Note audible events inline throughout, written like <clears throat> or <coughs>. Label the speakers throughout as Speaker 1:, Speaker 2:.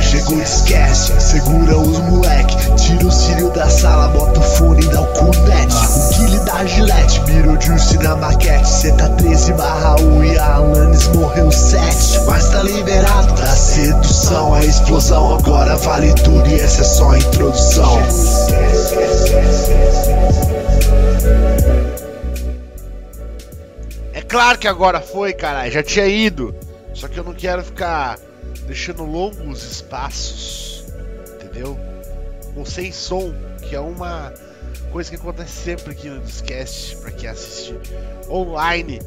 Speaker 1: Chegou, esquece, segura os moleque. Tira o cílio da sala, bota o fone e dá o cunete. O Guile da Gillette, mirou juice na maquete. um Senta 13 barra 1 e a Alanis morreu 7. Mas tá liberado da sedução, a explosão. Agora vale tudo e essa é só a introdução.
Speaker 2: É claro que agora foi, caralho. Já tinha ido. Só que eu não quero ficar deixando longos espaços, entendeu? Ou sem som, que é uma coisa que acontece sempre aqui no Discast, pra quem assiste online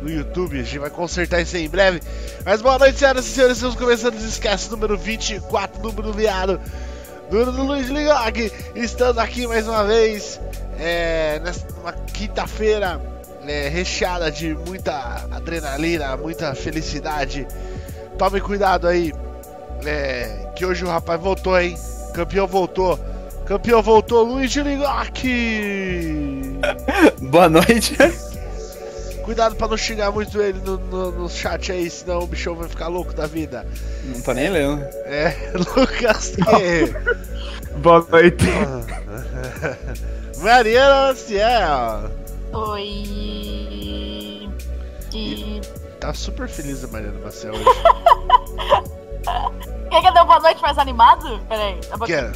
Speaker 2: no YouTube. A gente vai consertar isso aí em breve. Mas boa noite, senhoras e senhores. Estamos começando o Discast número 24, número viado. Número do Luiz Ligog. Estamos aqui mais uma vez, é, nessa numa quinta-feira. é, recheada de muita adrenalina, muita felicidade, Tome cuidado aí. É, que hoje o rapaz voltou, hein? Campeão voltou. Campeão voltou, Luiz de Ligocchi!
Speaker 3: Boa noite.
Speaker 2: Cuidado pra não xingar muito ele no, no- no chat aí, senão o bichão vai ficar louco da vida.
Speaker 3: Não tô nem lendo.
Speaker 2: É, <laughs> Lucas Guerreiro.
Speaker 4: Boa noite.
Speaker 2: <laughs> Mariana Maciel.
Speaker 5: Oi. E.
Speaker 2: Tá super feliz a Mariana Maciel hoje.
Speaker 5: Quer que eu dê um boa noite mais animado? Peraí. Tá bom. Ah.
Speaker 2: Quero.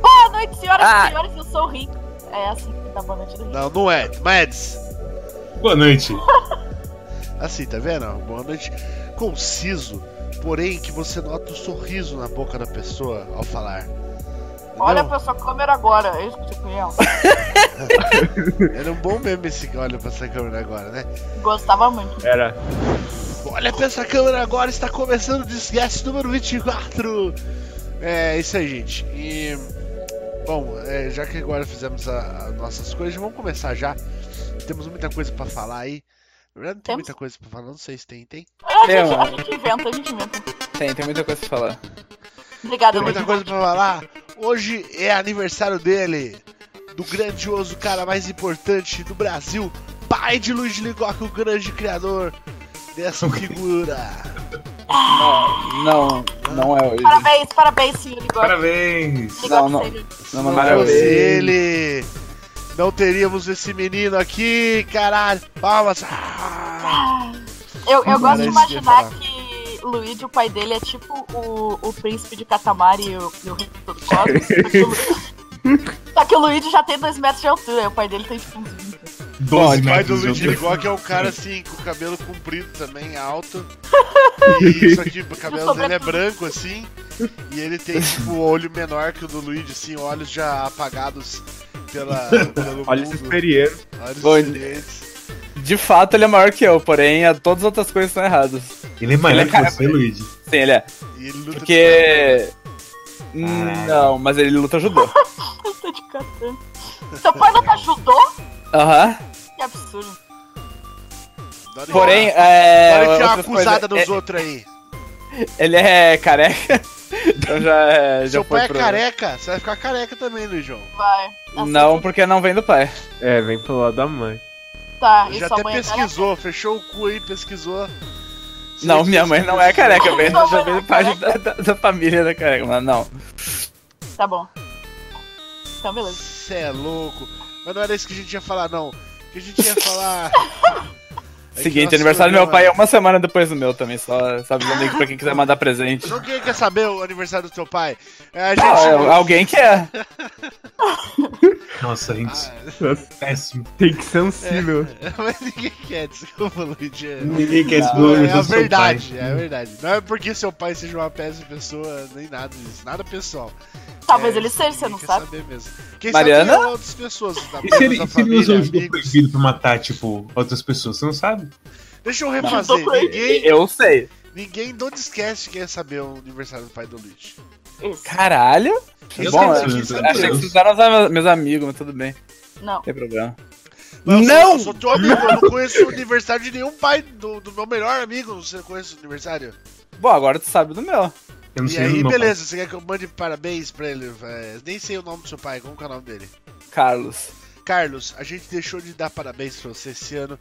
Speaker 5: Boa noite, senhoras
Speaker 3: Ah.
Speaker 5: e senhores, eu sou o Rick. É assim que tá boa noite do Rick.
Speaker 2: Não, não é. Mads.
Speaker 4: Boa noite.
Speaker 2: <laughs> Assim, tá vendo? Boa noite. Conciso, porém que você nota o sorriso na boca da pessoa ao falar. Entendeu?
Speaker 5: Olha pra sua câmera agora, é isso que você conhece.
Speaker 2: Era um bom meme esse que olha pra essa câmera agora, né?
Speaker 5: Gostava muito.
Speaker 4: Era.
Speaker 2: Olha pra essa câmera agora, está começando o Disguest número 24! É isso aí, gente. E. Bom, é, já que agora fizemos a- as nossas coisas, vamos começar já. Temos muita coisa pra falar aí. Na verdade, não tem
Speaker 5: Temos?
Speaker 2: muita coisa pra falar, não sei se tem, tem.
Speaker 5: A gente,
Speaker 3: mano.
Speaker 5: a gente inventa, a gente inventa.
Speaker 3: Tem, tem muita coisa pra falar.
Speaker 5: Obrigada,
Speaker 2: Ah, Tem
Speaker 5: Luiz.
Speaker 2: muita coisa pra falar. Hoje é aniversário dele, do grandioso cara mais importante do Brasil, pai de Luiz de Ligoca, o grande criador dessa figura.
Speaker 3: Não, não, não é hoje.
Speaker 5: Parabéns, parabéns, senhor Igor.
Speaker 4: Parabéns.
Speaker 3: Não, não. Não,
Speaker 2: Se
Speaker 3: não,
Speaker 2: não
Speaker 3: é
Speaker 2: fosse
Speaker 3: não.
Speaker 4: Parabéns.
Speaker 2: ele, não teríamos esse menino aqui, caralho. Palmas. Ah,
Speaker 5: Eu, eu gosto de
Speaker 2: Parece que ia
Speaker 5: imaginar
Speaker 2: falar.
Speaker 5: que Luigi, o pai dele, é tipo o, o príncipe de Catamari e o, e o rei do cosmos. Só que
Speaker 2: <laughs>
Speaker 5: o Lu- Só que o Luigi já tem 2 metros de altura, e o pai dele tem tipo uns 20.
Speaker 2: O
Speaker 4: Doze
Speaker 2: pai do
Speaker 4: metros de
Speaker 2: Luiz de
Speaker 4: altura.
Speaker 2: Ligoca é um cara assim, com o cabelo comprido também, alto. E isso aqui, o cabelo dele é branco assim. E ele tem tipo o olho menor que o do Luigi, assim, olhos já apagados pela, pelo
Speaker 4: <laughs> Olha
Speaker 2: mundo.
Speaker 4: esse experiente.
Speaker 2: Olhos
Speaker 3: Bom,
Speaker 2: experientes.
Speaker 3: De fato, ele é maior que eu, porém, a todas as outras coisas são erradas. Sim,
Speaker 4: Ele é maior
Speaker 3: Ele é cara-
Speaker 4: que você, Luigi.
Speaker 3: ele é.
Speaker 2: E ele luta
Speaker 3: Porque.
Speaker 4: Caralho.
Speaker 3: Não, mas ele luta judô.
Speaker 5: Tô tá de Catam. Seu pai não te ajudou?
Speaker 3: Aham.
Speaker 5: Que absurdo.
Speaker 2: de- Olha-
Speaker 3: Porém, é.
Speaker 2: Olha que é uma
Speaker 3: outras coisas-
Speaker 2: acusada
Speaker 3: é-
Speaker 2: nos outros aí.
Speaker 3: Ele é careca. Então já, é- já
Speaker 2: Seu
Speaker 3: foi
Speaker 2: pai é
Speaker 3: pro-
Speaker 2: careca, você vai ficar careca também, Luizão.
Speaker 5: Vai. Nossa,
Speaker 3: Não, porque não vem do pai.
Speaker 4: É, vem pro lado da mãe.
Speaker 5: Tá, e
Speaker 2: Já
Speaker 5: sua
Speaker 2: até
Speaker 5: mãe
Speaker 2: pesquisou, fechou o cu aí, pesquisou.
Speaker 3: Não, minha mãe não é careca, vem do, já vem do pai
Speaker 5: Careca?
Speaker 3: da, da, da família da careca, mas não.
Speaker 5: é. Tá bom. Então, beleza.
Speaker 2: Você é louco. Mas não era isso que a gente ia falar, não. O que a gente ia
Speaker 5: <laughs>
Speaker 2: falar. é que
Speaker 3: Seguinte,
Speaker 2: nosso
Speaker 3: aniversário do meu pai é
Speaker 2: programa-
Speaker 3: uma semana depois do meu também, só, só avisando aí pra quem quiser mandar
Speaker 6: <laughs>
Speaker 3: presente.
Speaker 2: Então quem quer saber o aniversário do seu pai? É, a gente.
Speaker 3: Ah, é, alguém que é.
Speaker 4: Nossa, gente. é
Speaker 2: Ah, <laughs>
Speaker 4: Péssimo.
Speaker 6: Tem que ser um sensível.
Speaker 2: É, mas ninguém quer, desculpa,
Speaker 4: <laughs>
Speaker 2: Luigi. É,
Speaker 4: Ninguém quer
Speaker 2: é a
Speaker 4: desvalorizar seu pai.
Speaker 2: verdade, é a verdade. Não é porque seu pai seja uma péssima pessoa, nem nada disso, nada pessoal.
Speaker 5: Talvez
Speaker 2: É,
Speaker 5: ele seja, você
Speaker 2: ninguém
Speaker 5: não
Speaker 2: quer
Speaker 5: sabe.
Speaker 2: Saber mesmo. Quem
Speaker 3: Mariana?
Speaker 2: sabe é outras pessoas. Da,
Speaker 4: E se ele,
Speaker 2: da
Speaker 4: e se ele usa
Speaker 2: família,
Speaker 4: um jogo
Speaker 2: amigos.
Speaker 4: proibido pra matar, tipo, outras pessoas? Você não sabe?
Speaker 2: Deixa eu refazer.
Speaker 5: Não, tô
Speaker 2: Ninguém,
Speaker 3: Eu sei.
Speaker 2: Ninguém do Discast quer saber o aniversário do pai do Luigi.
Speaker 5: Isso.
Speaker 3: Caralho.
Speaker 4: Eu
Speaker 3: Bom,
Speaker 4: quero
Speaker 3: eu-
Speaker 4: saber.
Speaker 3: achei que vocês eram os- meus amigos, mas tudo bem, não
Speaker 5: Não.
Speaker 3: tem problema.
Speaker 2: Mas
Speaker 3: Não!
Speaker 2: Eu sou, eu sou teu amigo, eu não conheço o aniversário de nenhum pai do, do meu melhor amigo. Você conhece o aniversário?
Speaker 3: Bom, agora tu sabe do meu.
Speaker 4: Eu não
Speaker 2: e
Speaker 4: sei o
Speaker 2: aí,
Speaker 4: nome.
Speaker 2: beleza, você quer que eu mande parabéns pra ele? É, nem sei o nome do seu pai, como que é o nome dele?
Speaker 3: Carlos.
Speaker 2: Carlos, a gente deixou de dar parabéns pra você esse ano,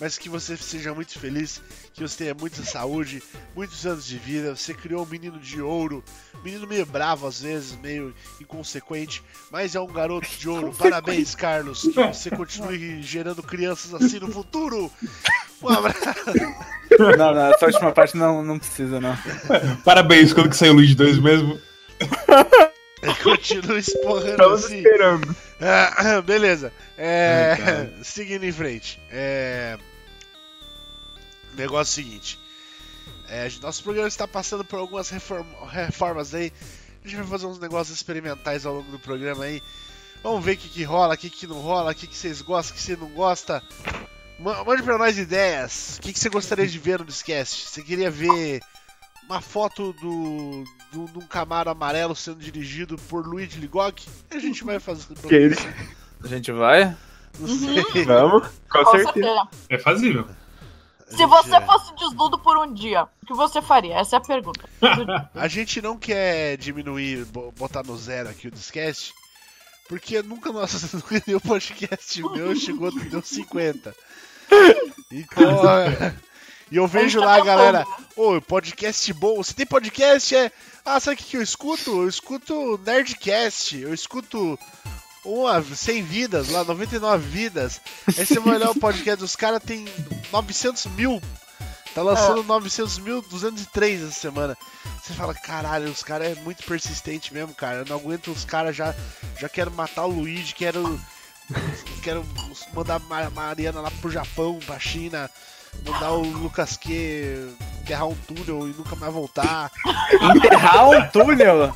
Speaker 2: mas que você seja muito feliz, que você tenha muita saúde, muitos anos de vida. Você criou um menino de ouro, menino meio bravo às vezes, meio inconsequente, mas é um garoto de ouro. Parabéns, Carlos, que você continue gerando crianças assim no futuro. Um abraço.
Speaker 3: Não, não, essa última parte não, não precisa, não.
Speaker 4: Parabéns, quando que saiu o Luigi 2 mesmo?
Speaker 2: Continua esporrando
Speaker 4: Tava
Speaker 2: assim.
Speaker 4: esperando.
Speaker 2: Ah, <laughs> beleza. É,
Speaker 4: Ai, cara.
Speaker 2: <laughs> seguindo em frente. É, negócio é o seguinte. É, nosso programa está passando por algumas reform- reformas aí. A gente vai fazer uns negócios experimentais ao longo do programa aí. Vamos ver o que, que rola, o que, que não rola, o que, que vocês gostam, o que você não gosta. Ma- Mande pra nós ideias. O que, que você gostaria de ver no Discast? Você queria ver uma foto do, do, de um Camaro amarelo sendo dirigido por Luigi Ligog? A gente vai fazer.
Speaker 4: Que ele-
Speaker 3: A gente vai?
Speaker 2: Não sei.
Speaker 4: Vamos, com
Speaker 5: Com
Speaker 4: certeza.
Speaker 5: certeza.
Speaker 6: É fazível.
Speaker 5: Se você
Speaker 2: é.
Speaker 5: fosse desnudo por um dia, o que você faria? Essa é a pergunta.
Speaker 2: A gente não quer diminuir, bo- botar no zero aqui o discast, porque nunca nosso <laughs> nunca nenhum podcast meu chegou, deu 50. Então, é, e eu vejo lá a galera, ô, podcast bom, você tem podcast? É, ah, sabe o que, que eu escuto? Eu escuto Nerdcast, eu escuto uma, 100 vidas lá, 99 vidas. Aí você vai olhar o podcast dos caras, tem 900 mil. Tá lançando 900 mil, 203 essa semana. Você fala, caralho, os caras é muito persistente mesmo, cara. Eu não aguento os caras já. Já quero matar o Luigi, quero. Quero mandar a Mariana lá pro Japão, pra China, mandar o Lucas Q enterrar um túnel e nunca mais voltar.
Speaker 3: Enterrar um túnel?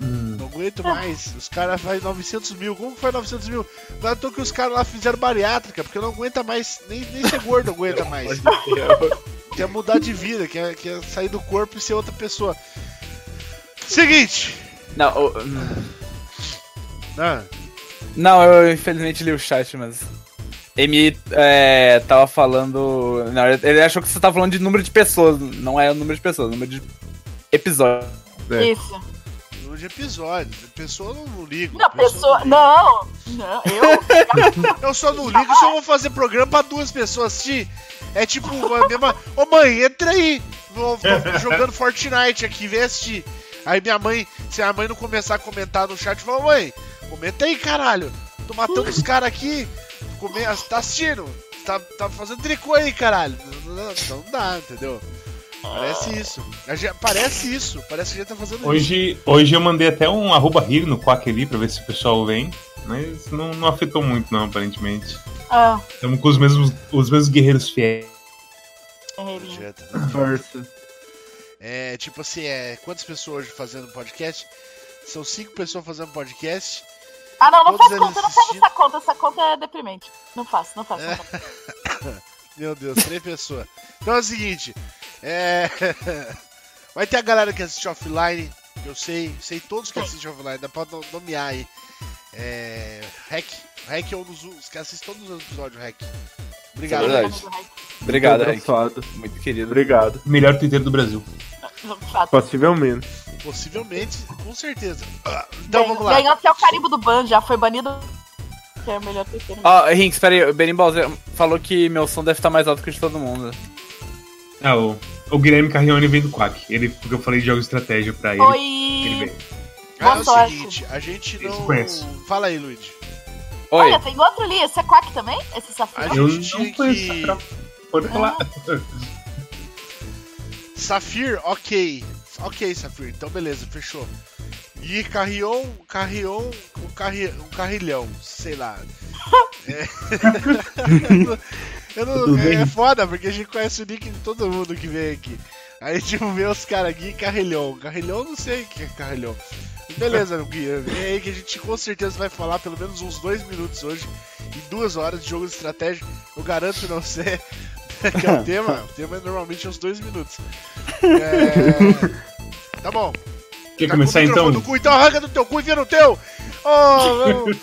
Speaker 2: Não aguento mais. Os caras fazem 900 mil. Como que faz 900 mil? Agora eu tô que os caras lá fizeram bariátrica, porque não aguenta mais. Nem, nem ser gordo aguenta mais. Quer mudar de vida, quer, quer sair do corpo e ser outra pessoa. Seguinte.
Speaker 3: Não, o- hum,
Speaker 2: Ah,
Speaker 3: Não, eu infelizmente li o chat, mas. Emi é, tava falando. na verdade, ele achou que você tava falando de número de pessoas. Não é o número de pessoas, é o número de episódios.
Speaker 4: É.
Speaker 5: Isso.
Speaker 2: número de episódios. A pessoa não, não liga.
Speaker 5: Não,
Speaker 2: a pessoa
Speaker 5: pessoa. Não! Não, eu?
Speaker 2: <laughs> Eu só não ligo se eu vou fazer programa pra duas pessoas assistir. É
Speaker 5: <laughs>
Speaker 2: tipo a mesma. Ô mãe, entra aí. Vou- Tô jogando Fortnite aqui, vem assistir. Aí minha mãe, se a mãe não começar a comentar no chat, fala, mãe, comenta aí, caralho. Tô matando
Speaker 5: <laughs>
Speaker 2: os caras aqui. Come... Tá assistindo? Tá, tá fazendo tricô aí, caralho. Não, não, não, não dá, entendeu? Parece isso. A gente- parece isso. Parece que a gente tá fazendo isso.
Speaker 4: Hoje, hoje eu mandei até um arroba rir no quack ali pra ver se o pessoal vem. Mas não, não afetou muito, não, aparentemente.
Speaker 5: Ah,
Speaker 4: Estamos com os mesmos, os mesmos guerreiros fiéis.
Speaker 2: Não
Speaker 5: guerreirinho.
Speaker 2: adianta.
Speaker 3: Força.
Speaker 2: É, tipo assim, é, quantas pessoas hoje fazendo podcast? São cinco pessoas fazendo podcast.
Speaker 5: Ah, não, não
Speaker 2: Todos
Speaker 5: faz
Speaker 2: eles
Speaker 5: conta, não faz
Speaker 2: assistindo.
Speaker 5: essa conta, essa conta é deprimente. Não faço, não faço. Não faço.
Speaker 2: Meu Deus, três <laughs> pessoas. Então é o seguinte, é... <laughs> vai ter a galera que assiste offline, que eu sei, sei todos que assistem offline, dá pra no- nomear aí. É... Hack, Hack é um dos os que assiste todos os episódios, Hack. Obrigado.
Speaker 3: É verdade. Obrigado, Eric.
Speaker 7: Engraçado.
Speaker 3: Muito querido.
Speaker 7: Obrigado.
Speaker 4: Melhor Twitter do Brasil.
Speaker 5: De fato.
Speaker 7: Possivelmente.
Speaker 2: Possivelmente, com certeza. Ah, Então vamos lá.
Speaker 5: Ganhou até o carimbo do Ban, já foi banido. Que é o melhor terceiro.
Speaker 2: Ah,
Speaker 3: Ó, Rinks, peraí, o Berimbau falou que meu som deve estar mais alto que o de todo mundo.
Speaker 4: Ah, o, o Guilherme Carrione vem do Quack. Ele, porque eu falei de jogos de estratégia pra ele. Ele
Speaker 5: Oi!
Speaker 4: vem.
Speaker 2: Ah, é
Speaker 5: boa
Speaker 2: o
Speaker 5: sorte.
Speaker 2: seguinte, a gente
Speaker 4: Isso,
Speaker 2: não...
Speaker 4: conheço.
Speaker 2: Fala aí, Luigi.
Speaker 3: Oi.
Speaker 5: Olha, tem outro ali, esse é Quack também? Esse
Speaker 2: A
Speaker 5: safio?
Speaker 4: Eu
Speaker 2: gente
Speaker 4: não
Speaker 2: tinha
Speaker 4: conheço
Speaker 2: que... Ah. Tá
Speaker 4: essa capa. Pode falar.
Speaker 2: Safir, ok. Ok, Safir, então beleza, fechou. E Carrion, Carrion, um, carri, um carrilhão, sei lá. É, eu não-
Speaker 4: Tudo bem?
Speaker 2: é foda, porque a gente conhece o nick de todo mundo que vem aqui. Aí tipo, vê os caras aqui, carrilhão. Carrilhão, não sei o que é carrilhão. Beleza, Guia, vem aí que a gente com certeza vai falar pelo menos uns dois minutos hoje. E duas horas de jogo de estratégia, eu garanto pra você <laughs> que é o tema. O tema é normalmente uns dois minutos. É... Tá bom.
Speaker 4: Quer
Speaker 2: Tá com o
Speaker 4: começar
Speaker 2: microfone
Speaker 4: então? <laughs>
Speaker 2: do cu, então arranca do teu cu e vira no teu! Ô, Oh, vamos...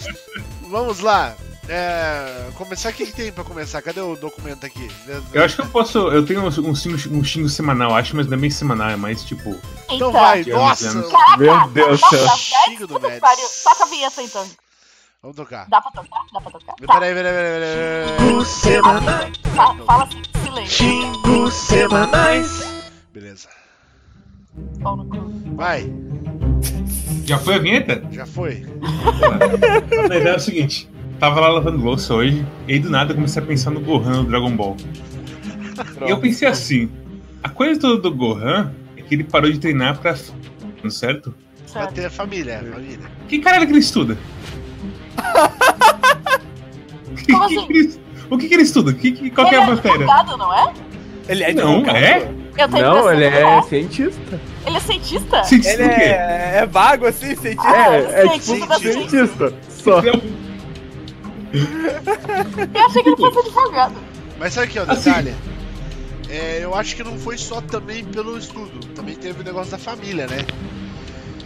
Speaker 2: vamos lá. É, começar, o que, que tem pra começar? Cadê o documento aqui?
Speaker 4: Eu acho que eu posso. Eu tenho um, um, xingo, um xingo semanal, acho, mas não é bem semanal, é mais tipo.
Speaker 2: Então vai,
Speaker 4: anos,
Speaker 2: nossa!
Speaker 4: anos.
Speaker 5: Caraca,
Speaker 6: Meu Deus do céu.
Speaker 2: Chico do
Speaker 5: Puta que
Speaker 2: Médici.
Speaker 5: pariu. Toca a vinheta então.
Speaker 2: Vamos tocar.
Speaker 5: Dá pra tocar? Dá pra tocar. Tá.
Speaker 2: Peraí, peraí, peraí, peraí, peraí.
Speaker 5: Fa- Fala assim, silêncio.
Speaker 1: é
Speaker 2: Beleza.
Speaker 5: Pau no cu.
Speaker 2: Vai,
Speaker 4: Já foi a vinheta?
Speaker 2: já foi.
Speaker 4: A ideia é o seguinte: tava lá lavando louça hoje, e aí do nada eu comecei a pensar no Gohan do Dragon Ball. E eu pensei assim: a coisa toda do Gohan é que ele parou de treinar pra. f- Certo?
Speaker 2: Pra
Speaker 5: Sério.
Speaker 2: ter a família, a família.
Speaker 4: Que caralho que
Speaker 5: <laughs>
Speaker 4: ele estuda? Que-
Speaker 5: Como
Speaker 4: que
Speaker 5: assim?
Speaker 4: que ele- o que, que ele estuda? Que, que- qual que é a
Speaker 5: Ele
Speaker 4: matéria?
Speaker 5: advogado, não é?
Speaker 3: Ele é Tá
Speaker 4: Não,
Speaker 3: advogado.
Speaker 4: é?
Speaker 5: Eu tenho
Speaker 6: Não,
Speaker 5: a impressão
Speaker 6: ele
Speaker 5: que
Speaker 6: é cientista.
Speaker 5: Ele é cientista?
Speaker 4: Cientista
Speaker 3: Ele
Speaker 4: do quê?
Speaker 3: é, é vago assim, cientista.
Speaker 5: Ah,
Speaker 6: É, é tipo
Speaker 5: cientista da
Speaker 6: cientista. Só.
Speaker 5: Eu achei que ele fosse advogado.
Speaker 2: Mas sabe aqui, ó,
Speaker 4: Assim.
Speaker 2: detalhe. É, eu acho que não foi só também pelo estudo. Também teve o negócio da família, né?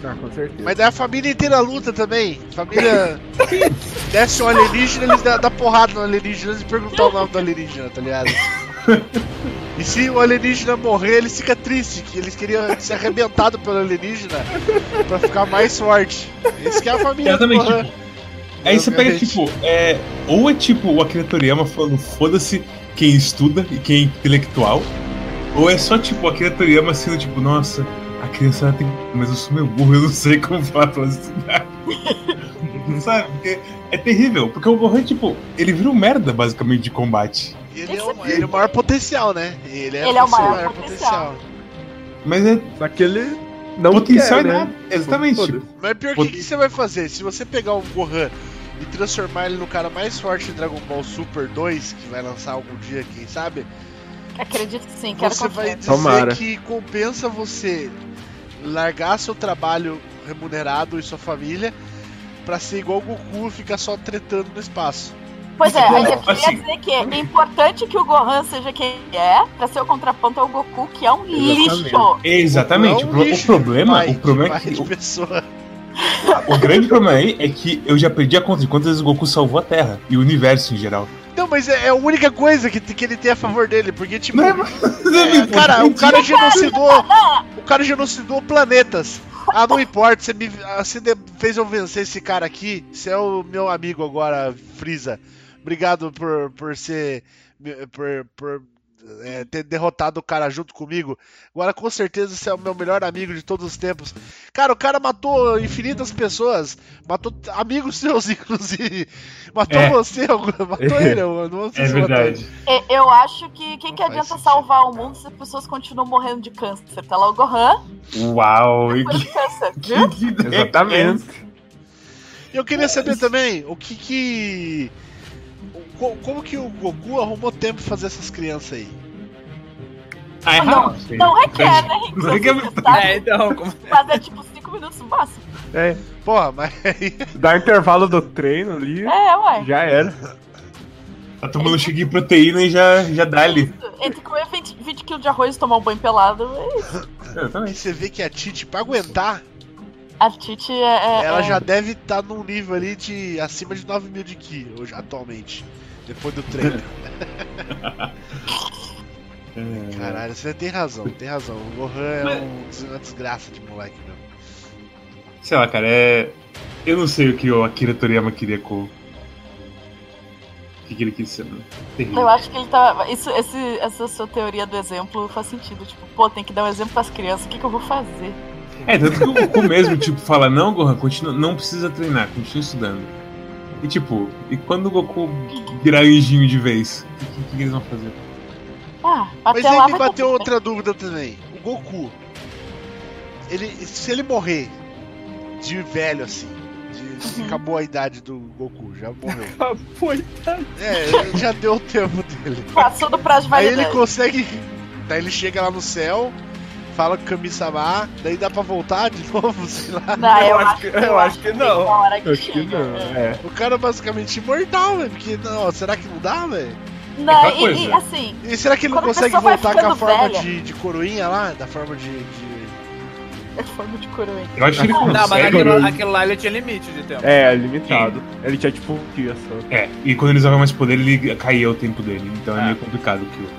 Speaker 6: Ah, com certeza.
Speaker 2: Mas daí a família inteira luta também.
Speaker 6: <laughs>
Speaker 2: Família. Desce um alienígena, eles dão dão porrada no alienígena e perguntar o nome do alienígena, tá ligado? E se o alienígena morrer, eles ficam tristes, que eles queriam ser arrebentados pelo alienígena pra ficar mais forte. Isso que é a família. do
Speaker 4: Exatamente.
Speaker 2: Gohan.
Speaker 4: Tipo, aí você pega,
Speaker 2: Exatamente.
Speaker 4: tipo, é, ou é tipo o Akira Toriyama falando foda-se quem estuda e quem é intelectual, ou é só tipo o Akira Toriyama sendo tipo, nossa, a criança ela tem. Mas eu sou meu burro, eu não sei como falar pra ela estudar. <laughs> Sabe? Porque é terrível, porque o Gohan, tipo, ele vira um merda basicamente de combate.
Speaker 2: Ele é, o, ele é o maior potencial, né? Ele é,
Speaker 5: Ele é o
Speaker 2: o
Speaker 5: maior
Speaker 2: maior potencial.
Speaker 5: potencial.
Speaker 4: Mas é
Speaker 6: Só que ele não
Speaker 4: potencial
Speaker 6: quer,
Speaker 4: é
Speaker 6: né?
Speaker 4: nada. Exatamente.
Speaker 6: Foda-se.
Speaker 4: Tipo,
Speaker 2: Mas pior que, o que você vai fazer? Se você pegar um Gohan e transformar ele no cara mais forte de Dragon Ball Super 2, que vai lançar algum dia, quem sabe?
Speaker 5: Acredito que sim, quero
Speaker 2: Você vai
Speaker 5: confiar.
Speaker 2: dizer
Speaker 6: Tomara.
Speaker 2: que compensa você largar seu trabalho remunerado e sua família pra ser igual o Goku e ficar só tretando no espaço.
Speaker 5: Pois é, aí eu queria
Speaker 4: Assim.
Speaker 5: dizer que é importante que o Gohan seja quem é, pra ser o contraponto ao Goku, que é um
Speaker 6: Exatamente.
Speaker 5: lixo.
Speaker 2: Não é
Speaker 4: exatamente.
Speaker 2: um
Speaker 4: o, pro- o
Speaker 2: lixo de
Speaker 4: problema,
Speaker 2: pai,
Speaker 4: o problema é
Speaker 2: de pai
Speaker 4: que
Speaker 2: de pessoa.
Speaker 4: O grande problema aí é que eu já perdi a conta de quantas vezes o Goku salvou a Terra e o universo em geral.
Speaker 2: Não, mas é, é a única coisa que, que ele tem a favor dele, porque tipo,
Speaker 4: Não
Speaker 2: é,
Speaker 4: me
Speaker 2: cara, o
Speaker 4: importa.
Speaker 2: cara genocidou, o cara genocidou planetas. Ah, não importa, você me ah, você de- fez eu vencer esse cara aqui. Você é o meu amigo agora, Frieza. Obrigado por por ser por, por é, ter derrotado o cara junto comigo. Agora com certeza você é o meu melhor amigo de todos os tempos. Cara, o cara matou infinitas pessoas, matou t- amigos seus <laughs> inclusive. Matou
Speaker 4: É.
Speaker 2: você, matou ele, eu não sei
Speaker 4: <laughs> É
Speaker 2: se matou ele.
Speaker 4: verdade.
Speaker 5: E- Eu acho que quem
Speaker 2: Não
Speaker 5: que
Speaker 2: faz
Speaker 5: adianta
Speaker 2: sentido.
Speaker 5: salvar o mundo se as pessoas continuam morrendo de câncer? Tá lá o Gohan,
Speaker 4: Uau, e
Speaker 5: por
Speaker 4: que,
Speaker 5: de câncer, viu?
Speaker 4: que vida é
Speaker 6: Exatamente.
Speaker 2: Eu queria saber também o que que. o- co- Como que o Goku arrumou tempo pra fazer essas crianças aí?
Speaker 4: essa? Ah, é
Speaker 5: Não,
Speaker 4: rápido.
Speaker 5: Não requer, né, Henrique?
Speaker 4: Não é requer muito.
Speaker 5: Tá?
Speaker 3: É, então, como-
Speaker 5: Mas é tipo 5 minutos no máximo.
Speaker 6: É,
Speaker 2: Porra, mas. <laughs>
Speaker 6: dá intervalo do treino ali,
Speaker 5: É, ué.
Speaker 6: já era.
Speaker 4: Tá tomando um cheguinho de proteína e já, já dá Tá ali.
Speaker 5: Entre comer 20, 20 quilos de arroz e tomar um banho pelado, é-
Speaker 2: Aí
Speaker 4: Exatamente.
Speaker 2: você vê que a Titi, pra aguentar,
Speaker 5: a Titi é. é-
Speaker 2: ela
Speaker 5: é-
Speaker 2: já deve estar num nível ali de acima de 9 mil de Ki hoje, atualmente. Depois do treino.
Speaker 4: É.
Speaker 2: Caralho, você tem razão, tem razão. O Gohan é um des- uma desgraça de moleque mesmo.
Speaker 4: Sei lá, cara, é. Eu não sei o que o Akira Toriyama queria com. O que, que ele quis ser, né? Terrível.
Speaker 5: Eu acho que ele tá. Isso, esse, essa sua teoria do exemplo faz sentido. Tipo, pô, tem que dar um exemplo pras crianças, o que, que eu vou fazer?
Speaker 4: É, tanto que o Goku mesmo, tipo, fala, não, Gohan, continua, não precisa treinar, continua estudando. E tipo, e quando o Goku virar anjinho de vez, o que, que eles vão fazer?
Speaker 5: Ah,
Speaker 2: Mas
Speaker 5: até lá
Speaker 2: aí me
Speaker 5: vai
Speaker 2: bateu
Speaker 5: tá tudo
Speaker 2: outra dúvida também. O Goku. Ele, se ele morrer de velho assim, de-
Speaker 5: Uhum.
Speaker 2: acabou a idade do Goku, já morreu. É, ele já deu o tempo dele.
Speaker 5: bem. Passou do prazo de
Speaker 2: Aí
Speaker 5: validade.
Speaker 2: ele consegue. Daí ele chega lá no céu, fala com o Kami-sama, daí dá pra voltar de <laughs> novo, sei lá.
Speaker 5: Não,
Speaker 3: Ah, Eu acho que- eu acho que não.
Speaker 5: tem uma hora que
Speaker 6: Eu acho que
Speaker 5: chega,
Speaker 6: não,
Speaker 5: é.
Speaker 6: é.
Speaker 2: O cara é basicamente imortal, velho. Porque, não, será que não dá, velho?
Speaker 5: Não,
Speaker 4: É uma
Speaker 5: e, e
Speaker 4: coisa.
Speaker 5: assim,
Speaker 2: E será que ele não
Speaker 5: Quando a
Speaker 2: consegue
Speaker 5: pessoa vai
Speaker 2: voltar com a
Speaker 5: ficando
Speaker 2: forma
Speaker 5: velha.
Speaker 2: de, de coroinha lá? Da forma de. de-
Speaker 5: é forma de coroa.
Speaker 4: Eu acho que ele
Speaker 3: Não, mas
Speaker 4: consegue.
Speaker 3: aquele,
Speaker 6: Sério?
Speaker 3: aquele lá ele tinha limite de tempo.
Speaker 6: É, limitado. Ele tinha tipo um dia só.
Speaker 4: É, e quando ele usava mais poder, ele caía o tempo dele. Então é
Speaker 3: Ah.
Speaker 4: meio complicado que o.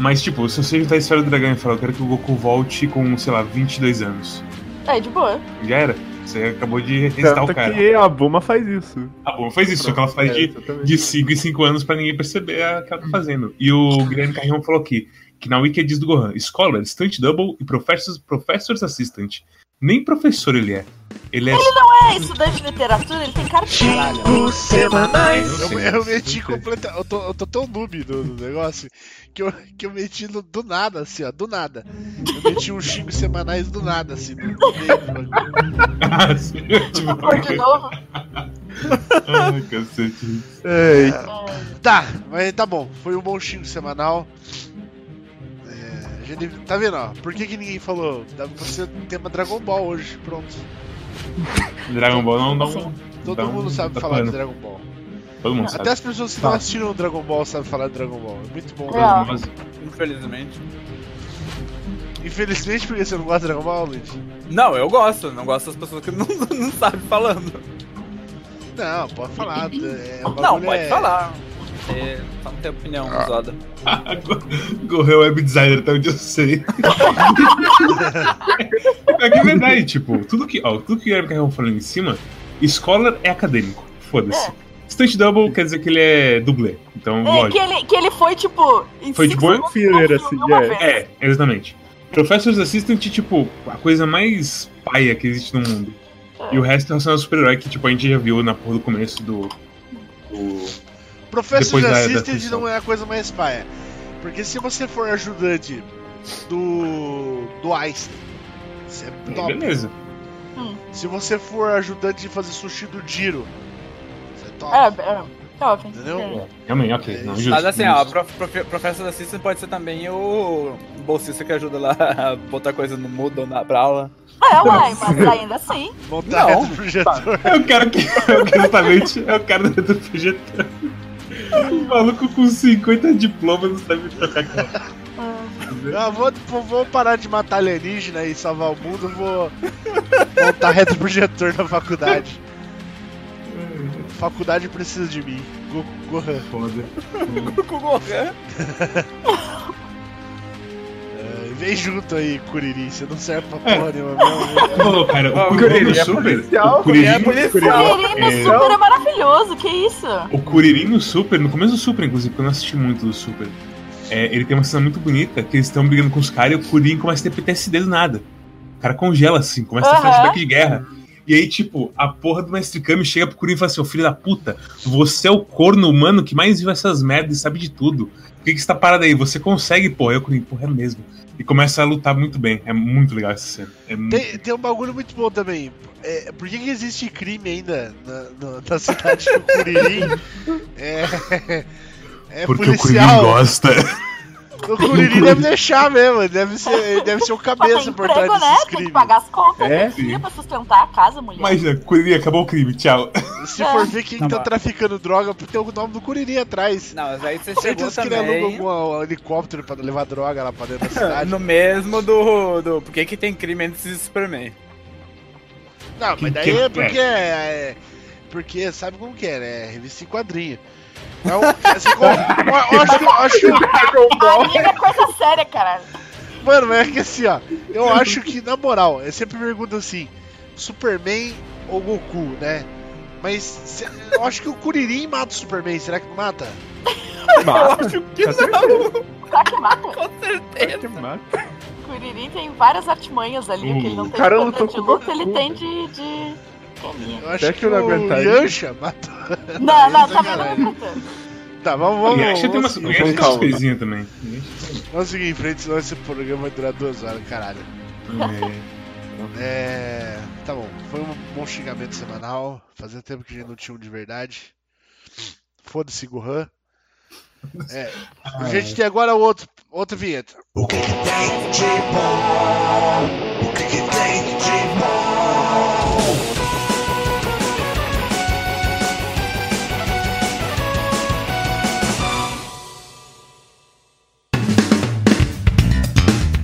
Speaker 4: Mas, tipo, se você juntar a história do dragão e falar, eu quero que o Goku volte com, sei lá, 22 anos.
Speaker 5: É, de boa.
Speaker 4: Já era. Você acabou de restar tá o
Speaker 6: Tanto
Speaker 4: cara.
Speaker 6: que a Buma faz isso. É,
Speaker 4: Ah, bom, faz isso, só que ela faz de
Speaker 6: exatamente.
Speaker 4: de 5 em 5 anos pra ninguém perceber a que ela tá fazendo. E o Guilherme Carrion falou aqui que na wiki diz do Gohan, Scholar, Stunt Double e Professors, professors Assistant. Nem professor ele é. Ele é.
Speaker 5: É, estudante de literatura, ele tem cara de caralho.
Speaker 1: Cinco semanais.
Speaker 4: Eu
Speaker 2: Eu,
Speaker 4: sei,
Speaker 2: eu
Speaker 4: eu sei,
Speaker 2: meti
Speaker 4: eu sei.
Speaker 2: completamente. Eu tô, eu tô tão noob do, do negócio que eu, que eu meti no- do nada, assim, ó. Do nada. Eu meti uns xingos semanais do nada, assim. no meio do bagulho.
Speaker 4: é. <laughs>
Speaker 5: Pô, de novo.
Speaker 4: Ai, cacete.
Speaker 6: É,
Speaker 2: Tá, mas tá bom. Foi um bom xingo semanal. É, a gente- tá vendo, ó? Por que, que ninguém falou? Dá pra ser tema Dragon Ball hoje, pronto.
Speaker 4: Dragon Ball não dá um.
Speaker 2: Todo
Speaker 4: dá um-
Speaker 2: mundo sabe
Speaker 4: dá
Speaker 2: falar de
Speaker 4: pano.
Speaker 2: Dragon Ball.
Speaker 4: Todo mundo
Speaker 2: Até
Speaker 4: sabe.
Speaker 2: as pessoas que não
Speaker 6: Tá.
Speaker 2: assistiram Dragon Ball sabem falar de Dragon Ball. É muito bom.
Speaker 5: É.
Speaker 4: Osmose.
Speaker 3: Infelizmente.
Speaker 2: Infelizmente, porque você não gosta de Dragon Ball, Luigi?
Speaker 3: Não, eu gosto. Não gosto das pessoas que não, <laughs> não sabem falando.
Speaker 2: Não, pode
Speaker 5: <laughs>
Speaker 2: falar. é, o
Speaker 3: Não,
Speaker 2: bagulho
Speaker 3: pode
Speaker 2: é-
Speaker 3: falar. Você só não tem opinião usada.
Speaker 4: Ah, Go- Gohan é web designer, até onde eu sei. é que é verdade, tipo, tudo que, ó, tudo que o Guilherme Carrão falou ali em cima, Scholar é acadêmico, foda-se. Stunt Double quer dizer que ele é dublê, então
Speaker 5: É, que
Speaker 4: lógico.
Speaker 5: ele, que ele foi, tipo, em
Speaker 4: Foi de
Speaker 5: cinco
Speaker 4: boa
Speaker 5: segundos,
Speaker 6: filler,
Speaker 5: não,
Speaker 6: assim,
Speaker 5: não, uma
Speaker 6: é.
Speaker 5: vez.
Speaker 4: É, exatamente. Professor's Assistant, tipo, a coisa mais paia que existe no mundo. E o resto é relacionado ao super-herói, que tipo, a gente já viu na porra do começo do... do...
Speaker 2: Professor
Speaker 4: Depois da- da
Speaker 2: Assistant
Speaker 4: função.
Speaker 2: não é a coisa mais paia. Porque se você for ajudante do. do Einstein, você é top.
Speaker 4: Beleza.
Speaker 2: Se você for ajudante de fazer sushi do Jiro, você é top.
Speaker 5: É, é, é óbvio.
Speaker 2: Entendeu?
Speaker 5: É.
Speaker 4: Realmente, ok, não, justo.
Speaker 3: Mas assim,
Speaker 4: justo.
Speaker 3: ó, prof, prof, professor assistant pode ser também o bolsista que ajuda lá <laughs> a botar coisa no Moodle na, pra
Speaker 4: <laughs>
Speaker 3: aula.
Speaker 5: É, uai, mas ainda assim.
Speaker 2: Montar
Speaker 3: Não.
Speaker 2: <laughs> reto projetor.
Speaker 4: É o cara que. É o que exatamente. É o cara do projetando. O Um maluco com 50 diplomas não sabe trocar aquela.
Speaker 2: Ah, vou, vou- vou parar de matar alienígena e salvar o mundo, vou montar reto projetor na
Speaker 3: <laughs>
Speaker 2: faculdade. Faculdade precisa de mim. Go Gohan.
Speaker 4: Foda.
Speaker 3: Com o
Speaker 4: né?
Speaker 3: Gohan.
Speaker 2: É, vem junto aí, Curiri. Você não serve pra
Speaker 5: É.
Speaker 2: porra nenhuma
Speaker 5: <laughs>
Speaker 2: mesmo.
Speaker 4: Pô, cara,
Speaker 3: Ah,
Speaker 4: o
Speaker 3: o
Speaker 4: Curirim
Speaker 6: Kuririn é
Speaker 4: Super.
Speaker 6: policial,
Speaker 4: o Kuririn-
Speaker 3: é policial.
Speaker 5: Irina
Speaker 4: É.
Speaker 5: super é maravilhoso, que isso?
Speaker 4: O Kuririn no Super, no começo do Super, inclusive, porque eu não assisti muito do Super. é, ele tem uma cena muito bonita que eles estão brigando com os caras e o Kuririn começa a ter PTSD do nada. O cara congela assim, começa a ter
Speaker 5: Aham.
Speaker 4: flashback de guerra. E aí, tipo, a porra do Mestre Kami chega pro Kuririn e fala assim: Ô filho da puta, você é o corno humano que mais viu essas merdas e sabe de tudo. Por que, que você tá parado aí? Você consegue, porra. Aí o Kuririn, porra, é mesmo. E começa a lutar muito bem. É muito legal essa cena. É muito...
Speaker 2: Tem, tem um bagulho muito bom também. É, por que, que existe crime ainda na, na- na cidade do
Speaker 5: <laughs>
Speaker 2: Curiri? É, é policial.
Speaker 4: gosta.
Speaker 2: O Curiri deve deixar mesmo. Deve ser, ele deve ser o
Speaker 5: Pra ter
Speaker 2: cabeça por
Speaker 5: emprego,
Speaker 2: trás
Speaker 5: né?
Speaker 2: desses
Speaker 5: Tem que
Speaker 2: crimes.
Speaker 5: pagar as contas,
Speaker 6: É,
Speaker 5: tem que
Speaker 4: sim.
Speaker 5: ir pra sustentar a casa, mulher.
Speaker 4: <laughs> Imagina, Kuririn, acabou o crime, tchau.
Speaker 2: Se for ver quem
Speaker 3: Não,
Speaker 2: tá
Speaker 3: mas-
Speaker 2: traficando droga, tem o nome do Curiri atrás.
Speaker 3: Não, mas aí você chegou
Speaker 4: tá
Speaker 2: Certeza que ele alugou
Speaker 3: também...
Speaker 2: algum um helicóptero pra levar droga lá pra dentro
Speaker 5: <laughs>
Speaker 2: da cidade.
Speaker 3: No mesmo do, do. Por que, que tem crime antes de Superman?
Speaker 2: Não,
Speaker 4: Que-
Speaker 2: mas daí
Speaker 4: que-
Speaker 2: é porque. É, porque sabe como que é, né? Revista em quadrinho. Então, assim, como- eu, eu acho, que- eu acho que-
Speaker 5: Anime é coisa séria, cara.
Speaker 2: Mano, mas é que assim, ó. Eu acho que, na moral, eu sempre pergunto assim: Superman ou Goku, né? Mas se- eu acho que o Kuririn mata o Superman, será que não mata?
Speaker 6: mata.
Speaker 3: Que
Speaker 6: Com
Speaker 3: não,
Speaker 5: Será que mata?
Speaker 3: com certeza.
Speaker 6: mata.
Speaker 5: O Kuririn tem várias artimanhas ali, que ele não tem
Speaker 6: Cara, eu
Speaker 5: de
Speaker 6: tô
Speaker 5: poder de
Speaker 6: com
Speaker 5: luta, ele
Speaker 6: Goku,
Speaker 5: tem de... de... caninha.
Speaker 2: Eu acho
Speaker 6: Será
Speaker 2: que,
Speaker 6: que eu não
Speaker 2: o
Speaker 6: aguentaria?
Speaker 2: Yancha mata.
Speaker 5: Não, não, tá
Speaker 2: Caralho.
Speaker 5: vendo? Não
Speaker 2: Tá, vamos,
Speaker 4: E
Speaker 2: vamos.
Speaker 4: acho que tem umas,
Speaker 2: vamos,
Speaker 4: tem
Speaker 2: seguir.
Speaker 6: com
Speaker 4: umas
Speaker 6: calma.
Speaker 4: coisinhas também.
Speaker 2: Vamos seguir em frente, senão esse programa vai durar duas horas, caralho.
Speaker 4: É.
Speaker 2: É. Tá bom. Foi um bom xingamento semanal. Fazia tempo que a gente não tinha um de verdade. Foda-se, Gohan. É. A gente tem agora outro, outra vinheta.
Speaker 1: O que que tem de bom? O que que tem de bom?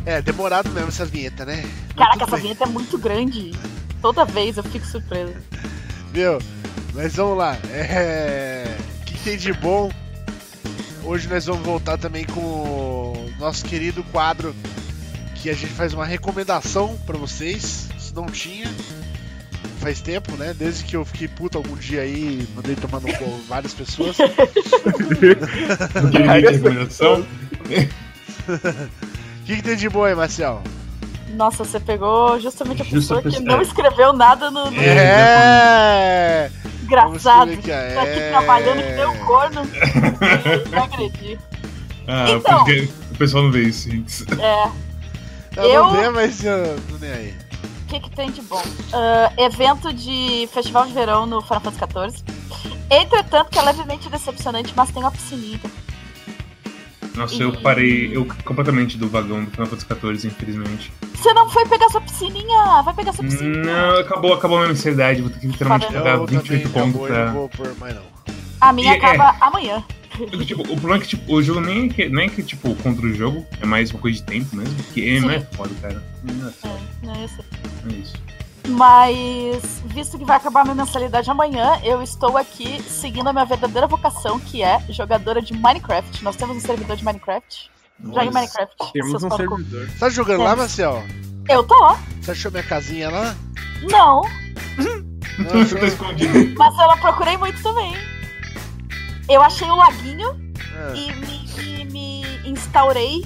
Speaker 2: É, É, demorado mesmo essa vinheta, né?
Speaker 5: Caraca,
Speaker 2: Tudo
Speaker 5: essa
Speaker 2: bem.
Speaker 5: vinheta é muito grande. Toda vez eu fico surpresa.
Speaker 2: Meu, mas vamos lá. É... O que tem de bom? Hoje nós vamos voltar também com o nosso querido quadro que a gente faz uma recomendação pra vocês. Se não tinha, faz tempo, né? Desde que eu fiquei puto algum dia aí e mandei tomar no cu <laughs> várias pessoas.
Speaker 4: Aquele vídeo de recomendação.
Speaker 2: O que, que tem de bom aí, Marcial?
Speaker 5: Nossa, você pegou justamente a
Speaker 4: Justa
Speaker 5: pessoa que
Speaker 4: pessoa.
Speaker 5: não escreveu nada no, no
Speaker 4: É,
Speaker 2: É!
Speaker 5: engraçado.
Speaker 2: vamos escrever aqui,
Speaker 5: Tá
Speaker 2: ó, é.
Speaker 5: aqui trabalhando que deu um corno. Não agredi.
Speaker 4: Ah,
Speaker 5: Então.
Speaker 4: porque o pessoal não vê isso, gente.
Speaker 5: É.
Speaker 2: Eu, Tá não
Speaker 5: Eu-
Speaker 2: dei, mas eu tô nem aí.
Speaker 5: O que, que tem de bom? Ah, evento de festival de verão no Final Fantasy XIV. Entretanto, que é levemente decepcionante, mas tem uma piscininha.
Speaker 4: Nossa, eu parei eu completamente do vagão do Final Fantasy XIV, infelizmente.
Speaker 5: Você não foi pegar sua piscininha! Vai pegar sua piscininha!
Speaker 4: Não, acabou, acabou a minha mensalidade, vou ter que literalmente
Speaker 5: Fala.
Speaker 4: pagar
Speaker 2: Eu
Speaker 4: 28
Speaker 2: também
Speaker 4: pontos
Speaker 2: acabou,
Speaker 4: é.
Speaker 2: eu
Speaker 4: pra.
Speaker 2: não vou por mais não.
Speaker 5: A minha
Speaker 4: E- é.
Speaker 5: acaba amanhã.
Speaker 4: Tipo, o problema é que tipo, o jogo nem é que, nem é que, tipo, contra o jogo, é mais uma coisa de tempo mesmo, porque M é foda, cara.
Speaker 5: É, né, eu sei.
Speaker 4: É isso.
Speaker 5: Mas, visto que vai acabar minha mensalidade amanhã, eu estou aqui seguindo a minha verdadeira vocação, que é jogadora de Minecraft. Nós temos um servidor de Minecraft. Jogue Minecraft.
Speaker 6: Temos
Speaker 5: seus
Speaker 6: um
Speaker 5: pau no cu.
Speaker 6: servidor.
Speaker 2: Tá jogando lá,
Speaker 5: Temos.
Speaker 2: Marcial?
Speaker 5: Eu tô lá.
Speaker 2: Você achou minha casinha lá?
Speaker 5: Não,
Speaker 2: Não, achou?
Speaker 4: Nossa, eu tô tá escondido.
Speaker 5: mas eu não procurei muito também. Eu achei um laguinho
Speaker 2: Ah.
Speaker 5: e me, e me instaurei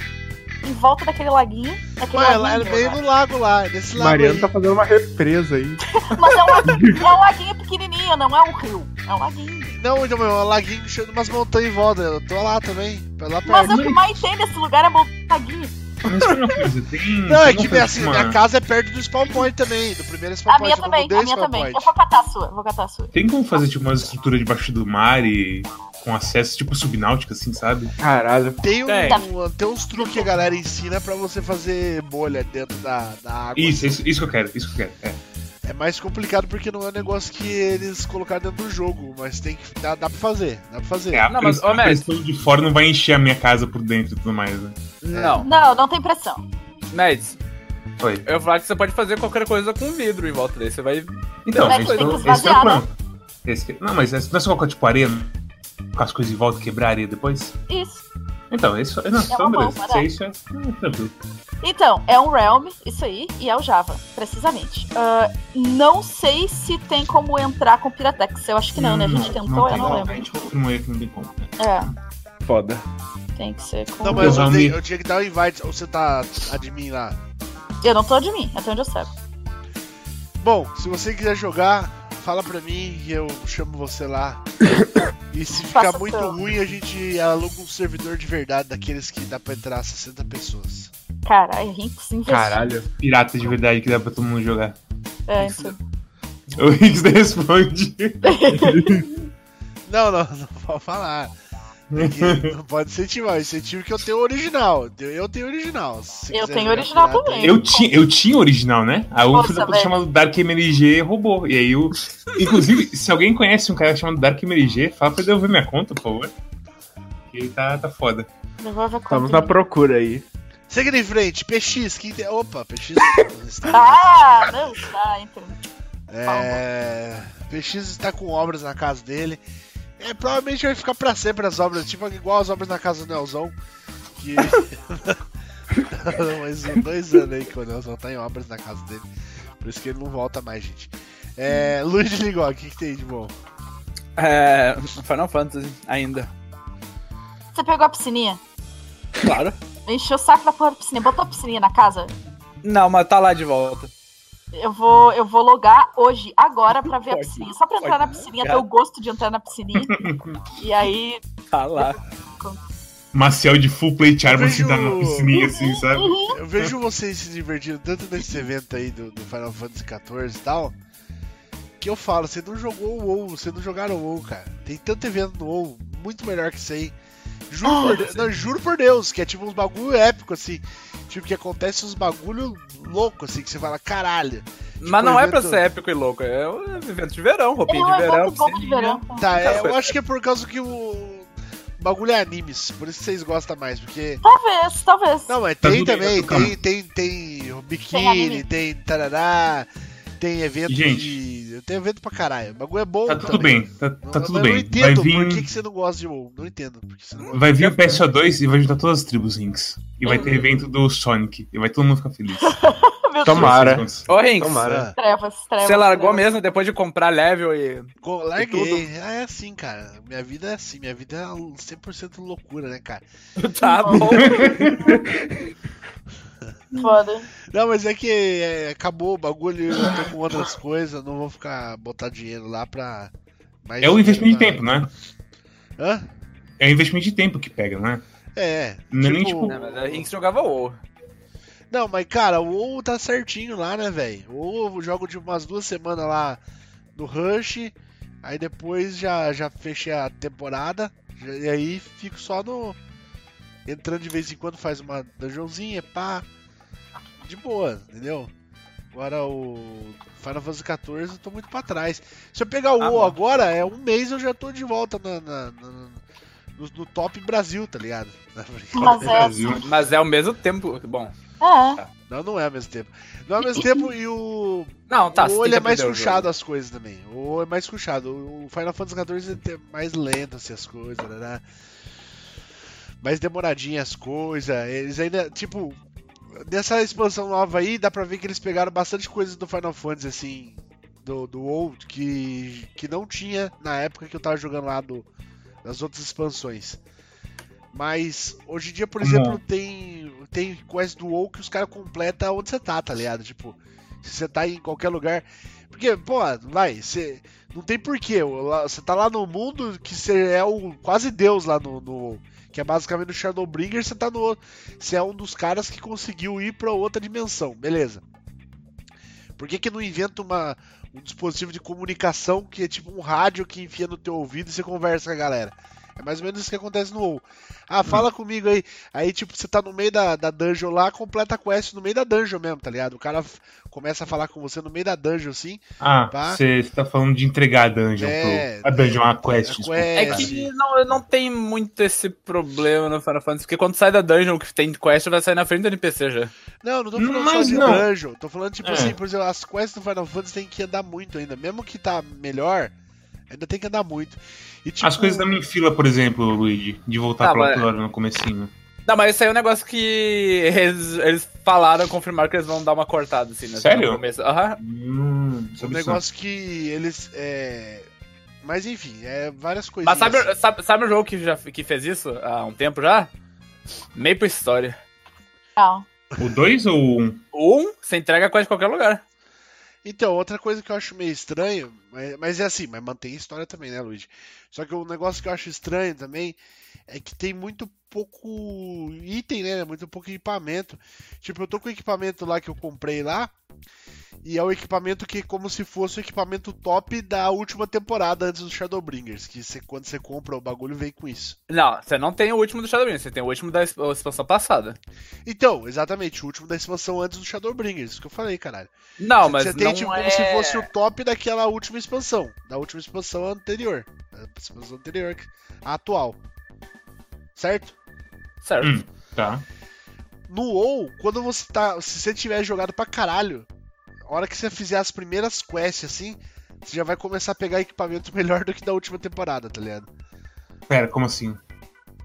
Speaker 5: em volta daquele laguinho. Daquele
Speaker 2: Ué, lá
Speaker 5: laguinho
Speaker 2: é
Speaker 5: meu
Speaker 2: meio
Speaker 5: lá.
Speaker 2: no lago lá, nesse lago
Speaker 6: Mariano
Speaker 2: aí.
Speaker 6: tá fazendo uma represa aí.
Speaker 5: Mas é um, laguinho, é um laguinho pequenininho, não é um rio. É um laguinho.
Speaker 2: Não, então, meu, é um laguinho cheio de umas montanhas em volta. né? Eu tô lá também, pra lá perto.
Speaker 5: Mas o que mais tem nesse lugar é um laguinho.
Speaker 4: Mas tem uma coisa, tem.
Speaker 2: Não, é
Speaker 4: tem
Speaker 2: que minha,
Speaker 4: uma coisa,
Speaker 2: assim,
Speaker 4: uma-
Speaker 2: minha casa é perto do spawn point também, do primeiro spawn
Speaker 5: A
Speaker 2: point.
Speaker 5: minha
Speaker 2: eu
Speaker 5: também,
Speaker 2: mudei
Speaker 5: a
Speaker 2: o
Speaker 5: minha
Speaker 2: spawn
Speaker 5: também. Eu
Speaker 2: point.
Speaker 5: vou catar a sua, eu vou catar a sua.
Speaker 4: Tem como fazer, tipo, uma estrutura debaixo do mar e com acesso, tipo, subnáutica, assim, sabe?
Speaker 6: Caralho.
Speaker 2: Tem, um,
Speaker 3: Tem.
Speaker 2: tem uns truques que a galera ensina pra você fazer bolha dentro da, da água.
Speaker 4: Isso, isso, isso que eu quero, isso que eu quero. É.
Speaker 2: É mais complicado porque não é um negócio que eles colocaram dentro do jogo, mas tem que. Dá, dá pra fazer, dá pra fazer.
Speaker 4: É, a,
Speaker 3: Não, mas,
Speaker 4: pressão,
Speaker 3: ô,
Speaker 4: a
Speaker 3: Mestre.
Speaker 4: pressão de fora não vai encher a minha casa por dentro e tudo mais, né?
Speaker 3: Não,
Speaker 5: Não, não tem pressão.
Speaker 3: Mads,
Speaker 4: Foi.
Speaker 3: eu ia falar que você pode fazer qualquer coisa com vidro em volta dele. Você vai.
Speaker 4: Então,
Speaker 5: Mas
Speaker 4: esse,
Speaker 5: tem que
Speaker 4: esse é o
Speaker 5: esvaziar,
Speaker 4: plano. Esse que- não, mas esse- não é só colocar, tipo, arena, com as coisas em volta e quebrar a areia depois?
Speaker 5: Isso.
Speaker 4: Então, é isso. Não, então,
Speaker 5: uma boa,
Speaker 4: beleza. Se é
Speaker 5: parada.
Speaker 4: isso, é, é tranquilo.
Speaker 5: Então, é um Realm, isso aí, e é o Java, precisamente. Ah, não sei se tem como entrar com Piratex. Eu acho que não, né? A gente
Speaker 4: Hum, Não,
Speaker 5: tentou, eu
Speaker 4: tem
Speaker 5: não
Speaker 4: como,
Speaker 5: lembro.
Speaker 4: A gente confirmou aí que não tem como.
Speaker 5: É,
Speaker 6: Foda.
Speaker 5: tem que ser com.
Speaker 2: Não, mas eu,
Speaker 4: Vamos.
Speaker 2: dei- eu tinha que dar o invite, ou você tá admin lá.
Speaker 5: Eu não tô de mim, até onde eu sei.
Speaker 2: Bom, se você quiser jogar, fala pra mim e eu chamo você
Speaker 5: <coughs>
Speaker 2: lá. E se ficar
Speaker 5: Faça
Speaker 2: muito
Speaker 5: seu.
Speaker 2: ruim, a gente aluga um servidor de verdade, daqueles que dá pra entrar 60 pessoas.
Speaker 5: Caralho, ricos investidos.
Speaker 6: Caralho.
Speaker 4: Pirata de verdade que dá pra todo mundo jogar. <laughs>
Speaker 5: É, isso.
Speaker 4: O Riggs responde.
Speaker 2: Não, não, <laughs> não pode falar.
Speaker 5: <laughs>
Speaker 2: Porque Não pode incentivar, eu incentivo que eu tenho o original. Eu tenho o original. se você
Speaker 5: Eu
Speaker 2: quiser
Speaker 5: tenho
Speaker 2: jogar
Speaker 5: original
Speaker 2: pirata,
Speaker 5: também.
Speaker 4: Eu tinha, eu tinha original, né? Aí um
Speaker 5: Nossa,
Speaker 4: filho da puta
Speaker 5: velho.
Speaker 4: chamado Dark MLG roubou. E aí eu. Inclusive, se alguém conhece um cara chamado Dark MLG, fala pra eu devolver minha conta, por favor. Porque ele tá, tá foda.
Speaker 5: Devolve a
Speaker 6: Estamos
Speaker 5: conta.
Speaker 6: na procura aí.
Speaker 2: Seguindo em frente, PX, que inte- Opa,
Speaker 5: <laughs>
Speaker 2: PX.
Speaker 5: Ah, não está, então.
Speaker 2: É, PX está com obras na casa dele. É, provavelmente vai ficar pra sempre as obras, tipo igual as obras na casa do Nelzão. Que. <laughs> Mais uns dois anos aí que o Nelzão tá em obras na casa dele. Por isso que ele não volta mais, gente. É, Luiz de Ligó, o que, que tem de bom?
Speaker 3: É. Final Fantasy
Speaker 4: <laughs>
Speaker 3: ainda.
Speaker 5: Você pegou a piscininha?
Speaker 3: Claro.
Speaker 5: Encheu o saco da porra da piscininha. Botou a piscininha na casa?
Speaker 3: Não, mas tá lá de volta.
Speaker 5: Eu vou, eu vou logar hoje, agora, pra ver a
Speaker 3: Pode,
Speaker 5: piscininha. Só pra entrar
Speaker 3: pode,
Speaker 5: na piscininha,
Speaker 3: né,
Speaker 5: ter o gosto de entrar na piscininha. e aí.
Speaker 2: <laughs>
Speaker 3: Tá lá.
Speaker 4: Maciel de full plate armor
Speaker 2: Vejo-
Speaker 4: se dá tá na piscininha assim, sabe?
Speaker 5: Uhum.
Speaker 2: Eu vejo vocês se divertindo tanto nesse evento aí do, do Final Fantasy XIV e tal. Que eu falo, você não jogou o WoW, você não jogaram o WoW, cara. Tem tanto evento no WoW, muito melhor que isso aí. Juro, por, Deus, não, juro por Deus, que é tipo uns bagulho épico, assim. Tipo, que acontece uns bagulho louco, assim, que você fala, caralho.
Speaker 3: Mas não é pra
Speaker 2: evento-
Speaker 3: ser épico e louco, é um evento de verão, roupinha
Speaker 5: Ele é um
Speaker 3: de verão.
Speaker 5: evento bobo de
Speaker 2: né?
Speaker 3: piscininha.
Speaker 5: verão.
Speaker 2: Tá, é,
Speaker 3: foi-
Speaker 2: eu acho que é por causa que o. bagulho é animes, por isso que vocês gostam mais, porque.
Speaker 5: Talvez, talvez.
Speaker 2: Não, mas
Speaker 4: Tá
Speaker 2: tem
Speaker 4: tudo
Speaker 2: também,
Speaker 4: bem, tá tudo
Speaker 2: tem, tem, tem o biquíni,
Speaker 5: anime.
Speaker 2: tem tarará, tem evento
Speaker 4: Gente.
Speaker 2: de. Tem evento pra caralho. O bagulho é bom.
Speaker 4: Tá tudo
Speaker 2: também.
Speaker 4: bem, tá,
Speaker 2: Não-
Speaker 4: tá
Speaker 2: mas
Speaker 4: tudo
Speaker 2: Eu não
Speaker 4: bem. Vai
Speaker 2: entendo por que,
Speaker 4: vir, um,
Speaker 2: que você não gosta de WoW. Não entendo por que é Uhum. você não gosta.
Speaker 4: vai vir um o PSO2 e vai juntar todas as tribos Inks. E vai ter evento do Sonic. E vai todo mundo ficar feliz.
Speaker 5: <laughs> Meu Deus,
Speaker 6: Tomara.
Speaker 3: Ô, Rinks,
Speaker 6: Tomara.
Speaker 2: Ah,
Speaker 5: trevas, trevas.
Speaker 3: você largou
Speaker 5: trevas.
Speaker 3: mesmo depois de comprar level e. <laughs>
Speaker 2: co- larguei. Ah, é assim, cara. Minha vida é assim. Minha vida é 100% loucura, né, cara?
Speaker 3: Tá bom.
Speaker 5: Foda.
Speaker 2: Não, mas é que é, acabou o bagulho. Eu tô com
Speaker 4: <coughs>
Speaker 2: outras coisas. Não vou ficar botar dinheiro lá pra. mais
Speaker 4: É o investimento de
Speaker 2: pra-
Speaker 4: tempo, né?
Speaker 2: Hã?
Speaker 4: É o investimento de tempo que pega, né?
Speaker 2: É.
Speaker 4: Não é nem tipo-
Speaker 3: Não, mas a Rinks jogava WoW.
Speaker 2: Não, mas cara, o WoW tá certinho lá, né, velho? O WoW eu jogo de umas duas semanas lá no Rush, aí depois já, já fechei a temporada, já- e aí fico só no. Entrando de vez em quando, faz uma dungeonzinha, pá. De boa, entendeu? Agora o Final Fantasy XIV eu tô muito pra trás. Se eu pegar o
Speaker 3: Ah,
Speaker 2: WoW
Speaker 3: mano.
Speaker 2: agora, é um mês eu já tô de volta na, na- na- no, no top Brasil, tá ligado? <laughs>
Speaker 5: Mas é assim.
Speaker 4: Brasil.
Speaker 3: Mas é ao mesmo tempo. Bom.
Speaker 5: É.
Speaker 2: Não, não é ao mesmo tempo. Não é ao
Speaker 3: <laughs>
Speaker 2: mesmo tempo e o
Speaker 3: Não, tá. você
Speaker 2: ou ele
Speaker 3: tem que
Speaker 2: é mais
Speaker 3: aprender o
Speaker 2: puxado as coisas também. Ou é mais puxado. O Final Fantasy XIV é mais lento assim, as coisas, né? Mais demoradinho as coisas. Eles ainda, tipo, nessa expansão nova aí, dá pra ver que eles pegaram bastante coisas do Final Fantasy, assim, do, do old, que, que não tinha na época que eu tava jogando lá do, das outras expansões. Mas hoje em dia, por
Speaker 4: Como?
Speaker 2: exemplo, tem, tem quest do WoW que os caras completam onde você tá, tá ligado? Tipo, se você tá em qualquer lugar. Porque, pô, vai, você. Não tem porquê. o- lá- Você tá lá no mundo que você é o quase Deus lá no. no WoW, que é basicamente o Shadowbringer, você tá no outro. Você é um dos caras que conseguiu ir pra outra dimensão, beleza. Por que, que não inventa uma, um dispositivo de comunicação que é tipo um rádio que enfia no teu ouvido e você conversa com a galera? É mais ou menos isso que acontece no WoW. Ah, fala comigo aí. Aí, tipo, você tá no meio da, da dungeon lá, completa a quest no meio da dungeon mesmo, tá ligado? O cara f- começa a falar com você no meio da dungeon, assim.
Speaker 4: Ah,
Speaker 2: Tá.
Speaker 4: você tá falando de entregar a dungeon
Speaker 2: É,
Speaker 4: pro. A dungeon, a quest.
Speaker 2: A
Speaker 4: desculpa.
Speaker 3: É
Speaker 2: quest.
Speaker 3: que não, não tem muito esse problema no Final Fantasy, porque quando sai da dungeon que tem quest, vai sair na frente do NPC já.
Speaker 2: Não, não tô falando
Speaker 4: Mas
Speaker 2: só de
Speaker 4: não.
Speaker 2: dungeon. Tô falando, tipo
Speaker 4: É.
Speaker 2: assim, por exemplo, as quests do Final Fantasy tem que andar muito ainda. Mesmo que tá melhor, ainda tem que andar muito. E, tipo,
Speaker 4: As coisas da minha fila, por exemplo, Luigi, de voltar
Speaker 3: Tá,
Speaker 4: pra
Speaker 3: mas-
Speaker 4: outra hora no comecinho.
Speaker 3: Não, mas isso aí é um negócio que eles, eles falaram, confirmaram que eles vão dar uma cortada, assim, né?
Speaker 4: Sério?
Speaker 3: No começo. Aham.
Speaker 4: Hum,
Speaker 2: Um
Speaker 4: sabe só.
Speaker 2: negócio que eles. É... Mas enfim, é várias coisinhas.
Speaker 3: Mas sabe, sabe, sabe um jogo que, já, que fez isso há um tempo já? Maple Story.
Speaker 5: Não.
Speaker 4: O 2 ou o 1? Um?
Speaker 3: Um, você entrega quase em qualquer lugar.
Speaker 2: Então, outra coisa que eu acho meio estranho, mas, mas é assim, mas mantém a história também, né, Luigi? Só que o negócio que eu acho estranho também é que tem muito pouco item, né? Muito pouco equipamento. Tipo, eu tô com o equipamento lá que eu comprei lá, e é o equipamento que é como se fosse o equipamento top da última temporada antes do Shadowbringers, que você- quando você compra o bagulho vem com isso.
Speaker 3: Não, você não tem o último do Shadowbringers, você tem o último da exp- expansão passada.
Speaker 2: Então, exatamente, o último da expansão antes do Shadowbringers, isso que eu falei, caralho.
Speaker 3: Não,
Speaker 2: Você-
Speaker 3: mas
Speaker 2: você tem
Speaker 3: não
Speaker 2: tipo
Speaker 3: é...
Speaker 2: como se fosse o top daquela última expansão, da última expansão anterior, da expansão anterior que- a atual. Certo? um
Speaker 3: Certo.
Speaker 4: Hum. Tá.
Speaker 2: No WoW, quando você tá, se você tiver jogado pra caralho, a hora que você fizer as primeiras quests assim, você já vai começar a pegar equipamento <laughs> melhor do que da última temporada, tá ligado?
Speaker 4: Pera, como assim?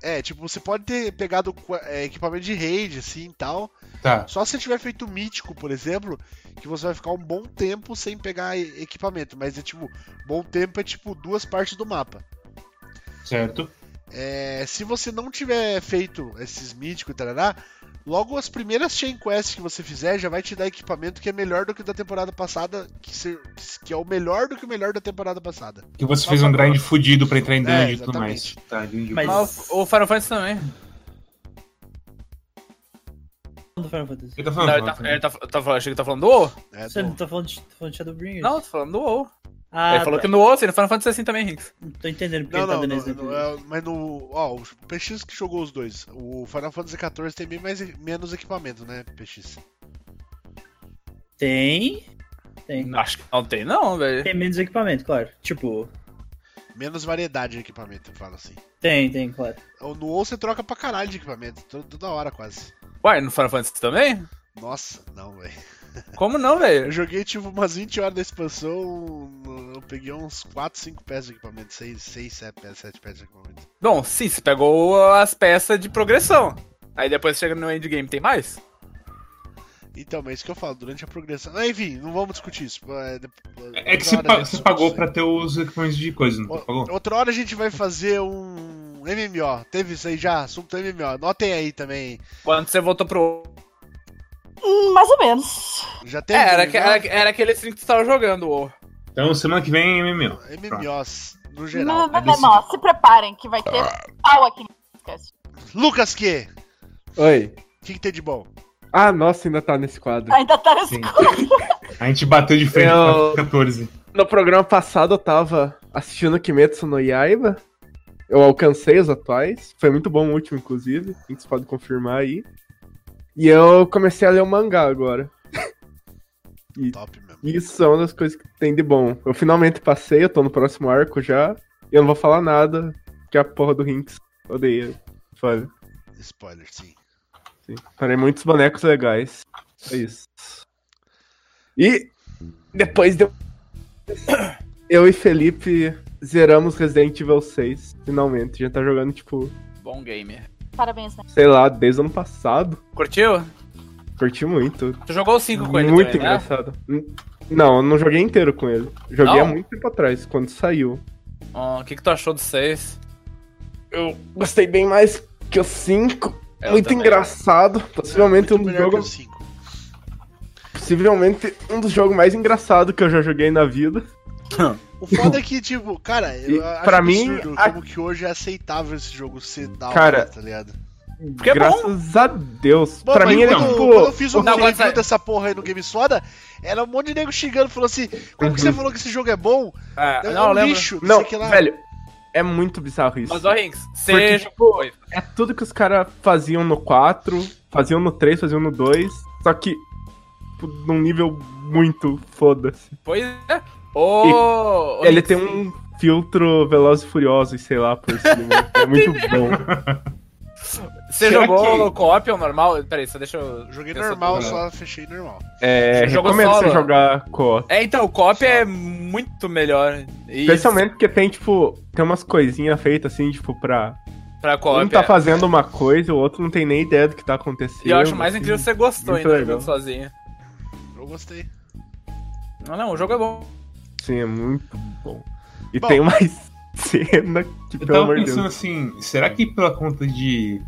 Speaker 2: É, tipo, você pode ter pegado qua- é, equipamento de raid, assim, e tal.
Speaker 4: Tá.
Speaker 2: Só se você tiver feito mítico, por exemplo, que você vai ficar um bom tempo sem pegar e- equipamento. Mas é tipo, bom tempo é tipo duas partes do mapa.
Speaker 4: Certo.
Speaker 2: É, se você não tiver feito esses míticos e tarará, logo as primeiras chain quests que você fizer já vai te dar equipamento que é melhor do que o da temporada passada, que, se- que é o melhor do que o melhor da temporada passada.
Speaker 4: Que você fez um
Speaker 3: Nossa,
Speaker 4: grind fudido pra entrar em dungeon
Speaker 2: É,
Speaker 4: e tudo mais.
Speaker 2: exatamente.
Speaker 4: Tá, entendi.
Speaker 7: Mas-
Speaker 3: Mas o o Final Fantasy também.
Speaker 7: do Final Fantasy.
Speaker 4: Ele tá
Speaker 3: Não,
Speaker 4: falando.
Speaker 3: ele tá, ele tá- tá falando- achei que tá falando do WoW.
Speaker 2: É,
Speaker 7: Você
Speaker 2: do-
Speaker 7: não tá falando de, tá falando de Shadowbringers?
Speaker 3: Não, tô falando do WoW.
Speaker 7: Ah,
Speaker 3: ele falou
Speaker 7: tá.
Speaker 3: que no WoW, assim, no Final Fantasy é assim também, Rinks.
Speaker 7: Não tô entendendo porque
Speaker 2: Não,
Speaker 7: ele tá
Speaker 2: não,
Speaker 7: dando
Speaker 2: não,
Speaker 7: exemplo.
Speaker 2: não, é, mas no. Ó, o PX que jogou os dois. O Final Fantasy XIV tem bem mais, menos equipamento, né, PX?
Speaker 7: Tem. Tem.
Speaker 3: Acho que não tem não, velho.
Speaker 7: Tem menos equipamento, claro. Tipo,
Speaker 2: Menos variedade de equipamento, eu falo assim.
Speaker 7: Tem, tem, claro.
Speaker 2: Ou No WoW você troca pra caralho de equipamento, to- toda hora quase.
Speaker 3: Uai, no Final Fantasy também?
Speaker 2: Nossa, não, velho.
Speaker 3: Como não,
Speaker 2: Eu
Speaker 3: velho?
Speaker 2: joguei tipo umas 20 horas da expansão, um, eu peguei uns 4, 5 pés de equipamento, 6, 6 7 pés, 7 pés de equipamento.
Speaker 3: Bom, sim, você pegou as peças de progressão. Aí depois chega no endgame, tem mais?
Speaker 2: Então, mas é isso que eu falo, durante a progressão. Ah, Enfim, não vamos discutir isso. É, de-
Speaker 4: É
Speaker 2: outra
Speaker 4: que você,
Speaker 2: hora
Speaker 4: pa-
Speaker 2: a gente
Speaker 4: você
Speaker 2: discute
Speaker 4: pagou
Speaker 2: isso aí.
Speaker 4: pra um. ter os equipamentos de coisa, não pagou?
Speaker 2: O- Outra hora a gente vai fazer um MMO. Teve isso aí já, assunto MMO. Anotem aí também.
Speaker 3: Quando você voltou pro.
Speaker 5: Hum, mais ou menos.
Speaker 2: Já
Speaker 3: É,
Speaker 2: teve.
Speaker 3: era,
Speaker 6: um
Speaker 2: já?
Speaker 3: que- era, era aquele stream que você tava jogando, ô.
Speaker 4: Então semana que vem é MMO.
Speaker 2: MMOs no
Speaker 5: Não,
Speaker 2: geral.
Speaker 5: não,
Speaker 4: é
Speaker 5: não, não, Se preparem que vai ter pau aqui no podcast.
Speaker 2: Lucas que?
Speaker 6: Oi.
Speaker 2: O que, que tem de bom?
Speaker 6: Ah, nossa, ainda tá nesse quadro.
Speaker 5: Ainda tá nesse
Speaker 4: Sim.
Speaker 5: quadro.
Speaker 4: A gente bateu de frente
Speaker 6: Eu-
Speaker 4: com a 14.
Speaker 6: No programa passado eu tava assistindo Kimetsu no Yaiba. Eu alcancei os atuais. Foi muito bom o último, inclusive. Vocês podem confirmar aí. E eu comecei a ler o mangá agora.
Speaker 2: Top mesmo.
Speaker 6: E isso é uma das coisas que tem de bom. Eu finalmente passei, eu tô no próximo arco já. E eu não vou falar nada, porque a porra do Rinks odeia. Foda.
Speaker 2: Spoiler, sim.
Speaker 6: Sim. Parei muitos bonecos legais. É isso. E depois deu. <coughs> Eu e Felipe zeramos Resident Evil 6, finalmente. Já tá jogando, tipo,
Speaker 3: Bom gamer.
Speaker 5: Parabéns, né?
Speaker 6: sei lá, desde o ano passado.
Speaker 3: Curtiu?
Speaker 6: Curti muito.
Speaker 3: Tu jogou o 5 com ele
Speaker 6: muito
Speaker 3: também, né?
Speaker 6: engraçado. N- Não, eu não joguei inteiro com ele. Joguei
Speaker 3: Não?
Speaker 6: há muito tempo atrás, quando saiu.
Speaker 3: Ó, O que, que tu achou do 6?
Speaker 6: Eu gostei bem mais que o 5. muito engraçado. Possivelmente
Speaker 2: Muito
Speaker 6: um dos
Speaker 2: melhor que o
Speaker 6: jogos.
Speaker 2: cinco.
Speaker 6: Possivelmente um dos jogos mais engraços que eu já joguei na vida.
Speaker 2: O foda é que, tipo, cara, eu
Speaker 6: <laughs> E
Speaker 2: acho
Speaker 6: pra
Speaker 2: absurdo
Speaker 6: mim, a-
Speaker 2: como que hoje é aceitável esse jogo ser da
Speaker 6: Cara,
Speaker 2: hora, tá ligado?
Speaker 3: Porque é bom.
Speaker 6: Graças a Deus.
Speaker 2: Bom,
Speaker 6: pra
Speaker 2: mas
Speaker 6: mim ele é
Speaker 2: quando,
Speaker 6: tipo.
Speaker 2: quando eu fiz um
Speaker 3: Não,
Speaker 2: review
Speaker 3: mas é-
Speaker 2: dessa porra aí no Game Soda, era um monte de nego xingando, falou assim, como que você falou que esse jogo é bom?
Speaker 3: Ah,
Speaker 2: É
Speaker 3: não,
Speaker 2: um
Speaker 3: eu lembro.
Speaker 2: lixo, não
Speaker 6: Uhum. Não,
Speaker 2: sei o que lá.
Speaker 6: velho. É muito bizarro isso.
Speaker 3: Mas, ó, Rinks, você
Speaker 6: Porque, tipo, é tudo que os caras faziam no 4, faziam no 3, faziam no 2. Só que. tipo, Num nível muito foda-se.
Speaker 3: Pois é. Ô, ô,
Speaker 6: Ele
Speaker 3: Rinks,
Speaker 6: tem um filtro veloz e furioso, e sei lá, por cima.
Speaker 3: <laughs>
Speaker 6: é muito bom.
Speaker 3: Você
Speaker 4: Será
Speaker 3: jogou
Speaker 4: que-
Speaker 3: no co-op ou normal? Peraí, só deixa eu.
Speaker 2: Joguei
Speaker 3: pensar
Speaker 2: normal,
Speaker 3: tudo.
Speaker 2: só fechei normal.
Speaker 6: É,
Speaker 3: Você jogou
Speaker 6: recomendo você
Speaker 3: solo?
Speaker 6: jogar co
Speaker 3: É, então, o co-op é muito melhor. E
Speaker 6: Especialmente porque tem, tipo, tem umas coisinhas feitas assim, tipo, pra.
Speaker 3: pra
Speaker 6: Um
Speaker 3: co-op.
Speaker 6: tá
Speaker 3: é.
Speaker 6: fazendo uma coisa, o outro não tem nem ideia do que tá acontecendo.
Speaker 3: E eu acho mais incrível que
Speaker 6: assim.
Speaker 3: você gostou
Speaker 6: muito
Speaker 3: ainda
Speaker 6: legal.
Speaker 3: jogando sozinho.
Speaker 2: Eu gostei.
Speaker 3: Não, não, o jogo é bom.
Speaker 6: Sim, é muito bom. E
Speaker 2: Bom.
Speaker 6: tem uma <laughs> cena que,
Speaker 3: Então,
Speaker 4: Eu
Speaker 6: pelo
Speaker 4: tava
Speaker 6: amor de
Speaker 4: pensando
Speaker 6: Deus.
Speaker 4: assim, será que pela conta de.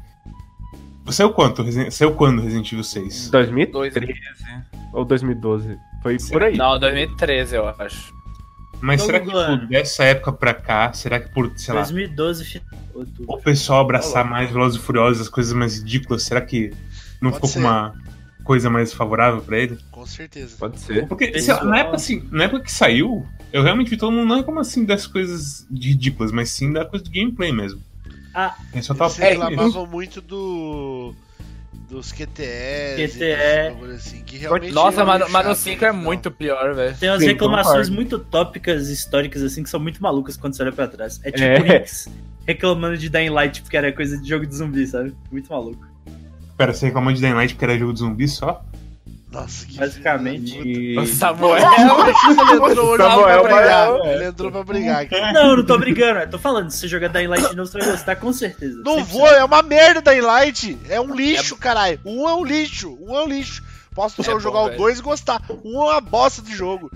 Speaker 4: Saiu quanto? Resi- Saiu quando Resident Evil 6?
Speaker 6: 2013
Speaker 3: 2013.
Speaker 6: ou 2012? Foi
Speaker 4: Sim.
Speaker 6: por aí.
Speaker 3: Não, 2013, eu acho.
Speaker 4: Mas
Speaker 7: Tô
Speaker 4: será que
Speaker 2: é.
Speaker 7: googlando.
Speaker 4: tipo, dessa época pra cá, será que por, sei lá,
Speaker 7: 2012, fi- outubro.
Speaker 4: o pessoal abraçar mais Velozes e Furiosos, as coisas mais ridículas, será que não
Speaker 2: Pode
Speaker 4: ficou
Speaker 2: ser.
Speaker 4: com uma coisa mais favorável pra ele?
Speaker 2: Com certeza.
Speaker 6: Pode ser.
Speaker 4: Porque sei
Speaker 7: Pessoal.
Speaker 4: lá, na, época, assim, na época que saiu, eu realmente vi todo mundo não é como assim das coisas ridículas, mas sim da coisa de gameplay mesmo.
Speaker 7: Ah.
Speaker 4: eu só tava
Speaker 2: Eles
Speaker 4: pensando nisso.
Speaker 2: reclamavam muito do. Dos QTEs. e
Speaker 7: QTE.
Speaker 2: desses bagulho assim, que realmente
Speaker 3: Nossa,
Speaker 2: era
Speaker 3: mano,
Speaker 2: meio
Speaker 3: mano, o
Speaker 2: chato,
Speaker 3: 5 é
Speaker 2: né?
Speaker 3: muito pior, velho.
Speaker 7: Tem umas
Speaker 6: Sim,
Speaker 7: reclamações
Speaker 6: concordo.
Speaker 7: muito tópicas, históricas, assim, que são muito malucas quando você olha pra trás. É tipo
Speaker 6: É.
Speaker 7: o Rinks reclamando de Dying Light porque era coisa de jogo de zumbi, sabe? Muito maluco.
Speaker 4: Pera, você reclamou de Dying Light porque era jogo de zumbi só?
Speaker 2: Nossa, que
Speaker 7: Basicamente.
Speaker 4: E...
Speaker 3: O Samuel.
Speaker 2: Ele entrou hoje
Speaker 6: <laughs> Samuel,
Speaker 2: pra brigar.
Speaker 7: né?
Speaker 6: Samuel, é.
Speaker 2: Ele entrou pra brigar aqui.
Speaker 7: Não, eu não tô brigando, eu tô falando. Se você jogar Dying Light de novo, você vai gostar, com certeza.
Speaker 2: Não
Speaker 7: 100%.
Speaker 2: vou, é uma merda da Light. É um lixo, caralho. Um é um lixo, um é um lixo. Posso só
Speaker 3: bom,
Speaker 2: jogar o
Speaker 3: velho.
Speaker 2: 2 e gostar. Um é uma bosta de jogo.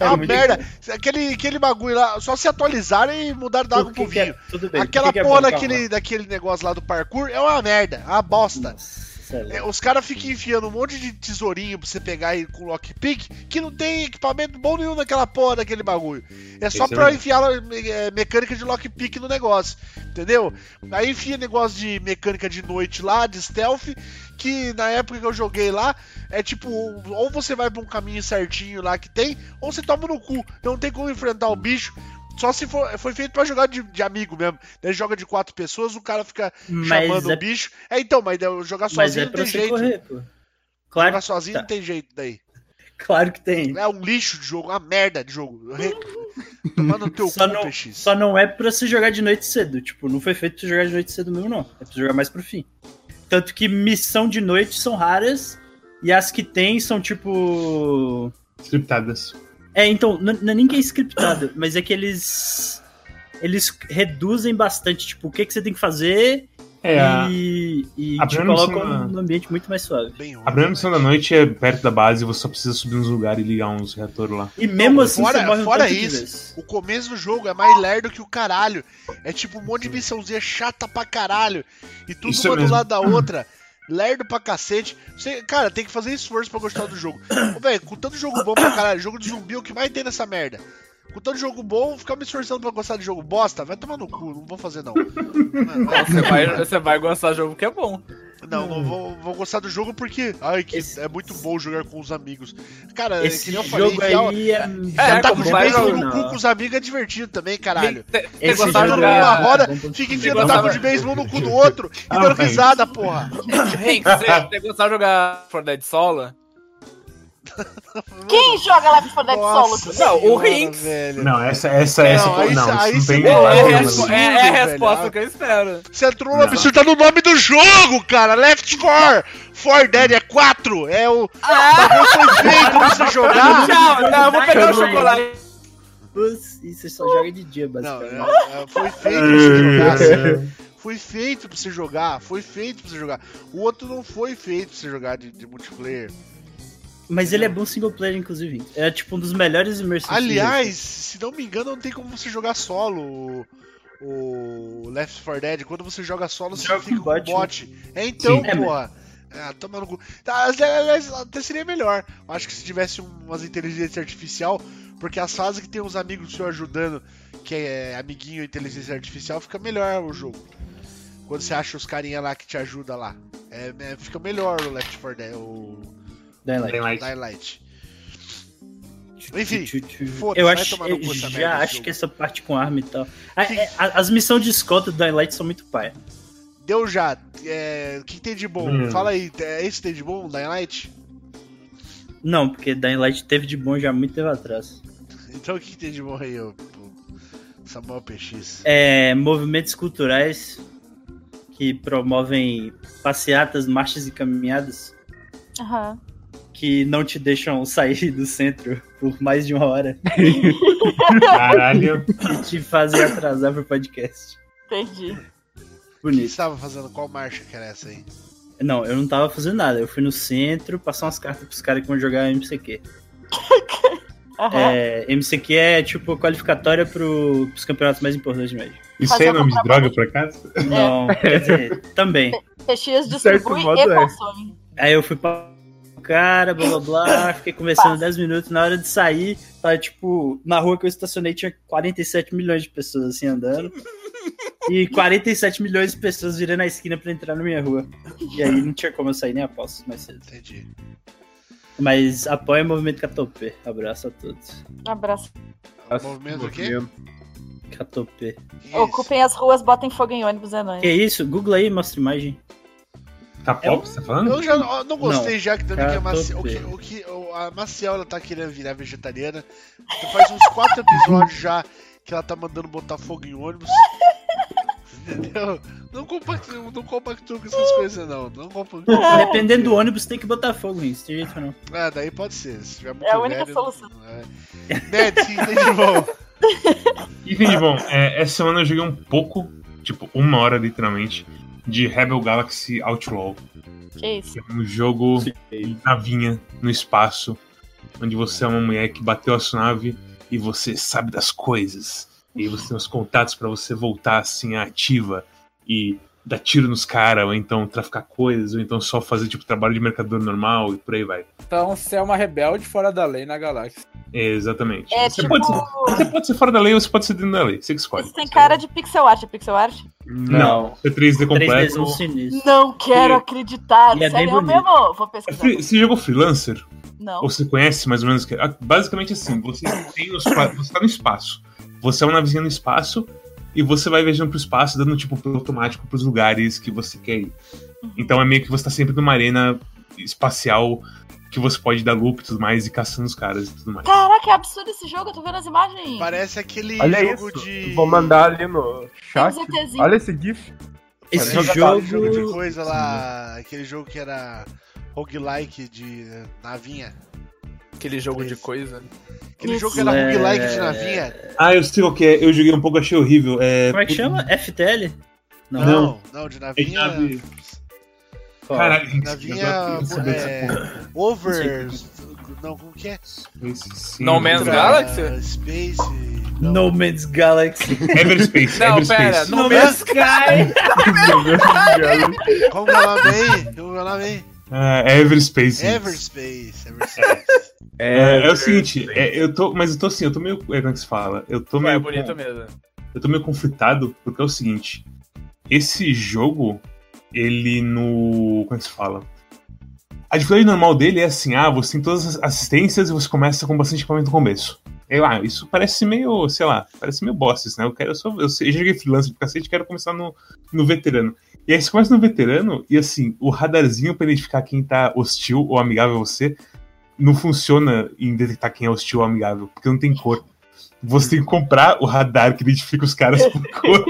Speaker 2: É
Speaker 6: É
Speaker 2: uma
Speaker 6: muito
Speaker 2: merda. Aquele, aquele bagulho lá, só se atualizaram e mudaram da água
Speaker 7: Por que
Speaker 2: pro
Speaker 7: que é-
Speaker 2: vinho.
Speaker 7: Tudo bem. por
Speaker 2: um Aquela
Speaker 7: que que é
Speaker 2: porra
Speaker 7: bom,
Speaker 2: daquele, daquele negócio lá do parkour é uma merda, é uma
Speaker 7: calma?
Speaker 2: bosta.
Speaker 7: Nossa, sério.
Speaker 2: É, os caras ficam enfiando um monte de tesourinho pra você pegar aí com lockpick que não tem equipamento bom nenhum naquela porra daquele bagulho. É só
Speaker 4: Esse é
Speaker 2: pra
Speaker 4: o-
Speaker 2: enfiar me- é, mecânica de lockpick no negócio, entendeu? Aí enfia negócio de mecânica de noite lá, de stealth, que na época que eu joguei lá, é tipo, ou você vai pra um caminho certinho lá que tem, ou você toma no cu, não tem como enfrentar o bicho. Só se for, foi feito pra jogar de, de amigo mesmo. Daí joga de quatro pessoas, o cara fica
Speaker 7: Mas
Speaker 2: chamando
Speaker 7: é,
Speaker 2: o bicho. É então, mas daí jogar
Speaker 7: mas
Speaker 2: sozinho
Speaker 7: é
Speaker 2: não
Speaker 7: pra
Speaker 2: tem
Speaker 7: você
Speaker 2: jeito.
Speaker 7: correr, pô. Claro
Speaker 2: Jogar sozinho
Speaker 7: tá.
Speaker 2: não tem jeito daí.
Speaker 7: Claro que tem.
Speaker 2: É um lixo de jogo, uma merda de jogo. Eu
Speaker 7: <laughs>
Speaker 2: re- Toma no teu
Speaker 7: Só
Speaker 2: cu,
Speaker 7: não-
Speaker 2: PX.
Speaker 7: Só não é pra se jogar de noite cedo. Tipo, não foi feito pra se jogar de noite cedo mesmo, não. É pra se jogar mais pro fim. Tanto que missão de noite são raras. E as que tem são tipo.
Speaker 4: Scriptadas.
Speaker 7: É, então, n- não é nem que é scriptado, <coughs> mas é que eles. Eles reduzem bastante, tipo, o que, que você tem que fazer
Speaker 4: É, a,
Speaker 7: e, e
Speaker 4: a
Speaker 7: te
Speaker 4: primeira missão
Speaker 7: colocam
Speaker 4: é-
Speaker 7: num ambiente muito mais suave.
Speaker 2: Bem ruim.
Speaker 4: a primeira missão da noite é perto da base, você só precisa subir nos lugares e ligar uns reatores lá.
Speaker 7: E mesmo
Speaker 2: Não,
Speaker 7: assim,
Speaker 2: fora-
Speaker 7: você morre um
Speaker 2: fora
Speaker 7: tanto de
Speaker 2: isso.
Speaker 7: vezes.
Speaker 2: O começo do jogo é mais lerdo que o caralho. É tipo um monte de missãozinha chata pra caralho. E tudo
Speaker 4: Isso
Speaker 2: uma do
Speaker 4: mesmo.
Speaker 2: lado
Speaker 4: <clears throat>
Speaker 2: da outra. Lerdo pra cacete. Você, cara, tem que fazer esforço pra gostar do jogo. Ô, Velho, com tanto jogo bom pra caralho, jogo de zumbi é o que vai ter nessa merda. Com tanto jogo bom, ficar me esforçando pra gostar de jogo bosta, vai tomar no cu, não vou fazer
Speaker 4: <laughs>
Speaker 2: não. Mano, é vai-
Speaker 3: Você vai, você vai gostar do jogo que é bom.
Speaker 2: Não, não vou, vou gostar do jogo porque. Ai, que
Speaker 7: Esse-
Speaker 2: é muito bom jogar com os amigos. Cara, é
Speaker 7: Esse
Speaker 2: que nem eu falei,
Speaker 7: jogo
Speaker 2: enfiar-
Speaker 7: aí é.
Speaker 2: É,
Speaker 3: É,
Speaker 2: tá com
Speaker 3: como
Speaker 2: os
Speaker 3: vai,
Speaker 2: beijos no
Speaker 7: não.
Speaker 2: cu com os amigos é divertido também, caralho.
Speaker 3: Tem- tem-
Speaker 2: Esse
Speaker 3: tem
Speaker 2: jogo
Speaker 3: gostar de
Speaker 2: não
Speaker 3: jogar-
Speaker 2: numa roda,
Speaker 7: bom ponto.
Speaker 2: fica
Speaker 7: Ele
Speaker 2: enfiando
Speaker 3: gostava-
Speaker 2: taco de beisebol no cu do outro e
Speaker 4: Ah,
Speaker 2: dando
Speaker 4: mas-
Speaker 2: risada, porra.
Speaker 3: Henrique, você você gostava de jogar For Dead Sola?
Speaker 5: Quem joga Left 4 Dead solo?
Speaker 2: Nossa
Speaker 3: Não, o
Speaker 2: senhora,
Speaker 3: Rinks.
Speaker 2: velho.
Speaker 4: Não, essa, essa, essa,
Speaker 2: Não,
Speaker 4: não,
Speaker 2: aí-
Speaker 4: não, isso
Speaker 2: aí
Speaker 4: não
Speaker 2: você-
Speaker 4: tem
Speaker 2: É,
Speaker 3: É,
Speaker 4: nem
Speaker 2: é
Speaker 3: a
Speaker 4: papo, mano.
Speaker 3: respo-
Speaker 2: absurdo,
Speaker 3: é a
Speaker 2: velho.
Speaker 3: resposta que eu espero.
Speaker 2: Você entrou no
Speaker 4: Não.
Speaker 2: absurdo, tá no nome do jogo, cara. Left 4, 4 Dead é 4. É o. Ah! Foi feito pra você
Speaker 3: Ah,
Speaker 2: jogar.
Speaker 3: Tchau, tá, eu vou pegar o
Speaker 7: Caramba.
Speaker 3: chocolate.
Speaker 7: E você só joga de dia,
Speaker 2: Não,
Speaker 7: basicamente.
Speaker 2: é- é- foi feito pra você jogar.
Speaker 4: É,
Speaker 2: cara. Foi feito pra você jogar. Foi feito pra você jogar. O outro não foi feito pra você jogar de, de multiplayer.
Speaker 7: Mas ele é bom single player, inclusive. É tipo um dos melhores imersivos.
Speaker 2: Aliás, se não me engano, não tem como você jogar solo o, o Left 4 Dead. Quando você joga solo, você
Speaker 7: Joga
Speaker 2: fica
Speaker 7: com
Speaker 2: com
Speaker 7: bot, né?
Speaker 2: o bot. É então,
Speaker 7: Sim. É, mas-
Speaker 2: porra. Ah, toma no cu. Tá, Aliás, até seria melhor. Acho que se tivesse umas inteligência artificial, porque as fases que tem os amigos seu ajudando, que é amiguinho e inteligência artificial, fica melhor o jogo. Quando você acha os carinha lá que te ajuda lá. É, é, fica melhor o Left 4 Dead, o
Speaker 7: Dying Light.
Speaker 4: Tem lá isso.
Speaker 2: Dying Light. Enfim,
Speaker 7: Tchu, tchu.
Speaker 2: foda-se,
Speaker 7: eu
Speaker 2: vai
Speaker 7: acho,
Speaker 2: tomar no
Speaker 7: eu
Speaker 2: cu essa merda
Speaker 7: já
Speaker 2: desse
Speaker 7: acho
Speaker 2: jogo.
Speaker 7: que essa parte com arma e tal. A- é, a- as missões de escolta do Dying Light são muito paia.
Speaker 2: Deu já. É, O que tem de bom?
Speaker 4: Hum.
Speaker 2: Fala aí, é esse tem de bom, Dying Light?
Speaker 7: Não, porque Dying Light teve de bom já há muito tempo atrás.
Speaker 2: Então o que tem de bom aí, ô, pô, Samuel PX?
Speaker 7: É, movimentos culturais que promovem passeatas, marchas e caminhadas
Speaker 5: Aham.
Speaker 7: que não te deixam <laughs> sair do centro por mais de uma hora
Speaker 4: Caralho.
Speaker 7: e te fazem atrasar pro podcast.
Speaker 5: Entendi.
Speaker 2: Quem
Speaker 7: Bonito.
Speaker 2: estava fazendo? Qual marcha que era essa aí?
Speaker 7: Não, eu não tava fazendo nada. Eu fui no centro passar umas cartas pros caras que vão jogar MCQ.
Speaker 5: Aham.
Speaker 7: É, MCQ é tipo qualificatória pro, pros campeonatos mais importantes de Magic.
Speaker 4: <laughs> Isso
Speaker 5: Fazer
Speaker 4: aí é nome de
Speaker 5: contrabando.
Speaker 4: droga, por acaso?
Speaker 7: Não, quer dizer, também.
Speaker 5: PX
Speaker 6: certo
Speaker 5: distribui
Speaker 6: modo,
Speaker 5: e
Speaker 6: é.
Speaker 5: consome.
Speaker 7: Aí eu fui pra cara, blá blá blá, fiquei conversando 10 minutos. Na hora de sair, tava tipo, na rua que eu estacionei tinha 47 milhões de pessoas assim andando. E 47 milhões de pessoas virando a esquina pra entrar na minha rua. E aí não tinha como eu sair nem a posse mais cedo.
Speaker 2: Entendi.
Speaker 7: Mas apoia o movimento Catopê. Abraço a todos.
Speaker 5: Abraço.
Speaker 6: Nossa,
Speaker 2: É um Tá movimento do quê?
Speaker 6: movimento.
Speaker 7: Catopê.
Speaker 2: Que isso?
Speaker 5: Ocupem as ruas, botem fogo em ônibus é
Speaker 7: Que
Speaker 5: nóis.
Speaker 7: isso? Google aí, mostra imagem.
Speaker 4: Tá pop, você tá falando?
Speaker 2: Eu já ó, não gostei, já que também
Speaker 7: cara,
Speaker 2: que a, Maci...
Speaker 7: tô
Speaker 2: o que,
Speaker 7: feio.
Speaker 2: o que- o- a Maciel ela tá querendo virar vegetariana. Já faz uns quatro episódios já que ela tá mandando botar fogo em ônibus. Entendeu? Não compactua, não compactua com essas coisas, não. Não compactua.
Speaker 7: Ah, Dependendo do ônibus, tem que botar fogo nisso. Tem jeito não.
Speaker 2: Ah, daí pode ser. Se tiver muito
Speaker 5: É a única
Speaker 2: velho,
Speaker 5: solução.
Speaker 2: não- é. Ned, sim, entendi,
Speaker 5: <laughs>
Speaker 2: bom.
Speaker 4: Enfim, bom, é, essa semana eu joguei um pouco, tipo, uma hora literalmente, de Rebel Galaxy Outlaw.
Speaker 5: Que isso?
Speaker 4: que é um jogo de navinha no espaço, onde você é uma mulher que bateu a sua nave e você sabe das coisas. E aí você tem os contatos pra você voltar assim à ativa e dar tiro nos caras, ou então traficar coisas, ou então só fazer tipo trabalho de mercador normal e por aí vai.
Speaker 3: Então você é uma rebelde fora da lei na galáxia.
Speaker 4: É, exatamente.
Speaker 5: É
Speaker 4: você,
Speaker 5: tipo.
Speaker 4: pode ser, você pode ser fora da lei ou você pode ser dentro da lei, você que escolhe.
Speaker 5: Isso tem cara de pixel art, é pixel art?
Speaker 4: Não. Você é 3D completo.
Speaker 7: 3Dzão um sinistro.
Speaker 5: Não quero
Speaker 4: E-
Speaker 5: acreditar.
Speaker 7: e é bem
Speaker 5: Sério, eu
Speaker 7: bonito.
Speaker 5: mesmo? Vou
Speaker 4: É
Speaker 5: pesquisar.
Speaker 4: free- Você jogou freelancer?
Speaker 5: Não.
Speaker 4: Ou você conhece mais ou menos. que- ah, Basicamente assim, você tem os pa- você tá no espaço. Você é uma navezinha no espaço e você vai viajando pro espaço, dando tipo piloto automático pros
Speaker 3: Uhum.
Speaker 4: lugares que você quer ir. Então é meio que você tá sempre numa arena espacial que você pode dar loop e tudo mais, e caçando os caras e tudo mais.
Speaker 5: Caraca, é absurdo esse jogo, eu tô vendo as imagens.
Speaker 2: Parece aquele
Speaker 6: Olha
Speaker 2: jogo
Speaker 6: isso.
Speaker 2: de.
Speaker 6: Vou mandar ali no
Speaker 5: Tem um
Speaker 6: chat.
Speaker 5: ZTzinho.
Speaker 6: Olha esse GIF.
Speaker 7: Esse
Speaker 2: Parece
Speaker 7: jogo.
Speaker 2: aquele jogo de coisa lá. Aquele jogo que era roguelike de eh, navinha.
Speaker 3: Aquele jogo de coisa.
Speaker 2: Aquele
Speaker 5: Isso.
Speaker 2: jogo que era
Speaker 7: É.
Speaker 2: roguelike de navinha.
Speaker 4: Ah, eu sei o que é. Eu joguei um pouco, achei horrível. É...
Speaker 7: Como é que chama? FTL?
Speaker 2: Não,
Speaker 7: Não.
Speaker 2: não, de navinha.
Speaker 4: É de nave.
Speaker 7: Qual?
Speaker 4: Caralho, gente,
Speaker 2: Navinha.
Speaker 4: agora eu queria saber dessa
Speaker 2: é,
Speaker 4: porra.
Speaker 2: over. Não, como que é?
Speaker 4: Sim. é
Speaker 3: No Man's
Speaker 2: Contra
Speaker 3: Galaxy?
Speaker 2: Space.
Speaker 7: No
Speaker 4: <laughs>
Speaker 7: Man's Galaxy.
Speaker 4: Everspace.
Speaker 3: Não,
Speaker 4: Everspace.
Speaker 3: pera,
Speaker 7: No
Speaker 3: no Man's Sky!
Speaker 2: Como que é o nome aí? Como que é o nome aí?
Speaker 4: Ah, Everspace.
Speaker 2: Everspace. Everspace. <laughs>
Speaker 4: É, é o seguinte, é, eu tô, mas eu tô assim, eu tô meio, é, como é que se fala? Eu tô meio,
Speaker 3: É bonito mesmo.
Speaker 4: eu tô meio conflitado porque é o seguinte, esse jogo, ele no, como é que se fala? A dificuldade normal dele é assim, ah, você tem todas as assistências e você começa com bastante equipamento no começo. Sei lá, isso parece meio, sei lá, parece meio bosses, né? Eu quero só, eu, sei- eu joguei freelancer de cacete, quero começar no, no veterano. E aí você começa no veterano e assim, o radarzinho pra identificar quem tá hostil ou amigável a você não funciona em detectar quem é hostil ou amigável, porque não tem cor. Você tem que comprar o radar que identifica os caras por cor.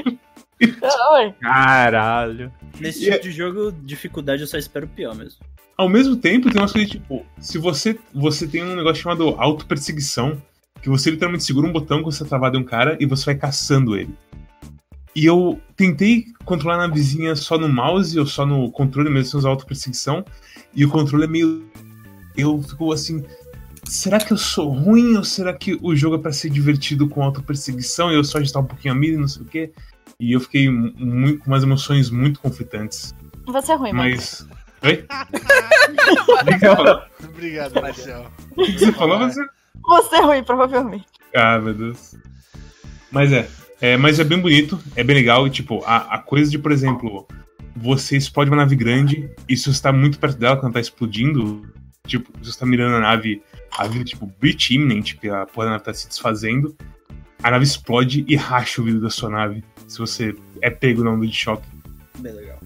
Speaker 5: Oi.
Speaker 6: Caralho.
Speaker 7: Nesse
Speaker 4: E é-
Speaker 7: tipo de jogo, dificuldade eu só espero o pior mesmo.
Speaker 4: Ao mesmo tempo, tem umas coisas tipo, se você você tem um negócio chamado auto-perseguição, que você literalmente segura um botão quando você tá travado em um cara e você vai caçando ele. E eu tentei controlar na vizinha só no mouse ou só no controle mesmo, sem usar auto-perseguição, e o controle é meio. Eu fico assim. Será que eu sou ruim ou será que o jogo é pra ser divertido com auto-perseguição e eu só ajustar um pouquinho a mira e não sei o quê? E eu fiquei mu- muito, com umas emoções muito conflitantes.
Speaker 5: Você é ruim, mano.
Speaker 4: Mas. Oi? Legal.
Speaker 2: Obrigado, Marcel.
Speaker 4: O que você falou? Você
Speaker 5: Você é ruim, provavelmente.
Speaker 4: Ah, meu Deus. Mas é. é mas é bem bonito, é bem legal. E, tipo, a, a coisa de, por exemplo, você explode uma nave grande e se você tá muito perto dela quando tá explodindo, tipo, se você tá mirando a nave, a vida, tipo, breach imminent, que a porra da nave tá se desfazendo, a nave explode e racha o vidro da sua nave, se você é pego na onda de choque.
Speaker 7: Bem legal.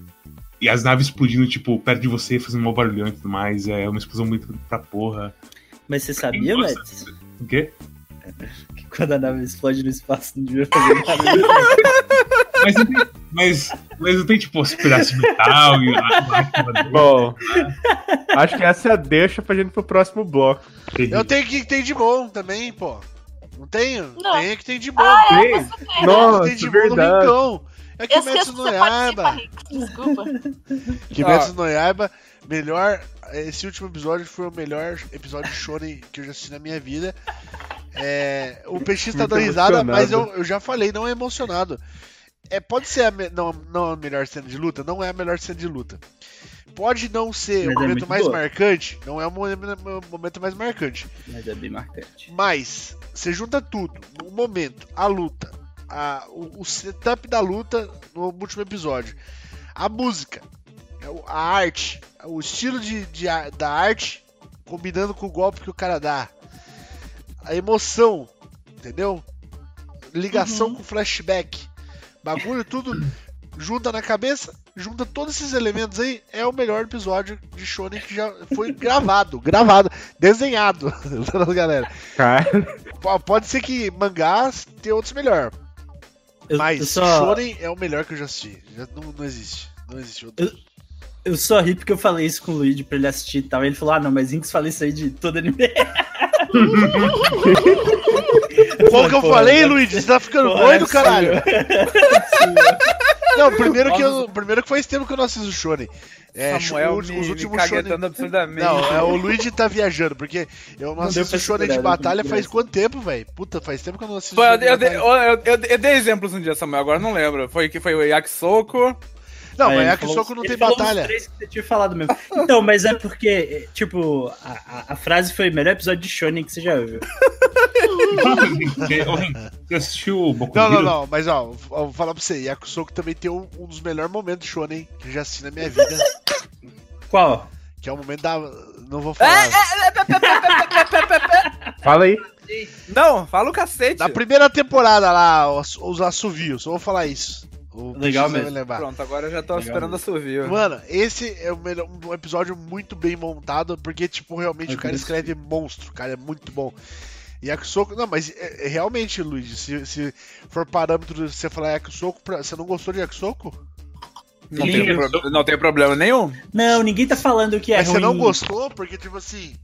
Speaker 4: E as naves explodindo, tipo, perto de você, fazendo um barulhão e tudo mais. É uma explosão muito pra porra.
Speaker 7: Mas você sabia,
Speaker 4: Nossa.
Speaker 7: Mads,
Speaker 4: O quê?
Speaker 7: que quando a nave explode no espaço não devia
Speaker 4: <laughs>
Speaker 7: fazer nada?
Speaker 4: Mas, não tem- mas, mas não tem, tipo, os pedaços de metal e a, a,
Speaker 3: <laughs>
Speaker 6: Bom, acho que essa é a deixa pra gente ir pro próximo bloco.
Speaker 2: Eu tenho que tem de bom também, pô. Não tenho?
Speaker 5: Não. Ah, é.
Speaker 2: Tem que tem de bom.
Speaker 6: Ei,
Speaker 2: tem
Speaker 6: Nossa,
Speaker 2: de bom no
Speaker 6: verdade.
Speaker 2: Rincão. É
Speaker 5: Eu
Speaker 2: Kimetsu
Speaker 5: esqueço
Speaker 2: no
Speaker 5: que você participa,
Speaker 2: Yaiba.
Speaker 5: Rick. Desculpa.
Speaker 6: Ah.
Speaker 2: Kimetsu no Yaiba, melhor. Esse último episódio foi o melhor episódio de Shonen que eu já assisti na minha vida. É, o PX tá
Speaker 6: Muito
Speaker 2: dando risada,
Speaker 6: emocionado.
Speaker 2: mas eu, eu já falei, não é emocionado. É, pode ser a me- não, não a melhor cena de luta? Não é a melhor cena de luta. Pode não ser
Speaker 7: Mas é
Speaker 2: o momento
Speaker 7: muito
Speaker 2: mais
Speaker 7: boa.
Speaker 2: marcante? Não é o mo- o momento mais marcante.
Speaker 7: Mas é bem marcante.
Speaker 2: Mas, você junta tudo, o momento, a luta, a- o, o setup da luta no último episódio, a música, é a arte, o estilo de, de a- da arte combinando com o golpe que o cara dá, a emoção, entendeu? Ligação com flashback, bagulho, tudo junta na cabeça, junta todos esses elementos aí, é o melhor episódio de Shonen que já foi gravado, gravado, desenhado, <laughs> tá galera.
Speaker 6: Cara,
Speaker 2: P- Pode ser que mangás tenha outros melhor,
Speaker 7: Eu,
Speaker 2: mas
Speaker 7: eu só,
Speaker 2: Shonen é o melhor que eu já assisti. Já não, não existe. Não existe outro.
Speaker 7: Eu- eu só ri porque eu falei isso com o Luigi pra ele assistir e tal. Ele falou: Ah, não, mas Inks fala isso aí de todo anime.
Speaker 2: Qual que eu
Speaker 7: Porra,
Speaker 2: falei,
Speaker 7: mano.
Speaker 2: Luigi? Você tá ficando
Speaker 7: Porra,
Speaker 2: doido,
Speaker 7: <laughs> é
Speaker 2: caralho? Não, primeiro que, eu,
Speaker 7: Nossa.
Speaker 2: primeiro que faz tempo que eu não assisto Shonen. É,
Speaker 3: Samuel
Speaker 2: os,
Speaker 3: me,
Speaker 2: os
Speaker 3: me
Speaker 2: últimos Shonen.
Speaker 3: caguetando absurdamente.
Speaker 2: Não, é, o Luigi tá viajando, porque eu não
Speaker 7: Não deu
Speaker 2: assisto
Speaker 7: pra
Speaker 2: Shonen de
Speaker 7: segurar, não
Speaker 2: batalha
Speaker 7: tem
Speaker 2: faz
Speaker 7: graça.
Speaker 2: quanto tempo, velho? Puta, faz tempo que eu não assisto
Speaker 3: Pô, eu,
Speaker 2: shonen de
Speaker 3: eu, eu,
Speaker 2: batalha.
Speaker 3: eu- eu- eu dei exemplos um dia, Samuel, agora não lembro. Foi que foi o Yakisoku.
Speaker 2: Não, mas
Speaker 7: ele
Speaker 2: é que
Speaker 7: falou-
Speaker 2: soco não
Speaker 7: ele
Speaker 2: tem
Speaker 7: falou uns
Speaker 2: batalha.
Speaker 7: três que você tinha falado mesmo. Então, mas é porque, é, tipo, a, a- a frase foi o melhor episódio de Shonen que você já ouviu.
Speaker 4: Ô, Ren, Você assistiu o Boku
Speaker 2: Não,
Speaker 4: no
Speaker 2: não,
Speaker 4: Hero?
Speaker 2: não, mas ó, eu vou falar pra você, Yakusoku também tem um, um dos melhores momentos de Shonen que eu já assisti na minha vida.
Speaker 7: Qual?
Speaker 2: Que é o momento da. Não vou falar.
Speaker 6: fala aí.
Speaker 3: Não, fala o cacete.
Speaker 2: Da primeira temporada lá, os, os assovios, só vou falar isso. O
Speaker 7: Legal
Speaker 2: bicho você vai
Speaker 7: mesmo.
Speaker 2: levar.
Speaker 3: Pronto, agora eu já tô
Speaker 4: Tá
Speaker 7: Legal.
Speaker 3: esperando a sua view.
Speaker 2: Mano, esse é o melhor- um episódio muito bem montado, porque, tipo, realmente
Speaker 7: É
Speaker 2: o cara
Speaker 7: isso.
Speaker 2: escreve monstro, cara, é muito bom. Yakisoku, não, mas é, é realmente, Luigi, se, se for parâmetro de você falar Yakisoku, pra, você não gostou de Yakisoku?
Speaker 3: Não
Speaker 7: Liga,
Speaker 3: tem, pro- não tem problema nenhum.
Speaker 7: Não, ninguém tá falando que é
Speaker 2: mas você
Speaker 7: ruim.
Speaker 2: não gostou, porque, tipo assim.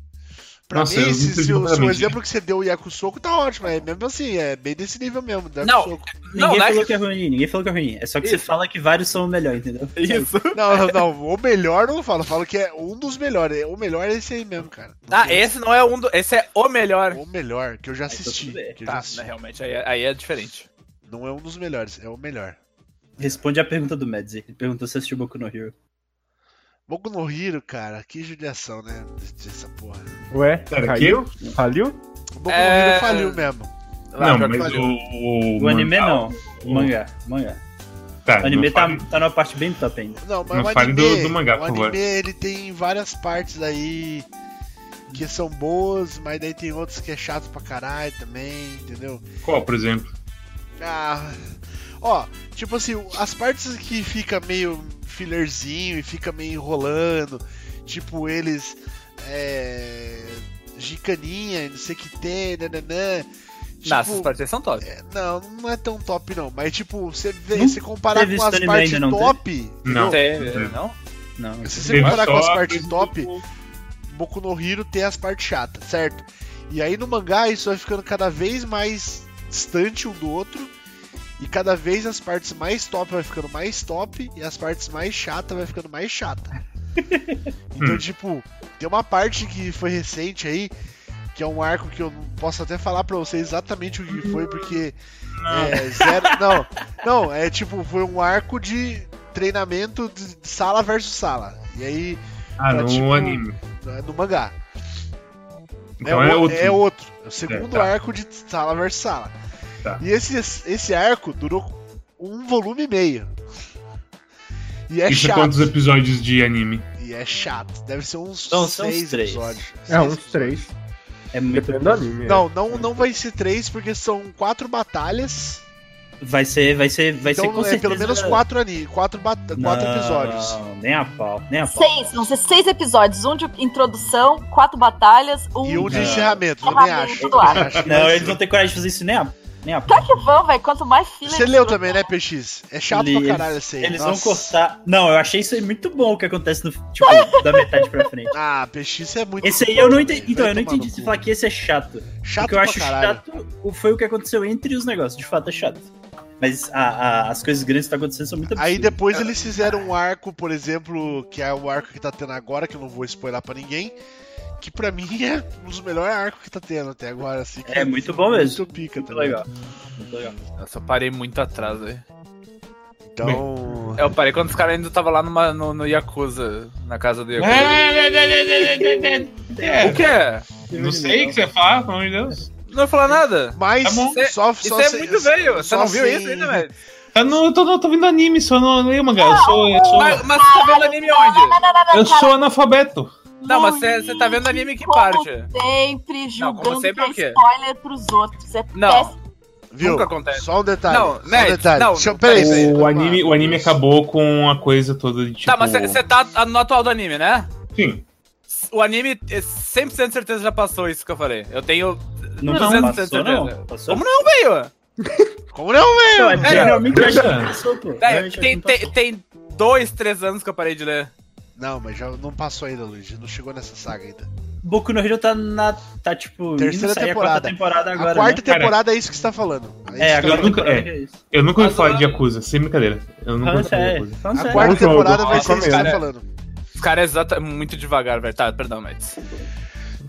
Speaker 2: Pra
Speaker 4: Nossa, eu
Speaker 2: mim,
Speaker 4: não
Speaker 2: se,
Speaker 4: entendi
Speaker 2: se o, se o
Speaker 4: completamente.
Speaker 2: exemplo que você deu o Yakusoku tá ótimo, é mesmo assim, é bem desse nível mesmo. do
Speaker 3: Não.
Speaker 2: Yakusoku.
Speaker 7: Ninguém
Speaker 3: não,
Speaker 7: falou
Speaker 3: né?
Speaker 7: que é ruim, ninguém falou que é ruim. É só que você
Speaker 3: Isso.
Speaker 7: fala que vários são o melhor, entendeu?
Speaker 3: Isso.
Speaker 2: não, não, o melhor eu não falo, eu falo que é um dos melhores, o melhor é esse aí mesmo, cara. Não
Speaker 4: Tá,
Speaker 3: Ah,
Speaker 2: tem-
Speaker 3: esse não é um do... Esse é o melhor.
Speaker 2: O melhor, que eu já
Speaker 7: então
Speaker 2: assisti.
Speaker 7: tudo bem.
Speaker 2: que eu já
Speaker 3: Tá,
Speaker 2: assisti.
Speaker 3: né, realmente, aí, é- aí é diferente.
Speaker 2: Não é um dos melhores, é o melhor.
Speaker 7: Responde a pergunta do Mads. Ele perguntou se assistiu Boku no Hero.
Speaker 2: Boku no Hiro, cara, que judiação, né? Dessa porra.
Speaker 6: Ué,
Speaker 4: Cara, que
Speaker 6: caiu?
Speaker 4: eu?
Speaker 6: Faliu?
Speaker 2: O Boku no
Speaker 3: É.
Speaker 2: Hero faliu mesmo.
Speaker 4: Não,
Speaker 3: pior que
Speaker 4: mas o.
Speaker 3: valeu.
Speaker 4: O,
Speaker 7: O anime
Speaker 4: mangá-
Speaker 7: não.
Speaker 4: o-
Speaker 7: O mangá. o Mangá.
Speaker 4: Tá,
Speaker 7: O anime
Speaker 4: não
Speaker 7: tá,
Speaker 4: fale-
Speaker 7: tá numa parte bem top ainda.
Speaker 2: Não, mas
Speaker 4: Não,
Speaker 2: o
Speaker 4: fale
Speaker 2: anime,
Speaker 4: do- do mangá,
Speaker 2: o
Speaker 4: por
Speaker 2: anime
Speaker 4: favor.
Speaker 2: ele tem várias partes aí que são boas, mas daí tem outros que é chato pra caralho também, entendeu?
Speaker 4: Qual, por exemplo?
Speaker 2: Ah, ó, tipo assim, as partes que fica meio fillerzinho e fica meio enrolando, tipo eles é, gicaninha, não sei o que tem, nananã.
Speaker 3: Não,
Speaker 2: Tipo,
Speaker 3: essas partidas são top.
Speaker 2: É, Não, não é tão top não. Mas tipo, você vê,
Speaker 7: Não
Speaker 2: se comparar
Speaker 7: teve
Speaker 2: com as
Speaker 7: Stone
Speaker 2: partes
Speaker 7: ainda, não
Speaker 2: top. entendeu?
Speaker 4: Não.
Speaker 3: Tem, não?
Speaker 7: Não.
Speaker 2: Se você
Speaker 4: Teve
Speaker 2: comparar com
Speaker 4: só
Speaker 2: as
Speaker 4: a
Speaker 2: partes
Speaker 4: coisa
Speaker 2: top, tá
Speaker 4: do-
Speaker 2: Boku no Hero tem as partes chatas, certo? E aí no mangá isso vai ficando cada vez mais distante um do outro. E cada vez as partes mais top vai ficando mais top e as partes mais chatas vai ficando mais chata. então,
Speaker 4: Hum.
Speaker 2: tipo, tem uma parte que foi recente aí, que é um arco que eu não posso até falar pra vocês exatamente o que foi, porque é, zero. <laughs> Não, não, é tipo, foi um arco de treinamento de sala versus sala. E aí,
Speaker 4: Ah,
Speaker 2: tá,
Speaker 4: não,
Speaker 2: tipo,
Speaker 4: o anime.
Speaker 2: é no mangá.
Speaker 4: Então
Speaker 2: é,
Speaker 4: é,
Speaker 2: o-
Speaker 4: outro.
Speaker 2: é outro. É o segundo
Speaker 4: É, tá.
Speaker 2: arco de sala versus sala.
Speaker 4: Tá.
Speaker 2: E esse, esse arco durou um volume e meio. E é
Speaker 4: Isso é
Speaker 2: chato.
Speaker 4: quantos episódios de <laughs> anime?
Speaker 2: E é chato. Deve ser uns
Speaker 7: Então, são
Speaker 2: seis
Speaker 7: uns três.
Speaker 2: episódios.
Speaker 6: É,
Speaker 2: Seis
Speaker 6: uns
Speaker 2: episódios.
Speaker 6: três.
Speaker 7: É muito
Speaker 6: Depende do anime. é.
Speaker 2: Não, não, não vai ser três, porque são quatro batalhas.
Speaker 7: Vai ser, vai ser, vai ser
Speaker 2: então
Speaker 7: com
Speaker 2: é
Speaker 7: certeza.
Speaker 2: pelo menos quatro, ani, quatro, bat- quatro
Speaker 7: Não,
Speaker 2: episódios.
Speaker 7: Nem a pau,
Speaker 2: Tá
Speaker 7: nem a pau.
Speaker 5: Seis, vão ser seis episódios. Um de introdução, quatro batalhas, um.
Speaker 2: E um de
Speaker 7: Não.
Speaker 2: encerramento, eu nem acho. eu
Speaker 5: Tudo
Speaker 2: nem
Speaker 5: lá.
Speaker 2: acho que
Speaker 7: Não,
Speaker 2: vai
Speaker 7: eles
Speaker 2: ser.
Speaker 7: vão ter coragem de fazer isso nem a, nem a pau.
Speaker 5: Claro que vão, velho. Quanto mais fila.
Speaker 2: Você leu também, né, PX? É chato
Speaker 7: Li,
Speaker 2: pra caralho esse aí.
Speaker 7: Eles vão
Speaker 2: nossa.
Speaker 7: cortar. Não, eu achei isso aí muito bom o que acontece no tipo da metade pra frente.
Speaker 2: Ah, PX é muito.
Speaker 7: Esse aí eu não entendi.
Speaker 2: Vai
Speaker 7: Então, eu não
Speaker 2: tomar no
Speaker 7: entendi se
Speaker 2: cu.
Speaker 7: falar que esse é chato.
Speaker 2: Chato
Speaker 7: o que eu
Speaker 2: pra
Speaker 7: acho
Speaker 2: caralho.
Speaker 7: chato o- foi o que aconteceu entre os negócios. De fato, é chato. Mas a- a- as coisas grandes que estão acontecendo são muito
Speaker 2: Aí
Speaker 7: absurdas.
Speaker 2: depois eles fizeram um arco, por exemplo, que é o arco que tá tendo agora, que eu não vou spoiler pra ninguém, que pra mim é um dos melhores arcos que tá tendo até agora, assim. que
Speaker 7: É muito bom mesmo.
Speaker 2: Muito pica
Speaker 7: Muito
Speaker 2: também.
Speaker 7: legal. Muito legal.
Speaker 3: Nossa, eu parei muito atrás, velho.
Speaker 2: Então.
Speaker 3: Eu parei quando os caras ainda estavam lá numa, no, no Yakuza, na casa do Yakuza.
Speaker 4: É,
Speaker 3: O quê?
Speaker 4: não sei o que você fala, pelo amor de Deus.
Speaker 3: Não vai falar nada?
Speaker 2: Mas
Speaker 4: Tá bom.
Speaker 2: só,
Speaker 3: Isso
Speaker 2: só
Speaker 3: é
Speaker 2: sem-
Speaker 3: muito velho, você
Speaker 2: só
Speaker 3: não viu
Speaker 2: sem-
Speaker 3: isso ainda, velho?
Speaker 4: Eu não, Tá eu tô, eu tô vendo anime, só não leio mangá. Eu sou, eu sou,
Speaker 3: Mas, mas você tá vendo anime onde?
Speaker 4: eu sou analfabeto.
Speaker 3: Não, mas você, você tá vendo anime em que
Speaker 5: Como
Speaker 3: parte?
Speaker 5: Sempre
Speaker 3: Não, como
Speaker 5: julgando que
Speaker 3: sempre é o quê?
Speaker 5: é spoiler pros outros. É
Speaker 3: Não.
Speaker 5: péssimo.
Speaker 2: Viu?
Speaker 3: Nunca acontece.
Speaker 2: Só um detalhe.
Speaker 3: Não,
Speaker 2: só um
Speaker 3: Ned,
Speaker 2: detalhe.
Speaker 3: não,
Speaker 2: Deixa eu-
Speaker 3: não,
Speaker 2: peraí,
Speaker 3: peraí,
Speaker 2: peraí,
Speaker 4: O
Speaker 2: calma
Speaker 4: anime,
Speaker 2: lá.
Speaker 4: o anime acabou com a coisa toda de tipo.
Speaker 3: Tá, mas você- você tá a- no atual do anime, né?
Speaker 4: Sim.
Speaker 3: O anime, é 100% de certeza já passou isso que eu falei. Eu tenho... Não,
Speaker 7: Não, não,
Speaker 3: não,
Speaker 7: passou, não.
Speaker 3: certeza.
Speaker 7: Passou.
Speaker 3: Como não, velho?
Speaker 2: Como não,
Speaker 7: Não, é,
Speaker 2: velho?
Speaker 7: realmente é. eu acho que
Speaker 4: Cara.
Speaker 7: passou, pô.
Speaker 3: Velho,
Speaker 7: Realmente eu
Speaker 3: É, tem,
Speaker 7: acho que não
Speaker 3: tem, tem dois, três anos que eu parei de ler.
Speaker 2: Não, mas já não passou ainda, Luigi. Não chegou nessa saga ainda.
Speaker 7: passou. Boku no Hero tá na. tá tipo.
Speaker 2: Terceira
Speaker 7: indo sair
Speaker 2: temporada.
Speaker 7: A quarta temporada agora.
Speaker 2: a quarta
Speaker 7: né?
Speaker 4: Cara.
Speaker 2: temporada é isso que você tá falando. É isso
Speaker 7: É,
Speaker 2: que
Speaker 7: agora
Speaker 4: nunca-
Speaker 7: nunca.
Speaker 4: é.
Speaker 7: É isso.
Speaker 4: Eu nunca ouvi
Speaker 3: Mas,
Speaker 4: falar de
Speaker 3: ah,
Speaker 4: Yakuza, sem brincadeira. Eu nunca ouvi
Speaker 7: Falando
Speaker 4: falar de
Speaker 7: sério.
Speaker 4: Yakuza.
Speaker 7: falando
Speaker 2: A
Speaker 7: sério.
Speaker 2: quarta
Speaker 6: Bom jogo,
Speaker 2: temporada vai ser
Speaker 3: ótimo
Speaker 2: isso que você tá
Speaker 3: mesmo.
Speaker 2: falando.
Speaker 3: Os caras é exata- muito devagar, velho. Tá, perdão, mas...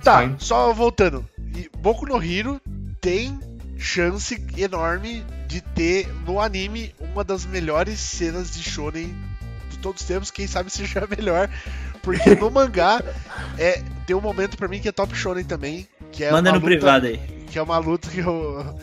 Speaker 2: Tá,
Speaker 4: Sim.
Speaker 2: só voltando. E Boku no Hero tem chance enorme de ter no anime uma das melhores cenas de shonen de todos os tempos, quem sabe seja a melhor, porque no mangá é tem um momento pra mim que é top shonen também, que é
Speaker 7: Manda
Speaker 2: uma
Speaker 7: no
Speaker 2: luta-
Speaker 7: privado aí.
Speaker 2: que é uma luta que eu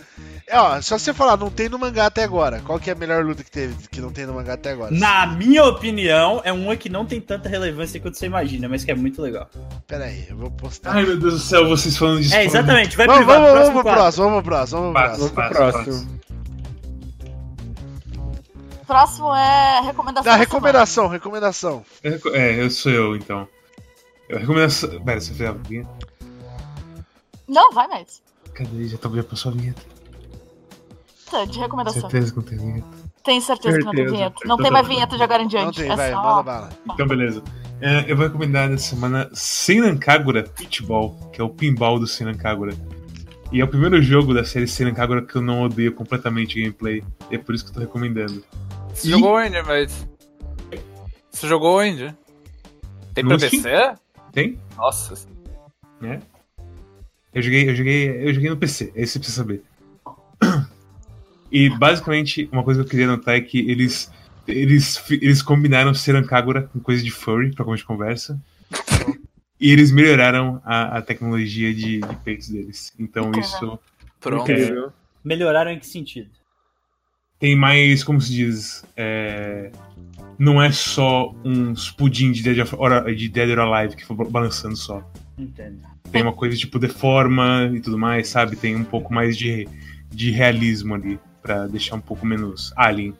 Speaker 2: é, ó, só você falar, não tem no mangá até agora. Qual que é a melhor luta que teve que não tem no mangá até agora?
Speaker 7: Na minha opinião, é uma que não tem tanta relevância quanto você imagina, mas que é muito legal.
Speaker 2: Pera aí, eu vou postar.
Speaker 4: Ai, meu Deus do céu, vocês falando de
Speaker 7: É,
Speaker 4: spoiler.
Speaker 7: exatamente. Vai
Speaker 2: vamos,
Speaker 7: privado,
Speaker 2: vamos, vamos
Speaker 7: próximo
Speaker 2: pro
Speaker 7: quadro.
Speaker 2: próximo, vamos pro próximo, vamos pro próximo.
Speaker 6: Vamos pro
Speaker 4: Fácil,
Speaker 6: próximo.
Speaker 5: Vamos, próximo é recomendação.
Speaker 2: Dá
Speaker 5: da
Speaker 2: recomendação, recomendação.
Speaker 4: Eu reco- É, eu sou eu, então. Eu recomendo essa. Pera, você fez a vinheta?
Speaker 5: semana. Não, vai mais.
Speaker 4: Cadê? Já, tá, já passou a vinheta.
Speaker 5: Tá, De recomendação.
Speaker 4: Certeza que não tem vinheta.
Speaker 5: Tem certeza que não tem
Speaker 6: Certeza.
Speaker 5: vinheta. Não tem mais vinheta de agora em
Speaker 2: Não
Speaker 5: diante.
Speaker 2: tem,
Speaker 5: é
Speaker 2: vai,
Speaker 5: só...
Speaker 2: manda bala.
Speaker 4: Então, beleza. É, eu vou recomendar dessa semana Senan Kagura Pitball, que é o pinball do Senan Kagura. E é o primeiro jogo da série Senan Kagura que eu não odeio completamente gameplay. E é por isso que eu tô recomendando.
Speaker 3: Você
Speaker 4: Ih.
Speaker 3: jogou onde, mas. Você jogou onde? Tem pra
Speaker 4: No Steam.
Speaker 3: PC?
Speaker 4: Tem?
Speaker 3: Nossa.
Speaker 4: Eu joguei, eu joguei, eu joguei no PC, é isso que você precisa saber. <clears throat> E basicamente, uma coisa que eu queria notar é que eles eles fi- eles combinaram Seran Kagura com coisa de furry pra começo de conversa. E eles melhoraram a, a tecnologia de, de peitos deles. Então
Speaker 5: Caramba.
Speaker 4: isso
Speaker 3: Pronto.
Speaker 4: Ok.
Speaker 6: Incrível.
Speaker 7: Melhoraram em que sentido?
Speaker 4: tem mais, como se diz, é, não é só uns pudim de Dead, of- or, de Dead or Alive que foi balançando só.
Speaker 7: Entendo.
Speaker 4: tem uma coisa tipo deforma e tudo mais, sabe? Tem um pouco mais de, de realismo ali, pra deixar um pouco menos alien.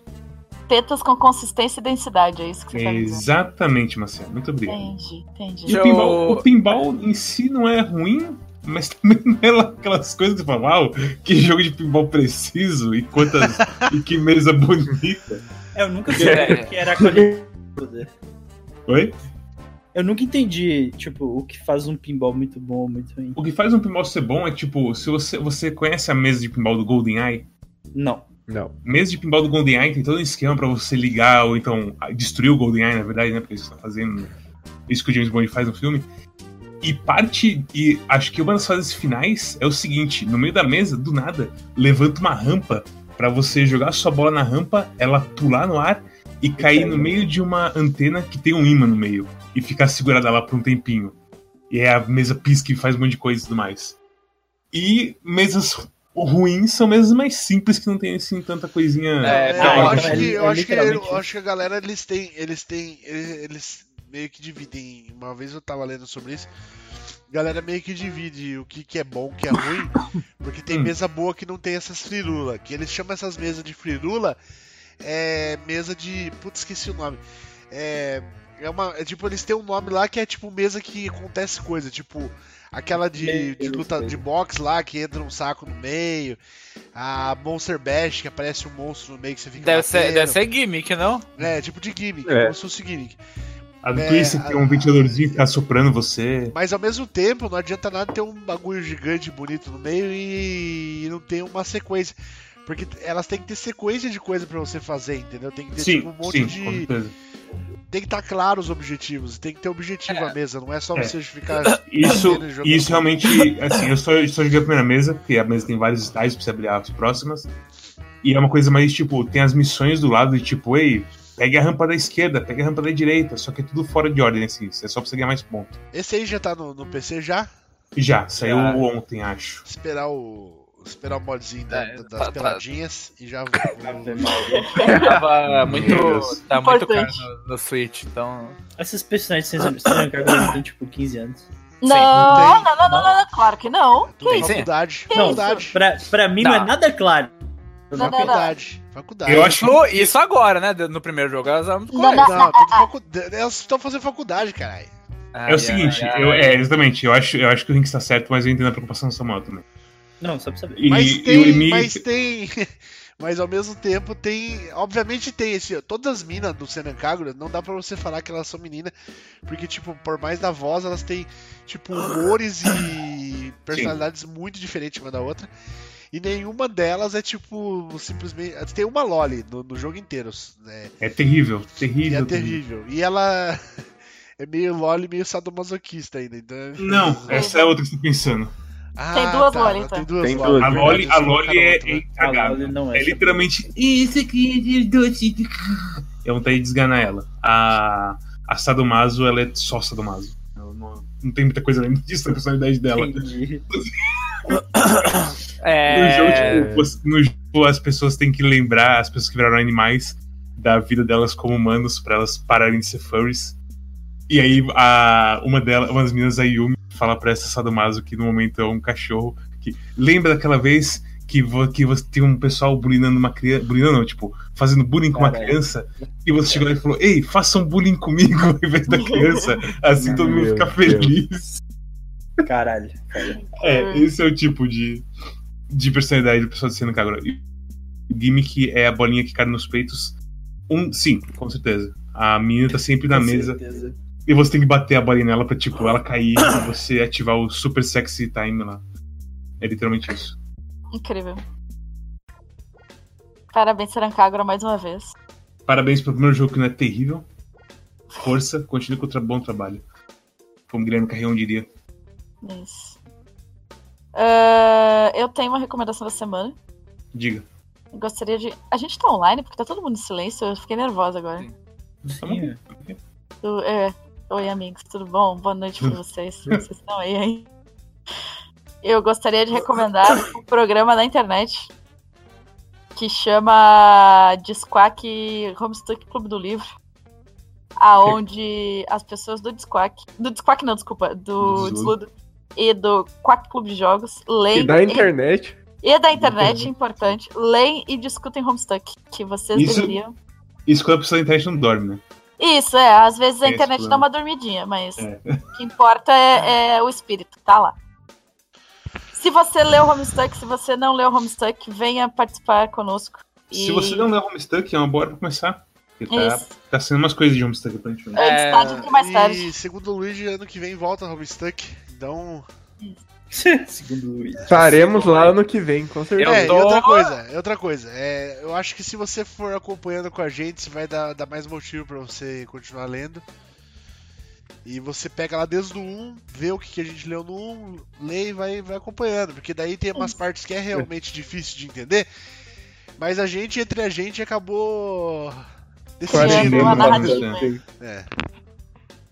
Speaker 5: Tetas com consistência e densidade, é isso que você quer dizer.
Speaker 4: Exatamente, Marcelo. Muito obrigado.
Speaker 5: Entendi, entendi.
Speaker 4: E o
Speaker 3: Eu-
Speaker 4: pinball, o pinball em si não é ruim, mas também não é lá aquelas coisas que fala, uau, que jogo de pinball preciso e quantas. e que mesa bonita.
Speaker 7: É, eu nunca
Speaker 3: É.
Speaker 7: soube o que era colher.
Speaker 4: Oi?
Speaker 7: Eu nunca entendi, tipo, o que faz um pinball muito bom ou muito ruim.
Speaker 4: O que faz um pinball ser bom é tipo, se você, você conhece a mesa de pinball do GoldenEye,
Speaker 7: Não.
Speaker 6: Não.
Speaker 4: mesa de pinball do GoldenEye tem todo um esquema pra você ligar ou então destruir o GoldenEye, na verdade, né? Porque eles estão fazendo isso que o James Bond faz no filme. E parte, e acho que uma das fases finais é o seguinte: no meio da mesa, do nada, levanta uma rampa pra você jogar sua bola na rampa, ela pular no ar e cair no meio de uma antena que tem um imã no meio e ficar segurada lá por um tempinho. E aí a mesa pisca e faz um monte de coisa e tudo mais. E mesas ruins são mesas mais simples que não tem assim tanta coisinha.
Speaker 3: É,
Speaker 2: É,
Speaker 3: não,
Speaker 2: eu
Speaker 3: então,
Speaker 2: acho
Speaker 3: é-
Speaker 2: que, eu
Speaker 7: é
Speaker 2: acho que,
Speaker 7: literalmente
Speaker 2: eu acho que a galera eles têm, eles têm, eles, eles meio que dividem. Uma vez eu tava lendo sobre isso. a Galera meio que divide o que, que é bom, o que é ruim, porque tem
Speaker 4: Hum.
Speaker 2: mesa boa que não tem essas frirulas. Que eles chamam essas mesas de frirula, é mesa de, putz, esqueci o nome. É, é uma, é tipo eles têm um nome lá que é tipo mesa que acontece coisa, tipo aquela de,
Speaker 7: Meio
Speaker 2: de luta
Speaker 7: sei.
Speaker 2: de boxe lá que entra um saco no meio. A Monster Bash, que aparece um monstro no meio que você fica.
Speaker 3: Deve ser,
Speaker 2: batendo.
Speaker 3: deve ser gimmick, não?
Speaker 2: É, tipo de gimmick,
Speaker 6: É.
Speaker 2: como se fosse um gimmick.
Speaker 4: A do
Speaker 2: É,
Speaker 4: Twister
Speaker 2: a-
Speaker 4: tem um ventiladorzinho que tá soprando você.
Speaker 2: Mas ao mesmo tempo, não adianta nada ter um bagulho gigante bonito no meio e não ter uma sequência. Porque elas têm que ter sequência de coisa pra você fazer, entendeu? Tem que ter
Speaker 4: Sim,
Speaker 2: tipo, um monte
Speaker 4: sim, com
Speaker 2: de. <coughs>
Speaker 4: certeza.
Speaker 2: Tem que estar claro os objetivos, tem que ter objetivo à mesa, não é só
Speaker 4: É.
Speaker 2: você ficar.
Speaker 4: Isso,
Speaker 2: batendo e jogando.
Speaker 4: isso realmente, assim, eu só, eu só joguei a primeira mesa, porque a mesa tem vários estágios pra você abrir as próximas. E é uma coisa mais, tipo, tem as missões do lado de tipo, ei, pegue a rampa da esquerda, pegue a rampa da direita, só que é tudo fora de ordem, assim, isso é só pra você ganhar mais ponto.
Speaker 2: Esse aí já tá no, no PC já?
Speaker 4: E Já, saiu
Speaker 3: Já.
Speaker 4: ontem, acho.
Speaker 2: Esperar o. Esperar o modzinho da-
Speaker 3: É,
Speaker 2: das
Speaker 3: tá- tá.
Speaker 2: peladinhas e já.
Speaker 4: Tá,
Speaker 3: Tava muito.
Speaker 4: Deus.
Speaker 3: Tá muito caro
Speaker 5: Importante.
Speaker 3: no, no Switch, então.
Speaker 7: Esses personagens sem sem agora tem tipo 15 anos.
Speaker 5: Não,
Speaker 2: Sim.
Speaker 5: não, não, não, não, não, claro que não.
Speaker 2: Tudo bem,
Speaker 3: Sim.
Speaker 2: faculdade.
Speaker 5: Que
Speaker 7: Não,
Speaker 2: Faculdade.
Speaker 7: pra, pra mim não é
Speaker 3: Tá.
Speaker 7: nada claro.
Speaker 5: Não, não, não.
Speaker 2: Faculdade. Faculdade.
Speaker 4: Eu acho-
Speaker 3: Isso, isso agora, né? No primeiro jogo, elas eram muito
Speaker 5: Não,
Speaker 3: claras.
Speaker 5: não. ah,
Speaker 2: Não, tudo faculdade. Elas estão fazendo faculdade, caralho.
Speaker 4: é o seguinte, eu- é, exatamente, eu acho, eu acho que o Rinks tá certo, mas eu entendo a preocupação do Samuel também.
Speaker 7: Não, só pra saber.
Speaker 4: E,
Speaker 2: Mas
Speaker 4: e
Speaker 2: tem,
Speaker 4: o limite-
Speaker 2: mas tem. <laughs> Mas ao mesmo tempo tem. Obviamente tem esse. Todas as minas do Senancagura, não dá pra você falar que elas são meninas. Porque, tipo, por mais da voz, elas têm, tipo, humores e personalidades muito diferentes uma da outra. E nenhuma delas é, tipo, simplesmente. Tem uma Loli no, no jogo inteiro. Né?
Speaker 4: É terrível,
Speaker 2: E
Speaker 4: terrível.
Speaker 2: é terrível. E ela <laughs> é meio loli, meio sadomasoquista ainda. Então...
Speaker 4: Não, essa é a outra que você tá pensando.
Speaker 2: Ah,
Speaker 5: Tem duas Loli, então.
Speaker 2: Tem duas
Speaker 6: Tem
Speaker 2: Loli,
Speaker 6: duas. assim,
Speaker 4: A
Speaker 2: verdade,
Speaker 4: Loli, a
Speaker 2: eles
Speaker 4: Loli
Speaker 2: colocaram
Speaker 4: é
Speaker 2: outra, né?
Speaker 4: intragável.
Speaker 7: Ah não
Speaker 4: É literalmente isso aqui é doce. Eu vontade de desganar ela. A, a Sadomaso, ela é só Sadomaso. Ela não, não tem muita coisa além disso na personalidade dela.
Speaker 7: Entendi.
Speaker 3: É,
Speaker 4: No, jogo, tipo, você- no jogo, as pessoas têm que lembrar, as pessoas que viraram animais, da vida delas como humanos, pra elas pararem de ser furries. E aí, a, uma delas, uma das meninas, a Yumi, fala pra essa Sadomaso, que no momento é um cachorro, que lembra daquela vez que, vo- que você tem um pessoal bullyingando uma criança. Bullyingando, não, tipo, fazendo bullying com uma
Speaker 7: Caralho.
Speaker 4: criança. E você chegou lá e falou: Ei, façam bullying comigo <laughs> ao invés da criança. Assim todo mundo
Speaker 6: Meu
Speaker 4: fica
Speaker 6: Deus.
Speaker 4: feliz.
Speaker 7: <laughs> Caralho.
Speaker 5: Uhum.
Speaker 4: É, esse é o tipo de, de personalidade do pessoal de Sena Kagura. E o gimmick é a bolinha que cai nos peitos. Um, sim, com certeza. A menina tá sempre na
Speaker 7: Com
Speaker 4: mesa.
Speaker 7: certeza.
Speaker 4: E você tem que bater a bolinha nela pra, tipo, ela cair
Speaker 7: <coughs>
Speaker 4: e você ativar o super sexy time lá. É literalmente isso.
Speaker 5: Incrível. Parabéns, Serancagro, mais uma vez.
Speaker 4: Parabéns pelo primeiro jogo que não é terrível. Força, continue com o tra- bom trabalho. Como Guilherme Carrion diria.
Speaker 5: Isso. Ah, eu tenho uma recomendação da semana.
Speaker 4: Diga.
Speaker 5: Eu Gostaria de. A gente tá online porque tá todo mundo em silêncio. Eu fiquei nervosa agora.
Speaker 3: Sim.
Speaker 7: Sim,
Speaker 5: Eu- é. Oi, amigos, tudo bom? Boa noite pra vocês. Vocês estão aí, hein? Eu gostaria de recomendar um programa na internet que chama Disquack Homestuck Clube do Livro. Aonde as pessoas do Disquack. Do Disquack, não, desculpa. Do
Speaker 4: Desludo.
Speaker 5: Desludo e do Quack Clube de Jogos leem.
Speaker 6: E da internet.
Speaker 5: e da internet, importante. Leem e discutem Homestuck. Que vocês
Speaker 4: Isso-
Speaker 5: deveriam.
Speaker 4: Isso quando a pessoa da internet não dorme, né?
Speaker 5: Isso, é. Às vezes a
Speaker 4: Esse
Speaker 5: internet dá
Speaker 4: plano.
Speaker 5: uma dormidinha, mas.
Speaker 4: É.
Speaker 5: O que importa
Speaker 4: <laughs>
Speaker 5: é, é o espírito, tá lá. Se você leu Homestuck, se você não leu Homestuck, venha participar conosco. E
Speaker 4: Se você não leu Homestuck, é uma boa hora pra começar. Porque tá,
Speaker 5: Isso.
Speaker 4: tá sendo umas coisas de Homestuck aparentemente.
Speaker 5: antes
Speaker 3: É,
Speaker 5: tarde do que mais tarde.
Speaker 2: E segundo o Luigi, ano que vem volta Homestuck. Então.
Speaker 7: é. <laughs> Segundo o Luiz.
Speaker 6: Estaremos lá ano que vem, com certeza.
Speaker 3: Eu
Speaker 2: é,
Speaker 3: tô-
Speaker 2: e outra coisa, e outra coisa. É, eu acho que se você for acompanhando com a gente, vai dar, dar mais motivo pra você continuar lendo. E você pega lá desde o 1, vê o que, que a gente leu no 1, lê e vai, vai acompanhando. Porque daí tem umas partes que é realmente difícil de entender. Mas a gente, entre a gente, acabou.
Speaker 5: Criando
Speaker 4: Quarentena,
Speaker 5: uma
Speaker 4: né?
Speaker 5: narrativa.
Speaker 2: É.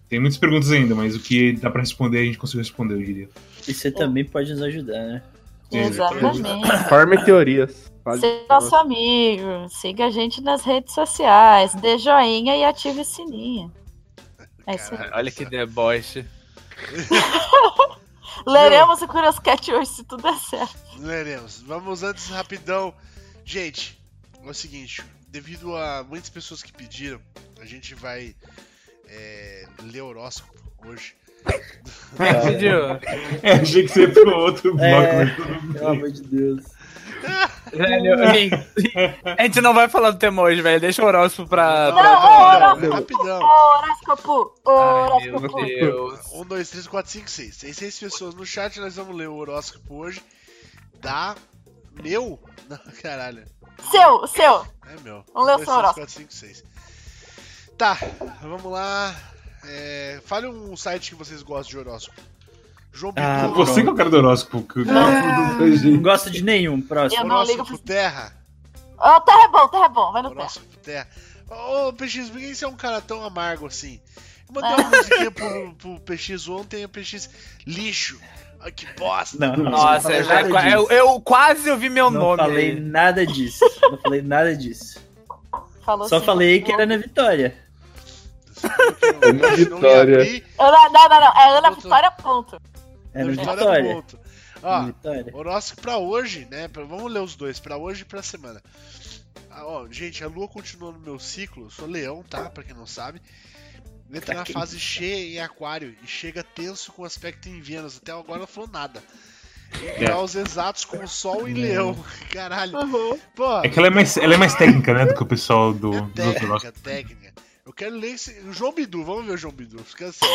Speaker 4: Tem muitas perguntas ainda, mas o que dá pra responder a gente conseguiu responder, eu diria.
Speaker 7: E você também pode nos ajudar, né?
Speaker 5: Exatamente.
Speaker 6: Forma teorias.
Speaker 5: Seja nosso amigo, siga a gente nas redes sociais, dê joinha e ative o sininho. É isso aí.
Speaker 3: Olha que deboche.
Speaker 5: Leremos o Curioscat hoje, se tudo der certo.
Speaker 2: Leremos. é Vamos antes, rapidão. Gente, é o seguinte: devido a muitas pessoas que pediram, a gente vai é, ler horóscopo hoje.
Speaker 3: Pediu.
Speaker 4: <laughs> É, achei que você ia pro outro bloco.
Speaker 7: É.
Speaker 4: mas tudo
Speaker 7: Pelo amor de Deus.
Speaker 3: Velho, Link, a gente não vai falar do tema hoje, velho. Deixa o horóscopo pra. pra outra hora.
Speaker 2: Então, rapidão, rapidão.
Speaker 6: não.
Speaker 5: Horóscopo!
Speaker 3: Ai, meu
Speaker 5: Horóscopo!
Speaker 3: Deus.
Speaker 2: 1, 2, 3, 4, 5, 6. Tem seis pessoas no chat, nós vamos ler o horóscopo hoje. Da. Meu? <laughs> Não, caralho.
Speaker 5: Seu, seu!
Speaker 2: É meu.
Speaker 5: Vamos ler o
Speaker 2: Um, dois,
Speaker 5: seu
Speaker 2: três,
Speaker 5: horóscopo.
Speaker 2: quatro, cinco, seis. Tá, vamos lá. É, fale um site que vocês gostam de horóscopo. João
Speaker 7: Ah,
Speaker 4: bem. Você que é o cara do horóscopo. Que...
Speaker 7: Não gosto de nenhum,
Speaker 5: Eu
Speaker 7: próximo.
Speaker 5: não ligo
Speaker 2: Horóscopo
Speaker 5: pra-
Speaker 2: Terra.
Speaker 5: Ó, terra é bom, terra é bom, vai no terra.
Speaker 2: Horóscopo Terra. Ô, PX, por que você é um cara tão amargo assim? Eu mandei uma musiquinha pro, pro PX ontem e o PX. Lixo. Ai, que bosta.
Speaker 7: Não,
Speaker 3: Nossa, eu,
Speaker 7: eu,
Speaker 3: já- é eu- eu quase ouvi É meu
Speaker 7: não
Speaker 3: nome. né?
Speaker 7: falei
Speaker 3: aí.
Speaker 7: nada disso. Não falei nada disso.
Speaker 5: Falou
Speaker 7: Só
Speaker 5: sim. né?
Speaker 7: falei que era na Vitória. É
Speaker 2: Não ia
Speaker 6: Vitória.
Speaker 2: abrir,
Speaker 5: Ana, não, não, não. É Ana
Speaker 2: Outro-
Speaker 5: Vitória, ponto.
Speaker 7: Era É na
Speaker 2: não ia dar
Speaker 3: é
Speaker 7: Vitória.
Speaker 2: ponto.
Speaker 7: Na
Speaker 3: Ah.
Speaker 2: Ó,
Speaker 7: Vitória.
Speaker 2: Horóscopo pra hoje, né? Pra- vamos ler os dois, pra hoje e pra semana. Ah, ó, gente, a lua continua no meu ciclo. Eu sou leão, tá? Pra quem não sabe. Entra
Speaker 7: Pra
Speaker 2: na
Speaker 7: quem
Speaker 2: fase cheia em aquário e chega tenso com aspecto em Vênus. Até agora não falou nada.
Speaker 4: É.
Speaker 2: Em graus exatos com o sol em leão. <laughs> Caralho. Pô,
Speaker 4: É que ela é, mais, ela é mais técnica, né? Do que o pessoal do,
Speaker 2: é
Speaker 4: dos outros
Speaker 2: técnica,
Speaker 4: horóscopos.
Speaker 2: técnica. Eu quero ler esse... o João Bidu, vamos ver o João Bidu, fica
Speaker 4: <laughs>
Speaker 2: assim.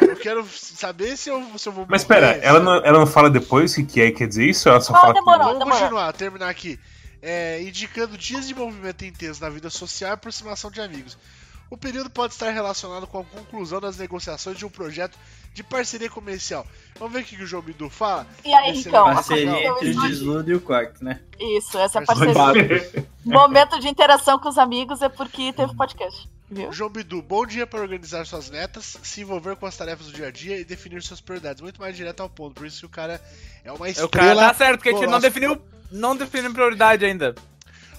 Speaker 2: Eu quero saber se eu, se eu vou
Speaker 4: Mas
Speaker 2: morrer,
Speaker 4: pera, ela
Speaker 2: se-
Speaker 4: não, ela não fala depois o que que é, quer dizer isso? Ela só
Speaker 5: Não,
Speaker 4: fala que-
Speaker 5: demorou.
Speaker 2: Vamos continuar, terminar aqui. É, indicando dias de movimento intenso na vida social e aproximação de amigos. O período pode estar relacionado com a conclusão das negociações de um projeto de parceria comercial. Vamos ver o que que o João Bidu fala?
Speaker 5: E aí,
Speaker 2: Esse é
Speaker 5: então?
Speaker 2: o
Speaker 7: Parceria
Speaker 5: aconteceu
Speaker 7: entre o
Speaker 5: isso aqui.
Speaker 7: Desludo e o Quark, né?
Speaker 5: Isso, essa é a
Speaker 2: Parceria.
Speaker 5: parceria. Momento de interação com os amigos é porque teve podcast, viu?
Speaker 2: João Bidu, bom dia para organizar suas metas, se envolver com as tarefas do dia a dia e definir suas prioridades. Muito mais direto ao ponto, por isso que o cara é uma
Speaker 3: O cara
Speaker 2: estrela
Speaker 3: tá certo, porque a gente não
Speaker 2: horóscopo.
Speaker 3: definiu, não definiu prioridade ainda.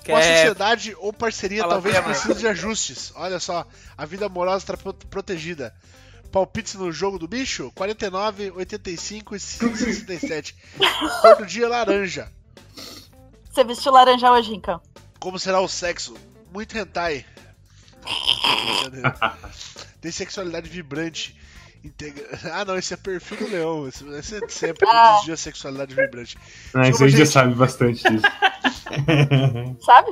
Speaker 3: Que
Speaker 2: Uma
Speaker 3: é-
Speaker 2: sociedade ou parceria
Speaker 3: Fala,
Speaker 2: talvez
Speaker 3: tema.
Speaker 2: precise de ajustes. Olha só, a vida amorosa está pro- tá protegida. palpites no jogo do bicho? 49, 85 e 67. Cor do dia laranja.
Speaker 5: Você vestiu laranja hoje, então, Rincão?
Speaker 2: Como será o sexo? Muito hentai. Tem sexualidade vibrante. Integra- Ah, não, esse é perfil do leão. Esse, esse é de sempre, todos os dias, sexualidade vibrante.
Speaker 4: Ah, isso
Speaker 2: Desculpa,
Speaker 4: a gente já
Speaker 2: gente.
Speaker 4: sabe bastante disso.
Speaker 5: Sabe?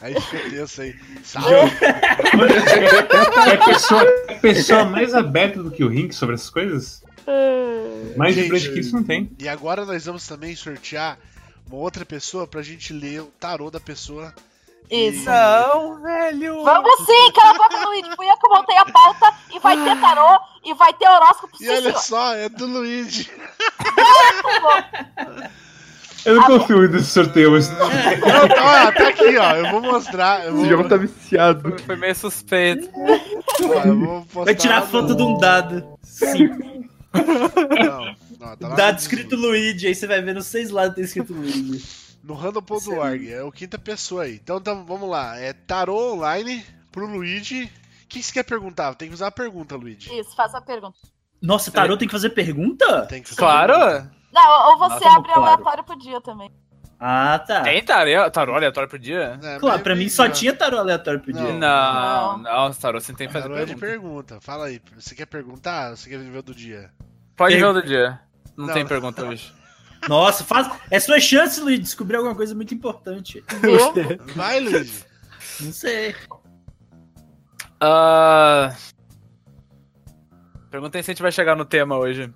Speaker 2: aí fica tenso aí. Salve!
Speaker 4: é a pessoa, é a pessoa mais aberta do que o Rink sobre essas coisas? Mais
Speaker 2: Gente.
Speaker 4: vibrante que isso não tem.
Speaker 2: E agora nós vamos também sortear uma outra pessoa pra gente ler o tarô da pessoa.
Speaker 5: Isso.
Speaker 3: Não, velho!
Speaker 5: Vamos sim, cala a boca, Luiz. Fui eu que montei a pauta e vai ter tarô e vai ter horóscopo
Speaker 2: E
Speaker 5: sim,
Speaker 2: olha
Speaker 5: senhor.
Speaker 2: só, é do Luigi.
Speaker 4: Eu não confio muito nesse sorteio, mas tudo bem.
Speaker 2: Não, tá, tá aqui, ó. Eu vou mostrar. Eu vou,
Speaker 6: Esse jogo tá viciado.
Speaker 3: Foi- Foi meio suspeito.
Speaker 2: ó, eu vou postar
Speaker 7: Vai tirar
Speaker 3: Tá
Speaker 2: lá no-
Speaker 7: foto de um dado. Sim.
Speaker 2: Não, não, tá lá
Speaker 7: Dado
Speaker 2: no-
Speaker 7: escrito Luigi. Aí você vai ver nos seis lados tem escrito Luigi.
Speaker 2: No random.org, é o quinta pessoa aí. Então, então vamos lá. É tarô online pro Luigi. O que você quer perguntar? Tem que usar a pergunta, Luigi.
Speaker 5: Isso, faça a pergunta.
Speaker 7: Nossa, tarô tem que fazer pergunta?
Speaker 2: Tem que fazer pergunta.
Speaker 3: Claro!
Speaker 5: Não, ou você
Speaker 7: Nossa, como
Speaker 5: abre
Speaker 7: claro.
Speaker 5: aleatório pro dia também.
Speaker 7: Ah, tá.
Speaker 3: Tem tarô, É, tarô aleatório por dia?
Speaker 2: É,
Speaker 7: Claro,
Speaker 2: mas
Speaker 7: pra
Speaker 2: é
Speaker 7: mim
Speaker 2: meio-
Speaker 7: só tinha tarô aleatório pro
Speaker 2: Não.
Speaker 7: dia.
Speaker 3: Não, não, tarô, você tem que fazer
Speaker 2: Tarô é de
Speaker 3: pergunta.
Speaker 2: pergunta. Fala aí. Você quer perguntar? Você quer viver o do dia?
Speaker 3: Pode ver
Speaker 7: Per-
Speaker 3: o do dia. Não,
Speaker 2: Não,
Speaker 3: tem
Speaker 2: não.
Speaker 3: pergunta hoje.
Speaker 7: Nossa, faz... é sua chance, Luigi, de descobrir alguma coisa muito importante.
Speaker 5: Viu?
Speaker 2: Vai, Luigi.
Speaker 7: Não sei.
Speaker 3: Ah. Perguntei se a gente vai chegar no tema hoje.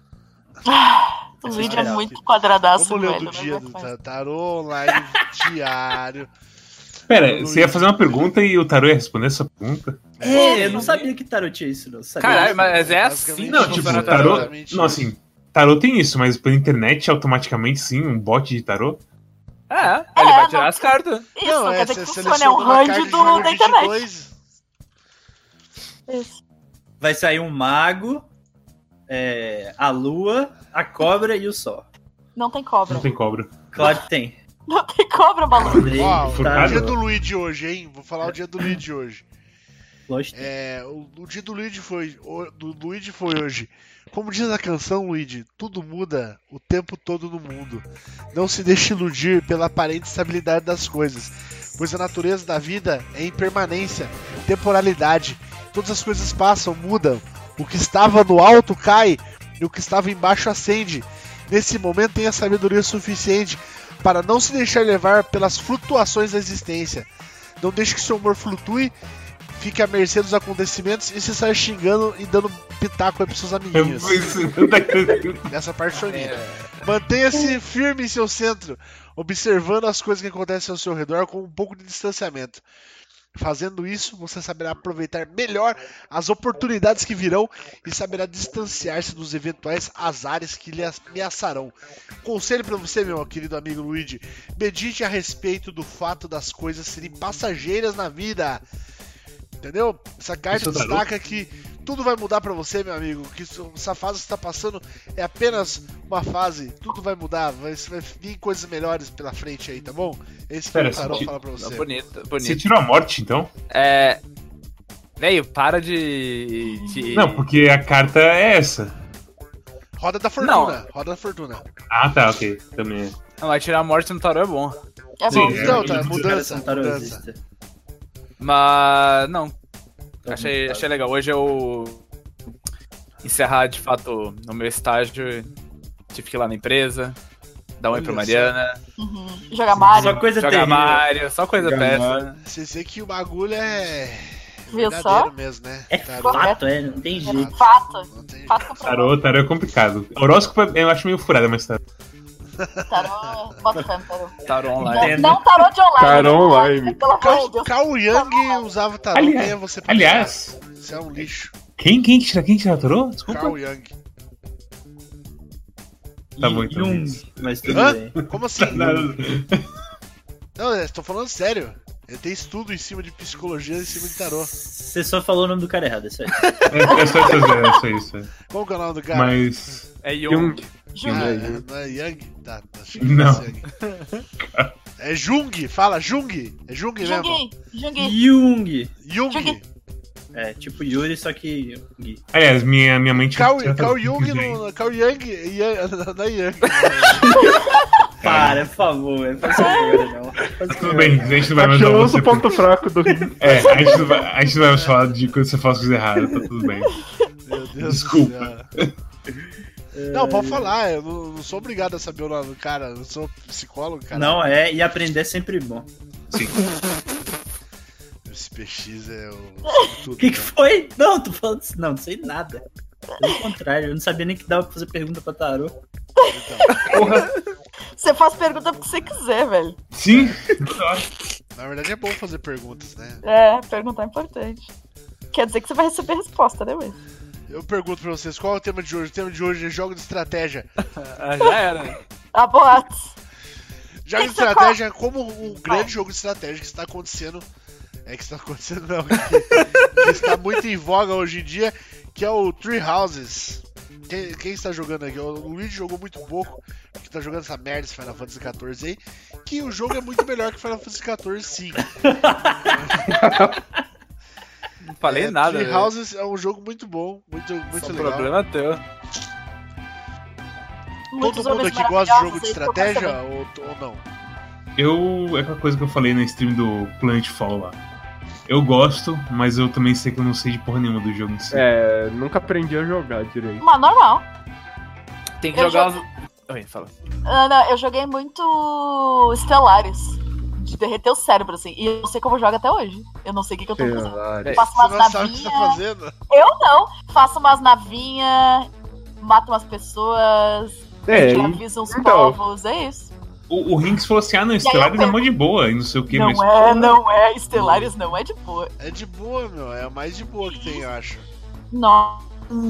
Speaker 5: O
Speaker 7: Essa
Speaker 5: vídeo é
Speaker 7: história é
Speaker 5: muito quadradaço,
Speaker 2: Vamos ler o
Speaker 5: velho, é
Speaker 2: do dia
Speaker 5: não
Speaker 2: do
Speaker 5: vai fazer.
Speaker 2: ta- tarô online diário.
Speaker 4: Pera, você ia fazer uma pergunta e o Tarô ia responder essa pergunta?
Speaker 7: É, eu não sabia que tarô tinha isso, não. Sabia
Speaker 3: Caralho,
Speaker 7: isso.
Speaker 3: mas é
Speaker 2: Basicamente,
Speaker 3: assim
Speaker 4: Não,
Speaker 3: que
Speaker 4: tipo,
Speaker 3: funciona
Speaker 4: o
Speaker 3: o tarô.
Speaker 4: Tarô.
Speaker 2: exatamente
Speaker 4: Não, assim, Tarô tem isso, mas pela internet automaticamente sim, um bot de Tarô.
Speaker 3: É, ele vai tirar
Speaker 5: não-
Speaker 3: as cartas.
Speaker 5: Isso, não, quer dizer que
Speaker 2: você
Speaker 5: funciona, é
Speaker 2: seleciona
Speaker 5: um
Speaker 2: uma carta
Speaker 5: range
Speaker 2: de
Speaker 5: do,
Speaker 2: número
Speaker 5: da internet.
Speaker 2: 22.
Speaker 5: Isso.
Speaker 7: Vai sair um mago, é, a lua, a cobra e o sol.
Speaker 5: Não tem cobra.
Speaker 4: Não tem cobra.
Speaker 7: Claro que tem.
Speaker 5: Não tem cobra, maluco.
Speaker 2: Ó, o
Speaker 4: Furtado.
Speaker 2: dia do Luigi hoje, hein? Vou falar o dia do Luigi hoje.
Speaker 7: Lógico.
Speaker 2: É, o, o dia do Luigi foi, o- do Luigi foi hoje. Como diz a canção, Luigi, tudo muda o tempo todo no mundo. Não se deixe iludir pela aparente estabilidade das coisas, pois a natureza da vida é impermanência, temporalidade. Todas as coisas passam, mudam. O que estava no alto cai e o que estava embaixo ascende. Nesse momento, tenha sabedoria suficiente para não se deixar levar pelas flutuações da existência. Não deixe que seu humor flutue, fique à mercê dos acontecimentos e se saia xingando e dando pitaco aí pros seus
Speaker 4: Eu,
Speaker 2: amiguinhos.
Speaker 4: isso,
Speaker 2: Nessa parte foi minha. Mantenha-se firme em seu centro, observando as coisas que acontecem ao seu redor com um pouco de distanciamento. Fazendo isso, você saberá aproveitar melhor as oportunidades que virão e saberá distanciar-se dos eventuais azares que lhe ameaçarão. Conselho para você, meu querido amigo Luigi: medite a respeito do fato das coisas serem passageiras na vida. Entendeu? Essa carta
Speaker 4: Isso é tarô?
Speaker 2: destaca que tudo vai mudar para você, meu amigo. Que isso- essa fase que está passando é apenas uma fase. Tudo vai mudar. Vai, vai vir coisas melhores pela frente aí, tá bom? É isso que
Speaker 4: Pera,
Speaker 2: o Tarô
Speaker 4: senti-
Speaker 2: fala pra você.
Speaker 3: Bonito,
Speaker 4: Você
Speaker 3: bonito.
Speaker 4: tirou a morte, então?
Speaker 3: É. Veio, para de. de-
Speaker 4: Não, porque a carta é essa.
Speaker 2: Roda da fortuna. Roda da fortuna.
Speaker 4: Ah, tá, ok. Também é.
Speaker 3: Não, vai tirar a morte no tarô é bom.
Speaker 5: É
Speaker 4: Sim.
Speaker 5: bom.
Speaker 2: Então, tá,
Speaker 4: Os
Speaker 7: Os caras
Speaker 2: mudança,
Speaker 7: são
Speaker 2: mudança.
Speaker 7: tarotista.
Speaker 3: Mas. Não,
Speaker 7: Tá
Speaker 3: achei,
Speaker 7: bom,
Speaker 3: achei legal. Hoje eu. Encerrar de fato no meu estágio. Tive que ir lá na empresa. Dar um oi
Speaker 2: Olha
Speaker 3: pra
Speaker 2: só.
Speaker 3: Mariana.
Speaker 5: Uhum. Jogar Mario,
Speaker 7: Só coisa
Speaker 3: Jogar
Speaker 7: é terrível.
Speaker 3: Mario, só coisa
Speaker 6: Jogar
Speaker 3: péssima.
Speaker 2: Você sei que o bagulho é
Speaker 5: viu
Speaker 2: verdadeiro
Speaker 5: só?
Speaker 2: mesmo, né?
Speaker 7: É
Speaker 2: Tarô.
Speaker 7: fato, é, não tem jeito.
Speaker 5: É fato.
Speaker 2: Não tem
Speaker 5: Fato comprovado.
Speaker 4: Tarô, tarô é complicado. Horóscopo é- eu acho meio furada, mas tá.
Speaker 5: Tarô. Bota fé no tarô.
Speaker 3: Tarô
Speaker 5: Não,
Speaker 3: online.
Speaker 7: Entendo.
Speaker 5: não tarô de online.
Speaker 6: Tarô online.
Speaker 5: Pelo amor de
Speaker 2: Carl,
Speaker 5: Deus.
Speaker 2: Carl Jung usava tarô,
Speaker 4: Aliás-
Speaker 2: quem é você pra
Speaker 4: Aliás,
Speaker 2: tirar? Você é um lixo.
Speaker 4: quem, quem, que tira, quem tira tarô? Desculpa.
Speaker 2: Carl Jung.
Speaker 4: Tá bom, então,
Speaker 7: Jung,
Speaker 4: isso.
Speaker 7: mas tudo
Speaker 2: Hã?
Speaker 7: bem.
Speaker 2: Como assim?
Speaker 4: <laughs> Não,
Speaker 2: Não, eu tô falando sério. Ele tem estudo em cima de psicologia em cima de tarô.
Speaker 7: Você só falou o nome do cara errado, é isso aí.
Speaker 3: <laughs>
Speaker 4: É, é só isso, é só isso. é.
Speaker 2: Qual que é o nome do cara?
Speaker 4: Mas.
Speaker 3: É Jung.
Speaker 6: Jung.
Speaker 2: Ah,
Speaker 5: Juro.
Speaker 2: é- não é Young? Tá, achei que
Speaker 4: Não.
Speaker 2: fosse Young. É Jung, fala Jung. É Jung mesmo.
Speaker 5: Junguei, Junguei.
Speaker 7: Jung.
Speaker 2: Jung.
Speaker 5: Jung.
Speaker 7: É, tipo Yuri, só que. Gui.
Speaker 4: Aliás, minha, minha mente.
Speaker 2: Carl Carl Jung no. Carl Jung. Yang- <laughs> Na Yang. É.
Speaker 7: Para, por favor, velho, faz favor,
Speaker 2: <laughs>
Speaker 7: não. Faz
Speaker 4: Tá Tudo
Speaker 7: favor,
Speaker 4: bem,
Speaker 7: não.
Speaker 4: a gente não vai mais falar.
Speaker 6: Achamos
Speaker 4: Você...
Speaker 6: o um ponto fraco do
Speaker 4: É, a gente, não vai, a gente não vai mais falar de quando você faz coisa errada, tá tudo bem.
Speaker 2: Meu Deus do
Speaker 4: Desculpa.
Speaker 2: céu. É. Não, pode falar, eu não, não sou obrigado a saber o nome do cara, eu não sou psicólogo, cara.
Speaker 7: Não, é, e aprender é sempre bom.
Speaker 2: Esse PX
Speaker 7: <laughs>
Speaker 2: é o. né?
Speaker 7: O que, que foi? Não, tô falando isso. Não, não sei nada. Pelo contrário, eu não sabia nem que dava pra fazer pergunta pra tarô.
Speaker 5: Você faz pergunta porque você quiser, velho.
Speaker 4: Sim,
Speaker 2: Na verdade é bom fazer perguntas, né?
Speaker 5: É, perguntar é importante. Quer dizer que você vai receber resposta, né, mesmo?
Speaker 2: Eu pergunto pra vocês, qual é o tema de hoje? O tema de hoje é jogo de estratégia.
Speaker 3: Ah, já era.
Speaker 5: A boatos.
Speaker 2: Jogo de
Speaker 5: Isso, qual-
Speaker 2: estratégia é como um grande jogo de estratégia que está acontecendo. É que está acontecendo, não. <laughs> Que, que está muito em voga hoje em dia, que é o Three Houses. Quem, quem está jogando aqui? O Luigi jogou muito pouco, que está jogando essa merda, esse Final Fantasy XIV aí. Que o jogo é muito melhor que Final Fantasy XIV, sim.
Speaker 3: Não falei
Speaker 2: É, um
Speaker 3: nada. né?
Speaker 2: Three
Speaker 3: velho.
Speaker 2: Houses é um jogo muito bom, muito, muito
Speaker 3: Só um
Speaker 2: legal.
Speaker 3: problema teu.
Speaker 5: Muitos
Speaker 2: Todo mundo
Speaker 5: homens
Speaker 2: aqui gosta de jogo de
Speaker 5: maravilhosos aí que eu
Speaker 2: estratégia
Speaker 5: gosto
Speaker 2: ou, ou não?
Speaker 4: eu. É aquela coisa que eu falei na stream do Planet Fall lá. Eu gosto, mas eu também sei que eu não sei de porra nenhuma do jogo em si.
Speaker 6: É, nunca aprendi a jogar direito.
Speaker 5: Mas normal.
Speaker 3: Tem que
Speaker 5: Eu
Speaker 3: jogar os. Oi, fala.
Speaker 5: Ah, não, eu joguei muito Stellaris. De derreter o cérebro, assim. E eu não sei como eu jogo até hoje. Eu não sei o que, que eu tô fazendo.
Speaker 6: Caralho.
Speaker 5: Faço
Speaker 2: É, Você
Speaker 5: umas
Speaker 2: não sabe o que você tá
Speaker 5: navinhas.
Speaker 2: fazendo?
Speaker 5: Eu não. Faço umas navinhas, mato umas pessoas,
Speaker 6: É, e-
Speaker 5: aviso uns
Speaker 6: então.
Speaker 5: povos. É isso.
Speaker 4: O, o Rinks falou assim: ah, não,
Speaker 5: aí eu
Speaker 4: Stellaris é
Speaker 5: pergunto-
Speaker 4: mó de boa e não sei o que,
Speaker 5: não
Speaker 4: mas.
Speaker 5: é, não é. Estelares não é de boa.
Speaker 2: É de boa, meu. É a mais de boa que tem, eu acho.
Speaker 5: Nossa.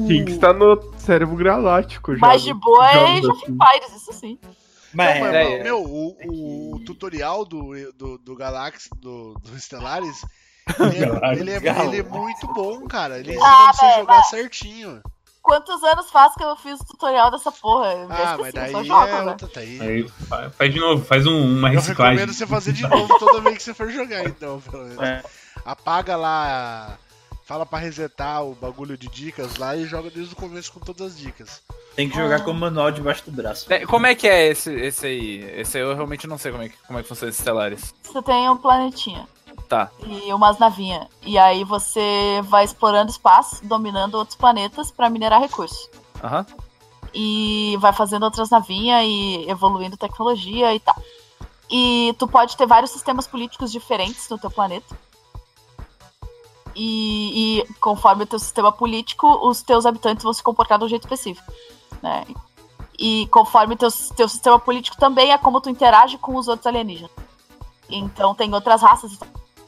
Speaker 6: King está no cérebro galáctico já.
Speaker 5: Mais de boa é
Speaker 6: Jogos
Speaker 5: Jeff
Speaker 6: assim.
Speaker 5: Pires, isso sim.
Speaker 7: Mas,
Speaker 2: Não, mas,
Speaker 3: é, é.
Speaker 2: Então, meu, o, o tutorial do, do, do Galaxy, do, do Stellaris, ele é,
Speaker 4: Galaxy.
Speaker 2: ele, é, ele é muito bom, cara. Ele ensina
Speaker 5: Ah,
Speaker 2: você
Speaker 5: velho,
Speaker 2: jogar certinho.
Speaker 5: Quantos anos faz que eu fiz o tutorial dessa porra? Eu
Speaker 2: Ah,
Speaker 5: esqueci,
Speaker 2: mas
Speaker 5: eu
Speaker 2: daí
Speaker 5: só jogo,
Speaker 2: é
Speaker 5: né?
Speaker 2: outra, tá aí.
Speaker 4: Aí, fa- faz de novo, faz um- uma
Speaker 2: Eu
Speaker 4: reciclagem.
Speaker 2: recomendo você fazer de novo toda vez que você for jogar, então, pelo menos.
Speaker 7: É.
Speaker 2: Apaga lá. Fala pra resetar o bagulho de dicas lá e joga desde o começo com todas as dicas.
Speaker 7: é, tem que jogar com o manual debaixo do braço.
Speaker 3: Ah. É, Como é que é esse, esse aí? Esse aí eu realmente não sei como é que, como é que funciona esse Stellaris.
Speaker 5: Você tem um planetinha.
Speaker 3: Tá.
Speaker 5: E umas navinhas. E aí você vai explorando espaço, dominando outros planetas pra minerar recursos.
Speaker 3: Aham.
Speaker 5: E vai fazendo outras navinhas e evoluindo tecnologia e tal. E tu pode ter vários sistemas políticos diferentes no teu planeta. E, e conforme o teu sistema político, os teus habitantes vão se comportar de um jeito específico. Né? E conforme teu, teu sistema político também é como tu interage com os outros alienígenas. Então tem outras raças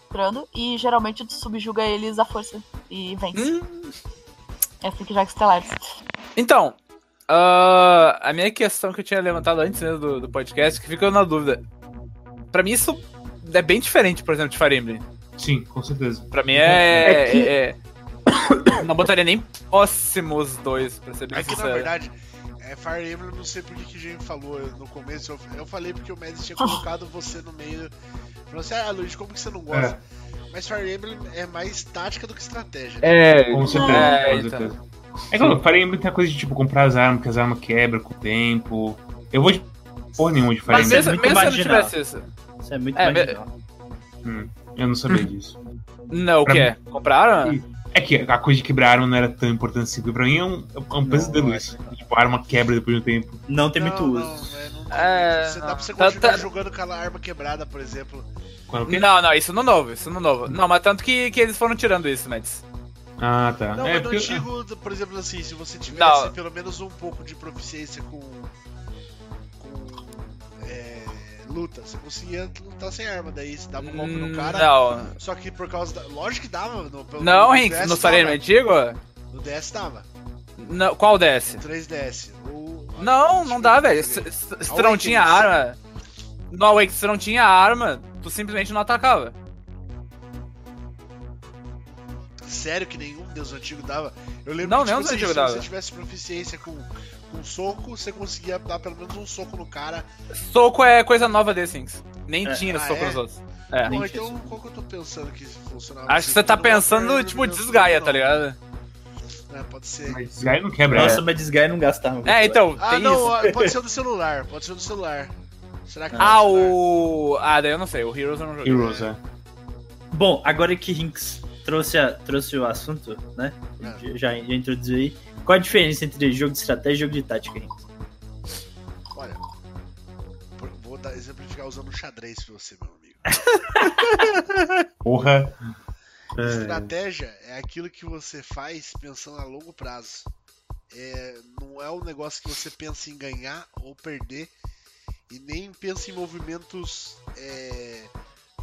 Speaker 5: entrando e geralmente tu subjuga eles à força e vence. É assim que joga Stellaris.
Speaker 3: Então, ah, a minha questão que eu tinha levantado antes mesmo do, do podcast, que ficou na dúvida. Pra mim isso é bem diferente, por exemplo, de Fire Emblem.
Speaker 4: Sim, com certeza.
Speaker 3: Pra mim é.
Speaker 6: É que-
Speaker 3: é- <coughs> é- não botaria nem próximo os dois, pra ser bem
Speaker 2: É que na
Speaker 3: sincero.
Speaker 2: verdade, é Fire Emblem, eu não sei porque que a gente falou no começo. Eu, eu falei porque o Mads tinha colocado você no meio. Falou assim, ah, Luiz, como que você não
Speaker 4: É.
Speaker 2: gosta? Mas Fire Emblem é mais tática do que estratégia. né?
Speaker 6: É,
Speaker 4: Com certeza,
Speaker 3: É,
Speaker 4: com
Speaker 3: então.
Speaker 4: certeza. É claro, Fire Emblem tem a coisa de tipo comprar as armas, que as armas quebram com o tempo. Eu vou de porra nenhuma de Fire
Speaker 3: Mas
Speaker 4: Emblem.
Speaker 7: Mas
Speaker 3: mesmo,
Speaker 7: é
Speaker 3: mesmo
Speaker 7: muito
Speaker 3: se eu não
Speaker 7: marginal.
Speaker 3: tivesse isso.
Speaker 7: Isso é muito
Speaker 3: É,
Speaker 7: marginal.
Speaker 4: Eu não sabia disso.
Speaker 3: Não, o
Speaker 4: Pra
Speaker 3: que é? Compraram?
Speaker 4: Sim. É que a coisa de quebrar arma não era tão importante assim, porque pra mim é um, é um pesadelo isso. Tipo, a arma quebra depois de um tempo.
Speaker 7: Não tem muito
Speaker 2: Não, Não,
Speaker 7: uso.
Speaker 2: é, não tem
Speaker 3: É,
Speaker 2: muito. Você dá pra você
Speaker 3: tá-
Speaker 2: continuar
Speaker 3: tá-
Speaker 2: jogando com aquela arma quebrada, por exemplo.
Speaker 4: Qual é o quê?
Speaker 3: Não, não, isso no novo, isso no novo. Não, mas tanto que, que eles foram tirando isso, Mads.
Speaker 4: Ah, tá.
Speaker 2: Não,
Speaker 4: é,
Speaker 2: mas no
Speaker 4: porque,
Speaker 2: antigo, por exemplo, assim, se você tivesse
Speaker 3: Não.
Speaker 2: pelo menos um pouco de proficiência com. com. é, luta, você conseguia lutar sem arma, daí você dava um golpe
Speaker 3: Hum,
Speaker 2: no cara.
Speaker 3: Não.
Speaker 2: Só que por causa da. Lógico que dava. No, pelo-
Speaker 3: Não,
Speaker 2: no
Speaker 3: Rinks,
Speaker 2: DS
Speaker 3: no Sareno
Speaker 2: dava.
Speaker 3: antigo?
Speaker 2: No DS dava.
Speaker 3: Não, qual desce?
Speaker 2: 3DS. Ou...
Speaker 3: Não, não dá, velho. Se,
Speaker 2: Você
Speaker 3: se- se tu não tinha
Speaker 2: Awakens.
Speaker 3: arma. No Awake, se tu não tinha arma, tu simplesmente não atacava.
Speaker 2: Sério que nenhum Deus Antigo dava. Eu lembro
Speaker 3: Não,
Speaker 2: que
Speaker 3: nenhum Deus
Speaker 2: assim,
Speaker 3: Antigo
Speaker 2: se
Speaker 3: dava.
Speaker 2: você tivesse proficiência com, com um soco, você conseguia dar pelo menos um soco no cara.
Speaker 3: Soco é coisa nova desse, Rinks. Nem
Speaker 7: É.
Speaker 3: tinha
Speaker 2: Ah,
Speaker 3: só pros
Speaker 2: é?
Speaker 3: outros. É.
Speaker 2: Pô,
Speaker 7: Nem
Speaker 2: então qual que eu tô pensando que funcionava? assim?
Speaker 3: Acho que você tá pensando, tipo, desgaia, tá ligado?
Speaker 2: É, pode ser.
Speaker 4: Mas esse aí não quebra.
Speaker 7: Nossa, mas desgaia não gastava.
Speaker 3: É, então,
Speaker 2: Ah,
Speaker 3: tem
Speaker 2: não,
Speaker 3: isso.
Speaker 2: ó, pode ser do celular, pode ser do celular. Será que é do
Speaker 3: Ah,
Speaker 2: celular?
Speaker 3: o. Ah, daí eu não sei, o Heroes eu não joguei.
Speaker 4: Heroes, é.
Speaker 7: Bom, agora que Hinks trouxe, a- trouxe o assunto, né?
Speaker 2: É.
Speaker 7: Já, já introduziu aí. Qual a diferença entre jogo de estratégia e jogo de tática, Hinks?
Speaker 2: Olha, por- vou dar, exemplificar usando xadrez pra você, meu amigo.
Speaker 4: Porra.
Speaker 2: Estratégia é aquilo que você faz pensando a longo prazo. É, não é um negócio que você pensa em ganhar ou perder e nem pensa em movimentos é,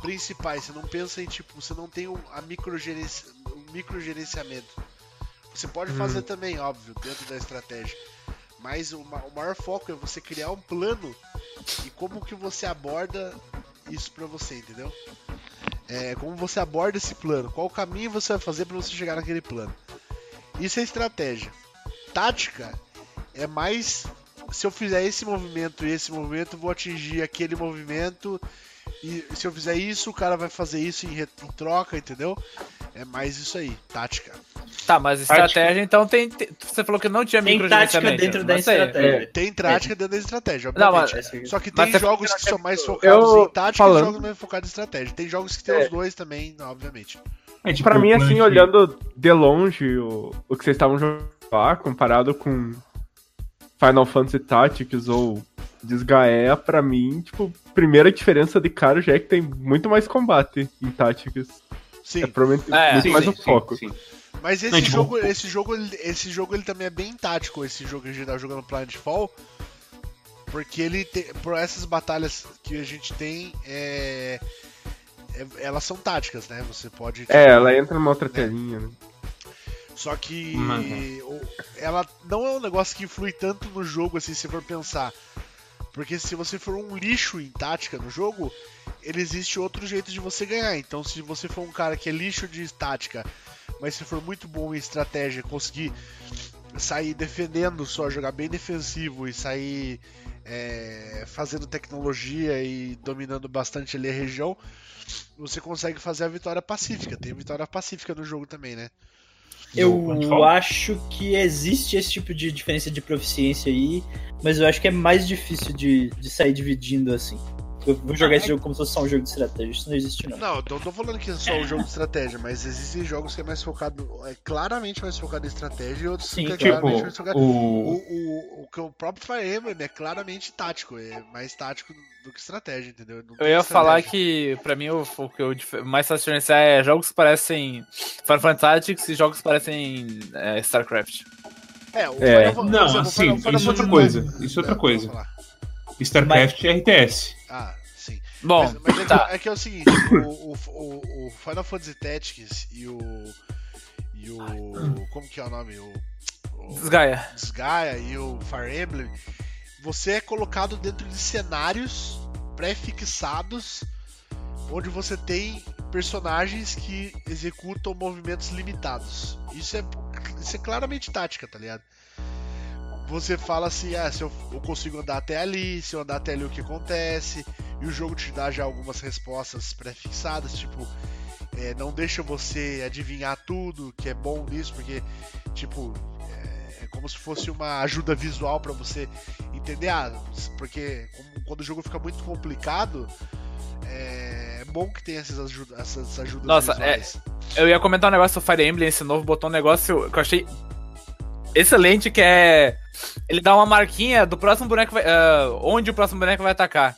Speaker 2: principais. Você não pensa em tipo, você não tem um, a microgerenci- um microgerenciamento. Você pode fazer também, óbvio, dentro da estratégia. Mas o, ma- o maior foco é você criar um plano e como que você aborda isso pra você, entendeu? É, como você aborda esse plano, qual o caminho você vai fazer para você chegar naquele plano. Isso é estratégia. Tática é mais se eu fizer esse movimento e esse movimento, eu vou atingir aquele movimento. E se eu fizer isso, o cara vai fazer isso em, re- em troca, entendeu? É mais isso aí, tática.
Speaker 3: Tá, mas estratégia, então tem. tem- Você falou que não tinha
Speaker 7: Tem tática
Speaker 3: microgerenciamento.
Speaker 7: dentro da
Speaker 3: não sei.
Speaker 7: estratégia. É
Speaker 2: Tem tática dentro da estratégia,
Speaker 3: Não,
Speaker 2: obviamente.
Speaker 7: mas-
Speaker 2: Só que
Speaker 3: mas
Speaker 2: tem
Speaker 3: você-
Speaker 2: jogos que são mais focados
Speaker 6: Eu-
Speaker 2: em tática e
Speaker 6: falando.
Speaker 2: jogos mais focados em estratégia. Tem jogos que tem os dois também, obviamente.
Speaker 4: É, tipo,
Speaker 6: Pra mim,
Speaker 4: o plano
Speaker 6: assim,
Speaker 4: de-
Speaker 6: olhando de longe o, o que vocês estavam jogando lá, comparado com Final Fantasy Tactics ou Desgaea, pra mim, tipo, primeira diferença de cara já é que tem muito mais combate em Tactics. É
Speaker 2: Sim.
Speaker 6: provavelmente
Speaker 3: É,
Speaker 6: muito
Speaker 4: Sim,
Speaker 6: mais
Speaker 4: sim,
Speaker 6: um
Speaker 4: sim,
Speaker 6: foco.
Speaker 4: sim.
Speaker 2: Mas esse
Speaker 4: Não, tipo,
Speaker 2: jogo,
Speaker 4: o-
Speaker 2: esse jogo, ele- esse jogo ele também é bem tático, esse jogo que a gente tá jogando Planetfall, porque ele tem, por essas batalhas que a gente tem, é, é- elas são táticas, né? Você pode
Speaker 6: É, ela entra numa outra telinha, né?
Speaker 2: só que
Speaker 4: Uhum.
Speaker 2: o- ela não é um negócio que influi tanto no jogo assim, se for pensar. Porque se você for um lixo em tática no jogo, ele existe outro jeito de você ganhar. Então, se você for um cara que é lixo de tática, mas se for muito bom em estratégia, conseguir sair defendendo só, jogar bem defensivo e sair é, fazendo tecnologia e dominando bastante ali a região, você consegue fazer a vitória pacífica. Tem vitória pacífica no jogo também, né?
Speaker 7: Eu acho que existe esse tipo de diferença de proficiência aí, mas eu acho que é mais difícil de, de sair dividindo assim. Eu vou jogar esse jogo como se fosse só um jogo de estratégia, isso não existe não.
Speaker 2: Não, eu não tô falando que é só um jogo de estratégia, mas existem jogos que é mais focado, é claramente mais focado em estratégia e outros
Speaker 7: Sim,
Speaker 2: que é claramente mais
Speaker 4: Tipo,
Speaker 2: focado.
Speaker 4: o.
Speaker 2: O, o, o que o próprio Fire Emblem é claramente tático, é mais tático do que estratégia, entendeu? Não
Speaker 3: Eu
Speaker 2: tem
Speaker 3: ia
Speaker 2: estratégia.
Speaker 3: falar que, pra mim, o, o que eu dif- mais faço diferenciar é jogos que parecem Final Fantasy Tactics e jogos que parecem é, StarCraft.
Speaker 2: É, o
Speaker 6: É.
Speaker 2: Final- por exemplo,
Speaker 4: Não,
Speaker 2: o
Speaker 4: assim,
Speaker 2: Final Fantasy
Speaker 4: isso é outra
Speaker 2: não-
Speaker 4: coisa, isso é
Speaker 2: não,
Speaker 4: outra
Speaker 2: vou
Speaker 4: coisa.
Speaker 2: falar.
Speaker 4: StarCraft e RTS.
Speaker 2: Ah, sim.
Speaker 3: Bom,
Speaker 2: mas, mas é,
Speaker 3: tá.
Speaker 2: que, é que é o seguinte, o, o, o- o Final Fantasy Tactics e o. E o. Como que é o nome? O. o-
Speaker 3: Desgaia.
Speaker 2: Desgaia e o Fire Emblem, você é colocado dentro de cenários pré-fixados, onde você tem personagens que executam movimentos limitados. Isso é, isso é claramente tática, tá ligado? Você fala assim, ah, se eu, eu consigo andar até ali, se eu andar até ali o que acontece, e o jogo te dá já algumas respostas pré-fixadas, tipo, é, não deixa você adivinhar tudo, que é bom nisso, porque, tipo, é como se fosse uma ajuda visual pra você entender, ah, porque como- quando o jogo fica muito complicado, é, é bom que tenha essas, ajuda, essas ajudas
Speaker 3: Nossa, é,
Speaker 2: visuais.
Speaker 3: Eu ia comentar um negócio do Fire Emblem, esse novo botou um negócio que eu achei excelente, que é. Ele dá uma marquinha do próximo boneco. vai- ah, onde o próximo boneco vai atacar.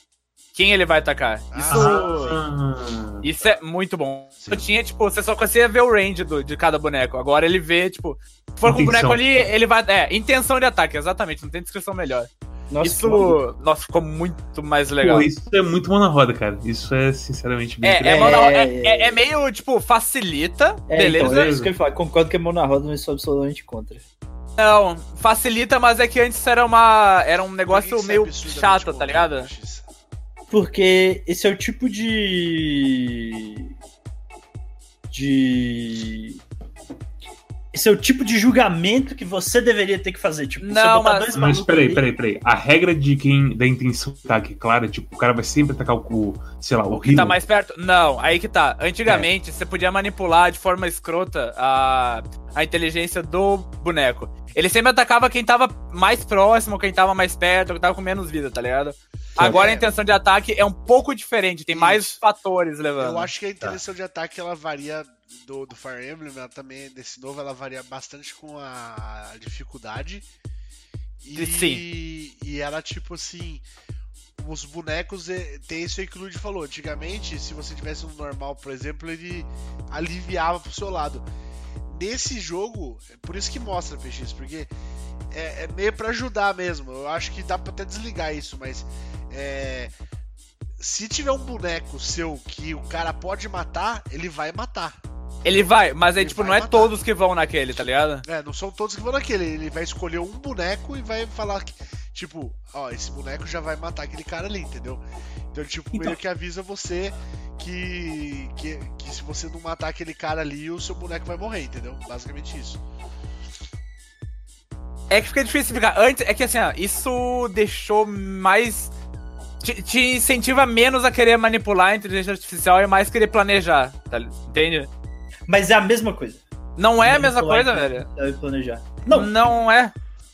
Speaker 3: Quem ele vai atacar.
Speaker 2: Ah,
Speaker 3: Isso. é um
Speaker 4: Ah.
Speaker 3: Isso é muito bom.
Speaker 2: Sim.
Speaker 3: Eu tinha, tipo, você só conseguia ver o range do- de cada boneco. Agora ele vê, tipo, se for com o boneco
Speaker 4: Intenção.
Speaker 3: ali, ele vai. É, intenção de ataque, exatamente. Não tem descrição melhor.
Speaker 7: Nossa,
Speaker 3: isso. Nossa, ficou muito mais legal.
Speaker 4: Pô, isso é muito mão na roda, cara. Isso é sinceramente bem
Speaker 3: É, é,
Speaker 4: interessante.
Speaker 3: mano,
Speaker 7: É,
Speaker 3: é, é-
Speaker 7: é.
Speaker 3: é meio, tipo, facilita,
Speaker 7: é,
Speaker 3: beleza?
Speaker 7: Então, é isso que eu ia falar. Concordo que é mão na roda, mas sou absolutamente contra.
Speaker 3: Não, facilita, mas é que antes era uma. Era um negócio
Speaker 2: Ninguém sabe
Speaker 3: meio
Speaker 2: absurdamente
Speaker 3: chato,
Speaker 2: como
Speaker 3: tá
Speaker 2: é
Speaker 3: ligado?
Speaker 2: isso.
Speaker 7: Porque esse é o tipo de. De. Esse é o tipo de julgamento que você deveria ter que fazer. Tipo, você
Speaker 3: Não,
Speaker 7: botar
Speaker 3: mas-
Speaker 4: Mas
Speaker 7: dois malucos
Speaker 4: peraí,
Speaker 7: ali-
Speaker 4: peraí, peraí. A regra de quem da intenção de ataque é clara, tipo, o cara vai sempre atacar o, cu, sei lá, o,
Speaker 3: O que tá
Speaker 4: Hino.
Speaker 3: mais perto? Não, aí que tá.
Speaker 7: É.
Speaker 3: Antigamente, você podia manipular de forma escrota a, a inteligência do boneco. Ele sempre atacava quem tava mais próximo, quem tava mais perto, quem tava com menos vida, tá ligado? Agora a intenção de ataque é um pouco diferente, tem mais
Speaker 2: Isso.
Speaker 3: fatores levando.
Speaker 2: Eu acho que a intenção de ataque ela varia do, do Fire Emblem, ela também, desse novo, ela varia bastante com a dificuldade. E, e ela, tipo assim, os bonecos eh, tem isso aí que o Luigi falou. Antigamente, se você tivesse um normal, por exemplo, ele aliviava pro seu lado. Nesse jogo, é por isso que mostra, PX, porque é, é meio pra ajudar mesmo. Eu acho que dá pra até desligar isso, mas é, se tiver um boneco seu que o cara pode matar, ele vai matar.
Speaker 3: Ele vai, mas aí,
Speaker 2: Ele
Speaker 3: tipo,
Speaker 2: vai
Speaker 3: não é
Speaker 2: matar.
Speaker 3: todos que vão naquele, tá ligado?
Speaker 2: É, não são todos que vão naquele. Ele vai escolher um boneco e vai falar que, tipo, ó, esse boneco já vai matar aquele cara ali, entendeu? Então, tipo,
Speaker 7: Então-
Speaker 2: meio que avisa você que, que, que se você não matar aquele cara ali, o seu boneco vai morrer, entendeu? Basicamente isso.
Speaker 3: É que fica difícil explicar. Antes, é que assim, ó, isso deixou mais. Te, te incentiva menos a querer manipular a inteligência artificial e mais querer planejar, tá, li- entende?
Speaker 7: Mas é a mesma coisa.
Speaker 3: Não é a mesma
Speaker 7: Manipular,
Speaker 3: coisa,
Speaker 7: então.
Speaker 3: velho.
Speaker 7: Deve planejar.
Speaker 3: Não.
Speaker 7: Não,
Speaker 3: é.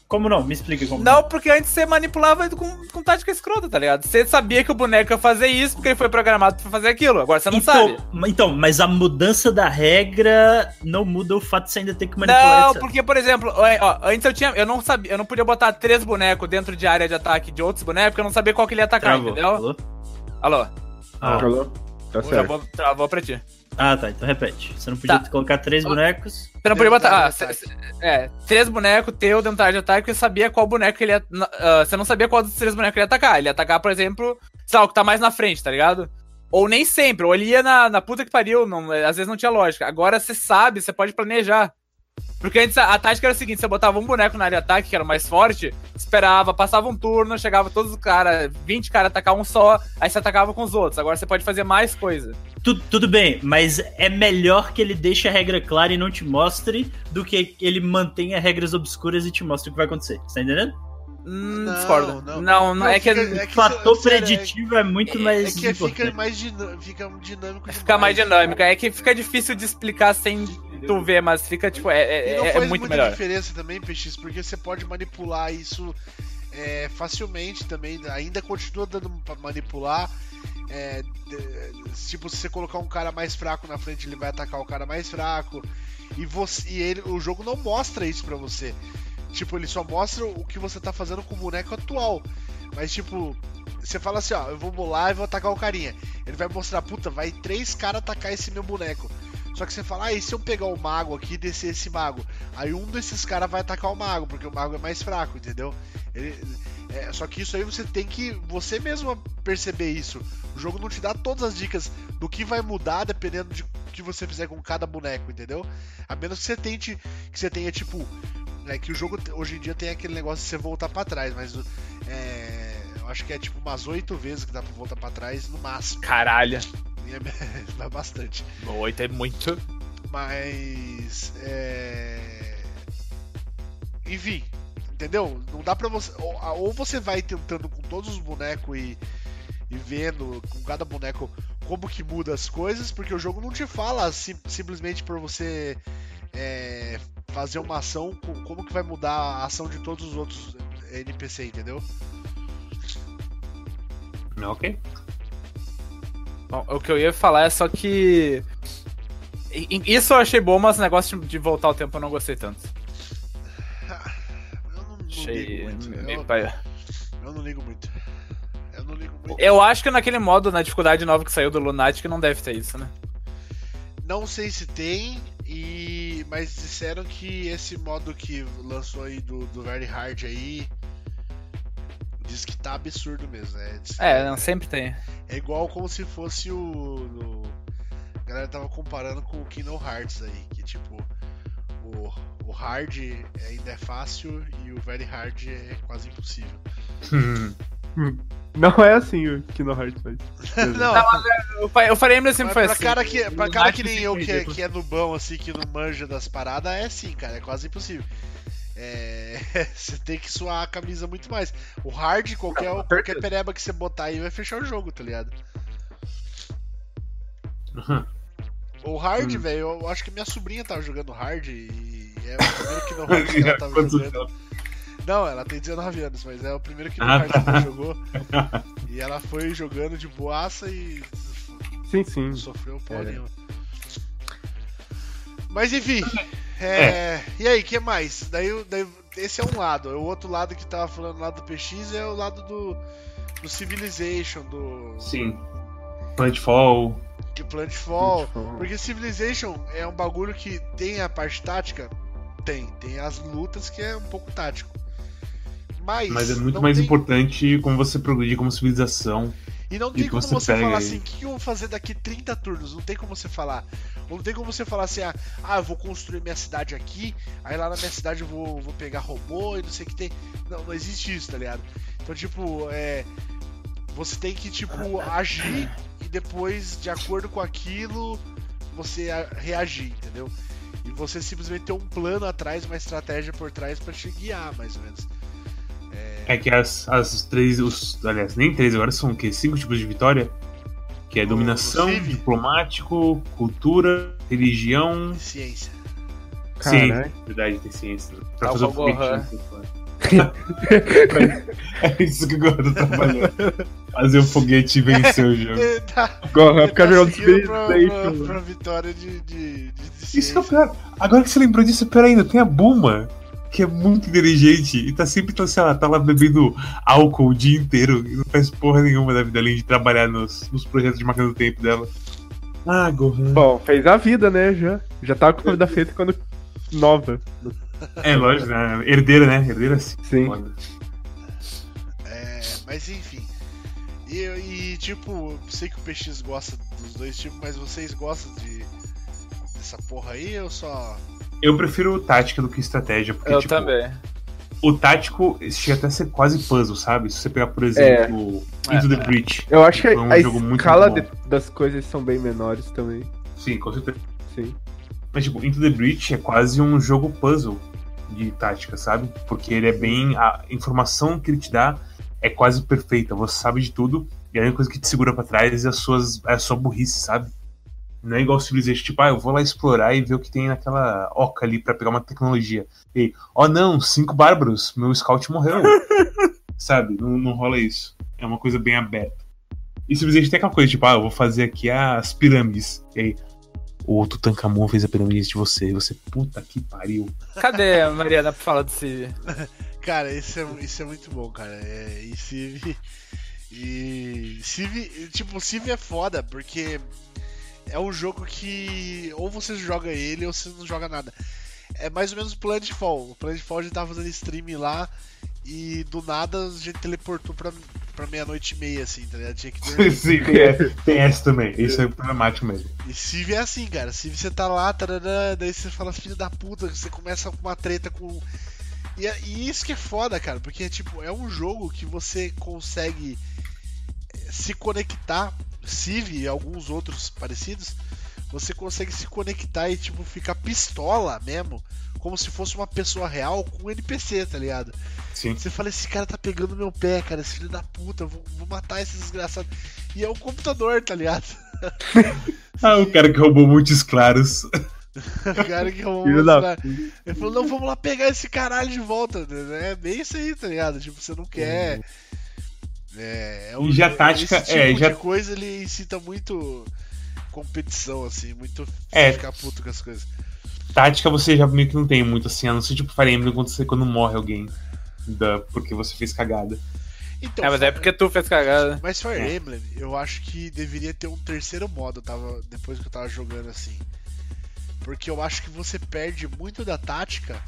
Speaker 7: como não? Me explica como.
Speaker 3: Não, porque antes você manipulava com, com tática escrota, tá ligado? Você sabia que o boneco ia fazer isso porque ele foi programado pra fazer aquilo. Agora você não
Speaker 7: então,
Speaker 3: sabe.
Speaker 7: ma- então, mas a mudança da regra não muda o fato de você ainda ter que manipular.
Speaker 3: Não,
Speaker 7: etc.
Speaker 3: porque, por exemplo, ó, ó, antes eu tinha. Eu não sabia, eu não podia botar três bonecos dentro de área de ataque de outros bonecos, porque eu não sabia qual que ele ia atacar,
Speaker 7: Travou.
Speaker 3: entendeu?
Speaker 7: Alô?
Speaker 3: Alô,
Speaker 7: Ah,
Speaker 6: Alô? Tá certo.
Speaker 3: travou, travou pra ti.
Speaker 7: ah, tá. Então repete. Você não podia
Speaker 3: Tá.
Speaker 7: colocar três bonecos.
Speaker 3: Você não
Speaker 2: Dentro
Speaker 3: podia
Speaker 2: da
Speaker 3: botar.
Speaker 2: área
Speaker 3: Ah,
Speaker 2: de
Speaker 3: cê-
Speaker 2: ataque.
Speaker 3: cê- é, três bonecos teu dentro da área de ataque e sabia qual boneco que ele ia. na- ah, Você não sabia qual dos três bonecos ele ia atacar. Ele ia atacar, por exemplo, sei lá, o que tá mais na frente, tá ligado? Ou nem sempre, ou ele ia na, na puta que pariu, não, às vezes não tinha lógica. Agora você sabe, você pode planejar. Porque antes a, a tática era o seguinte: você botava um boneco na área de ataque, que era o mais forte, esperava, passava um turno, chegava todos os caras, 20 caras atacar um só, aí você atacava com os outros. Agora você pode fazer mais coisa.
Speaker 7: Tu- tudo bem, mas é melhor que ele deixe a regra clara e não te mostre do que que ele mantenha regras obscuras e te mostre o que vai acontecer. Você tá entendendo?
Speaker 3: Hum,
Speaker 2: Não,
Speaker 3: discordo.
Speaker 2: não.
Speaker 3: Não, não, é que.
Speaker 2: fica-
Speaker 7: O
Speaker 2: que
Speaker 7: fator
Speaker 2: sério, é-
Speaker 7: preditivo é muito
Speaker 2: É
Speaker 7: mais.
Speaker 2: que fica
Speaker 7: importante.
Speaker 2: mais dinâmico, fica um dinâmico
Speaker 3: Fica mais
Speaker 2: demais.
Speaker 3: dinâmica. É que fica difícil de explicar sem tu ver, mas fica, tipo, é, é-
Speaker 2: E não
Speaker 3: é- é
Speaker 2: faz
Speaker 3: muito
Speaker 2: muita
Speaker 3: melhor.
Speaker 2: diferença também, PX, porque você pode manipular isso é, facilmente também. Ainda continua dando pra manipular. É, de- tipo, se você colocar um cara mais fraco na frente, ele vai atacar o cara mais fraco. E, você, e ele, o jogo não mostra isso pra você. Tipo, ele só mostra o que você tá fazendo com o boneco atual. Mas, tipo, você fala assim: ó, eu vou bolar e vou atacar o carinha. Ele vai mostrar, puta, vai três caras atacar esse meu boneco. Só que você fala, ah, e se eu pegar o mago aqui e descer esse mago? Aí um desses caras vai atacar o mago, porque o mago é mais fraco, entendeu? Ele- é, só que isso aí você tem que você mesmo perceber isso. O jogo não te dá todas as dicas do que vai mudar dependendo de o que você fizer com cada boneco, entendeu? A menos que você tente, que você tenha tipo, é que o jogo te- hoje em dia tem aquele negócio de você voltar pra trás, mas é, eu acho que é tipo umas oito vezes que dá pra voltar pra trás no máximo. <laughs>
Speaker 3: Caralho.
Speaker 2: Vai bastante.
Speaker 3: Oito é muito.
Speaker 2: Mas. É... Enfim, entendeu? Não dá pra você. Ou, ou você vai tentando com todos os bonecos e, e vendo com cada boneco como que muda as coisas, porque o jogo não te fala sim- simplesmente pra você é, fazer uma ação, co- como que vai mudar a ação de todos os outros NPC, entendeu?
Speaker 3: <laughs>
Speaker 4: Ok. <laughs>
Speaker 3: Bom, o que eu ia falar é só que. I- i- Isso eu achei bom, mas o negócio de- de voltar o tempo eu não gostei tanto.
Speaker 2: Eu não, não
Speaker 3: Achei.
Speaker 2: ligo muito.
Speaker 3: é meio
Speaker 2: Eu,
Speaker 3: paia.
Speaker 2: eu não ligo muito. Eu não ligo muito.
Speaker 3: Eu acho que naquele modo, na dificuldade nova que saiu do Lunatic, não deve ter isso, né?
Speaker 2: Não sei se tem, e mas disseram que esse modo que lançou aí do, do Very Hard aí diz que tá absurdo mesmo, né? Diz-
Speaker 3: É, não, sempre tem.
Speaker 2: É igual como se fosse o, o- A galera tava comparando com o Kingdom Hearts aí, que tipo, o, o Hard ainda é fácil e o Very Hard é quase impossível.
Speaker 4: Hum.
Speaker 6: Não é assim o Kingdom Hearts, mas.
Speaker 2: Não,
Speaker 3: O Fire o Fire Emblem
Speaker 2: mas
Speaker 3: sempre foi
Speaker 2: pra
Speaker 3: assim.
Speaker 2: cara que, pra
Speaker 3: Eu
Speaker 2: cara
Speaker 3: acho
Speaker 2: que
Speaker 3: que
Speaker 2: nem
Speaker 3: se
Speaker 2: eu, que é,
Speaker 3: perder.
Speaker 2: que é nubão, assim, que não manja das paradas, é assim, cara, é quase impossível. É, <laughs> você tem que suar a camisa muito mais. O hard, qualquer,
Speaker 6: Não, com
Speaker 2: qualquer
Speaker 6: certeza.
Speaker 2: pereba que você botar aí vai fechar o jogo, tá ligado? O
Speaker 4: Hum.
Speaker 2: hard, velho, eu acho que minha sobrinha tava jogando hard e é o primeiro
Speaker 4: <laughs>
Speaker 2: que não hard que ela tava
Speaker 4: Quantos
Speaker 2: jogando. Não, ela tem 19 anos, mas é o primeiro que não
Speaker 4: Ah,
Speaker 2: hard que
Speaker 4: tá.
Speaker 2: ela jogou. E ela foi jogando de boaça e
Speaker 6: Sim, sim.
Speaker 4: Hum.
Speaker 2: não sofreu porra
Speaker 6: É.
Speaker 2: nenhuma. Mas enfim. é, E aí, o que mais? Daí, o- daí- esse é um lado. O outro lado que tava falando lá do PX é o lado do, do Civilization, do
Speaker 4: Sim. Plantfall.
Speaker 2: de Plantfall.
Speaker 6: Plantfall.
Speaker 2: Porque Civilization é um bagulho que tem a parte tática? Tem. Tem as lutas que é um pouco tático. Mas,
Speaker 4: Mas é muito
Speaker 2: não
Speaker 4: mais
Speaker 2: tem-
Speaker 4: importante como você progredir como civilização.
Speaker 2: E não
Speaker 4: E
Speaker 2: tem
Speaker 4: que
Speaker 2: como
Speaker 4: você
Speaker 2: você
Speaker 4: pega
Speaker 2: falar
Speaker 4: aí.
Speaker 2: assim, o que eu vou fazer daqui 30 turnos? Não tem como você falar. Ou não tem como você falar assim, ah, ah, eu vou construir minha cidade aqui, aí lá na minha cidade eu vou, vou pegar robô e não sei o que tem. Não, não existe isso, tá ligado? Então, tipo, é. Você tem que, tipo, agir e depois, de acordo com aquilo, você a- reagir, entendeu? E você simplesmente tem um plano atrás, uma estratégia por trás pra te guiar, mais ou menos.
Speaker 4: É que as, as três. Os, aliás, nem três, agora são o quê? Cinco tipos de vitória? Que é
Speaker 2: No-
Speaker 4: dominação,
Speaker 2: no Civ?
Speaker 4: diplomático, cultura, religião.
Speaker 2: Ciência.
Speaker 6: Caralho.
Speaker 4: Ciência, na verdade, tem ciência. né? Pra
Speaker 3: Ah,
Speaker 4: fazer
Speaker 3: o
Speaker 4: o
Speaker 3: Gohan.
Speaker 4: foguetinho. <laughs> É isso que o Gordo tá falando. Fazer o foguete e vencer o jogo.
Speaker 2: É, <laughs> tá.
Speaker 6: Agora ficar
Speaker 2: Tá
Speaker 6: jogando
Speaker 2: seguindo pra, pra,
Speaker 6: Civilization.
Speaker 2: pra vitória de, de, de, de
Speaker 4: Isso que
Speaker 2: ciência.
Speaker 4: é o pior. Agora que você lembrou disso, pera ainda, tem a Buma, que é muito inteligente e tá sempre, então, sei lá, tá lá bebendo álcool o dia inteiro e não faz porra nenhuma da vida, além de trabalhar nos, nos projetos de máquina do tempo dela. Ah, Gohan.
Speaker 6: Bom, fez a vida, né? Já, já tava com a vida feita quando nova.
Speaker 4: É, lógico, né? herdeira, né? Herdeira sim.
Speaker 6: Sim.
Speaker 4: Foda.
Speaker 2: É, mas enfim. E, e, tipo, eu sei que o PX gosta dos dois tipos, mas vocês gostam de dessa porra aí ou só.
Speaker 4: Eu prefiro tática do que estratégia, porque
Speaker 3: Eu
Speaker 4: tipo,
Speaker 3: também.
Speaker 4: o tático chega até a ser quase puzzle, sabe? Se você pegar, por exemplo, Into the Breach.
Speaker 6: Eu acho que
Speaker 4: Foi um
Speaker 6: a
Speaker 4: jogo muito
Speaker 6: escala
Speaker 4: bom.
Speaker 6: de- das coisas são bem menores também.
Speaker 4: Sim, com certeza.
Speaker 6: Sim.
Speaker 4: Mas, tipo, Into the Breach é quase um jogo puzzle de tática, sabe? Porque ele é bem. A informação que ele te dá é quase perfeita. Você sabe de tudo e é a única coisa que te segura pra trás é, as suas, é a sua burrice, sabe? Não é igual o Civilization, tipo, ah, eu vou lá explorar e ver o que tem naquela oca ali pra pegar uma tecnologia. E, ó, não, cinco bárbaros, meu scout morreu. sabe? Não, não rola isso. É uma coisa bem aberta. E Civilization tem aquela coisa, tipo, ah, eu vou fazer aqui as pirâmides. E aí, o Tutankamon fez a pirâmide de você. E você, puta que pariu.
Speaker 3: Cadê a Mariana pra falar desse.
Speaker 2: Cara, isso é, isso é muito bom, cara. É, e Civ. E. Civ. Tipo, Civ é foda, porque é um jogo que. Ou você joga ele ou você não joga nada. É mais ou menos o Planetfall. O Planetfall a gente tava fazendo stream lá e do nada a gente teleportou pra, pra meia-noite e meia, assim, tá ligado? Tinha que dormir.
Speaker 4: <laughs> Sim, tem, é- tem essa também. Isso é problemático mesmo.
Speaker 2: E Civ é assim, cara. Civ você tá lá, tarará, daí você fala, filho da puta, você começa com uma treta com. E, é- e isso que é foda, cara, porque tipo, é um jogo que você consegue eh, se conectar. Civ e alguns outros parecidos, você consegue se conectar e tipo, ficar pistola mesmo, como se fosse uma pessoa real com um NPC, tá ligado?
Speaker 4: Sim.
Speaker 2: Você fala, esse cara tá pegando meu pé, cara, esse filho da puta, eu vou, vou matar esse desgraçado. E é um computador, tá ligado?
Speaker 4: Ah, o cara que roubou muitos claros.
Speaker 2: <laughs> O cara que roubou
Speaker 6: Filho
Speaker 2: os
Speaker 6: da
Speaker 2: caras. Ele falou, não, vamos lá pegar esse caralho de volta. né? É bem isso aí, tá ligado? Tipo, você não quer. É, é um,
Speaker 4: E já a tática-
Speaker 2: esse tipo
Speaker 4: é, já-
Speaker 2: de coisa ele incita muito competição, assim, muito
Speaker 4: É.
Speaker 2: ficar puto com as coisas.
Speaker 4: Tática você já meio que não tem muito assim, a não ser tipo Fire Emblem quando, você, quando morre alguém. Da, porque você fez cagada.
Speaker 2: Então,
Speaker 3: É, mas é porque tu fez cagada.
Speaker 2: Mas Fire
Speaker 4: É.
Speaker 2: Emblem, eu acho que deveria ter um terceiro modo, eu tava, depois que eu tava jogando assim. Porque eu acho que você perde muito da tática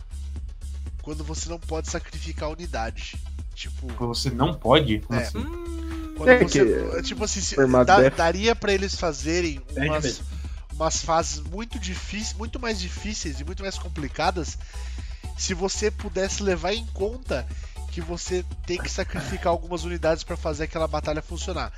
Speaker 2: quando você não pode sacrificar a unidade. Tipo,
Speaker 4: Você não pode? Como
Speaker 2: É.
Speaker 4: assim?
Speaker 7: Hum.
Speaker 2: quando
Speaker 6: né? É
Speaker 2: você.
Speaker 6: que-
Speaker 2: é, Tipo assim, se-
Speaker 6: formato
Speaker 2: da-
Speaker 6: def-
Speaker 2: daria pra eles fazerem
Speaker 7: Perde
Speaker 2: umas,
Speaker 7: mesmo.
Speaker 2: umas fases muito difíceis, muito mais difíceis e muito mais complicadas se você pudesse levar em conta que você tem que sacrificar algumas unidades pra fazer aquela batalha funcionar.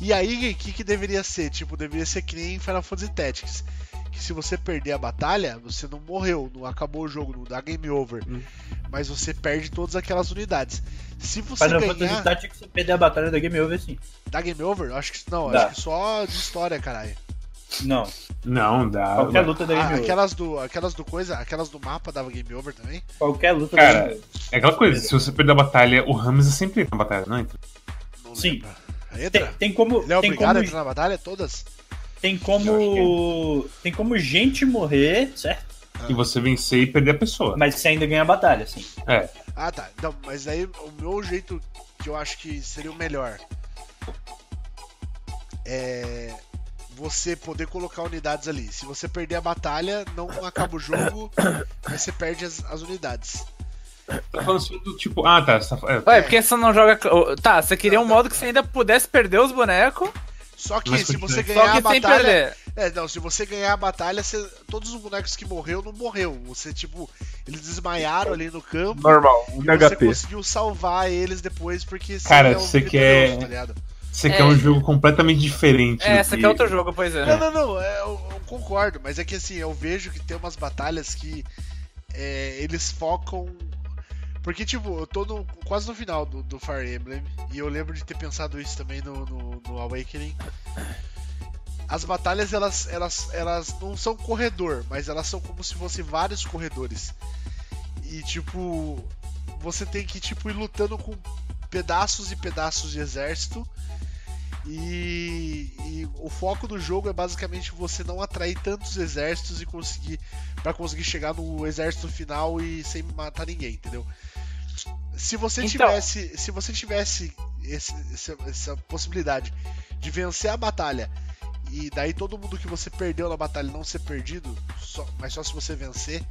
Speaker 2: E aí, o que, que deveria ser? Tipo, deveria ser que nem Final Fantasy Tactics. Que se você perder a batalha, você não morreu, não acabou o jogo, não dá game over.
Speaker 6: Hum.
Speaker 2: Mas você perde todas aquelas unidades. Se você
Speaker 7: Final
Speaker 2: ganhar,
Speaker 7: Fantasy Tactics, se perder a batalha da Game Over, sim.
Speaker 2: dá game over? Acho que não,
Speaker 7: Dá.
Speaker 2: acho que só de história, caralho.
Speaker 7: Não.
Speaker 4: Não, dá.
Speaker 7: Qualquer
Speaker 4: dá.
Speaker 7: luta da
Speaker 2: Ah,
Speaker 7: Game Over.
Speaker 2: aquelas do, aquelas do coisa, aquelas do mapa dava game over também?
Speaker 7: Qualquer luta
Speaker 4: Cara,
Speaker 7: da Game Over.
Speaker 4: É aquela coisa, se você perder a batalha, o Rams é sempre entra na batalha, não entra?
Speaker 2: Não
Speaker 7: Sim.
Speaker 2: lembro. Entra?
Speaker 7: Tem, tem como.
Speaker 2: Ele é
Speaker 7: Tem como,
Speaker 2: obrigado a entrar na batalha? Todas?
Speaker 7: tem como. Tem como gente morrer, certo?
Speaker 2: Ah.
Speaker 4: E você vencer e perder a pessoa.
Speaker 7: Mas você ainda ganha a batalha, sim.
Speaker 2: Ah, tá. Não, mas aí o meu jeito que eu acho que seria o melhor é você poder colocar unidades ali. Se você perder a batalha, não acaba o jogo, mas você perde as, as unidades.
Speaker 4: Tá falando assim do tipo, ah tá, você tá, é,
Speaker 3: Ué, por que você não joga. oh, Tá, você queria um modo que você ainda pudesse perder os bonecos,
Speaker 2: Só que
Speaker 4: Mas
Speaker 2: se
Speaker 4: continua.
Speaker 2: você
Speaker 3: só
Speaker 2: ganhar a
Speaker 3: que sem
Speaker 2: batalha,
Speaker 3: perder.
Speaker 2: é, não, se você ganhar a batalha, você- todos os bonecos que morreu não morreu. Você tipo, eles desmaiaram ali no campo.
Speaker 6: Normal, um
Speaker 2: E você
Speaker 6: HP.
Speaker 2: conseguiu salvar eles depois porque
Speaker 4: Cara,
Speaker 2: é um
Speaker 4: você
Speaker 2: vitorioso,
Speaker 4: quer-
Speaker 2: tá ligado?
Speaker 4: você
Speaker 3: É.
Speaker 4: quer um jogo completamente diferente.
Speaker 3: É,
Speaker 4: do
Speaker 3: esse
Speaker 4: que-
Speaker 3: aqui é outro jogo, pois é.
Speaker 2: Não, não, não, é, eu, eu concordo, mas é que assim, eu vejo que tem umas batalhas que é, eles focam. Porque, tipo, eu tô no- quase no final do, do Fire Emblem, e eu lembro de ter pensado isso também no, no, no Awakening. As batalhas, elas, elas, elas não são corredor, mas elas são como se fossem vários corredores. E, tipo, você tem que tipo, ir lutando com pedaços e pedaços de exército e, e o foco do jogo é basicamente você não atrair tantos exércitos e conseguir para conseguir chegar no exército final e sem matar ninguém, entendeu? Se você
Speaker 3: Então-
Speaker 2: tivesse, se você tivesse esse- essa, essa possibilidade de vencer a batalha e daí todo mundo que você perdeu na batalha não ser perdido, só- mas só se você vencer,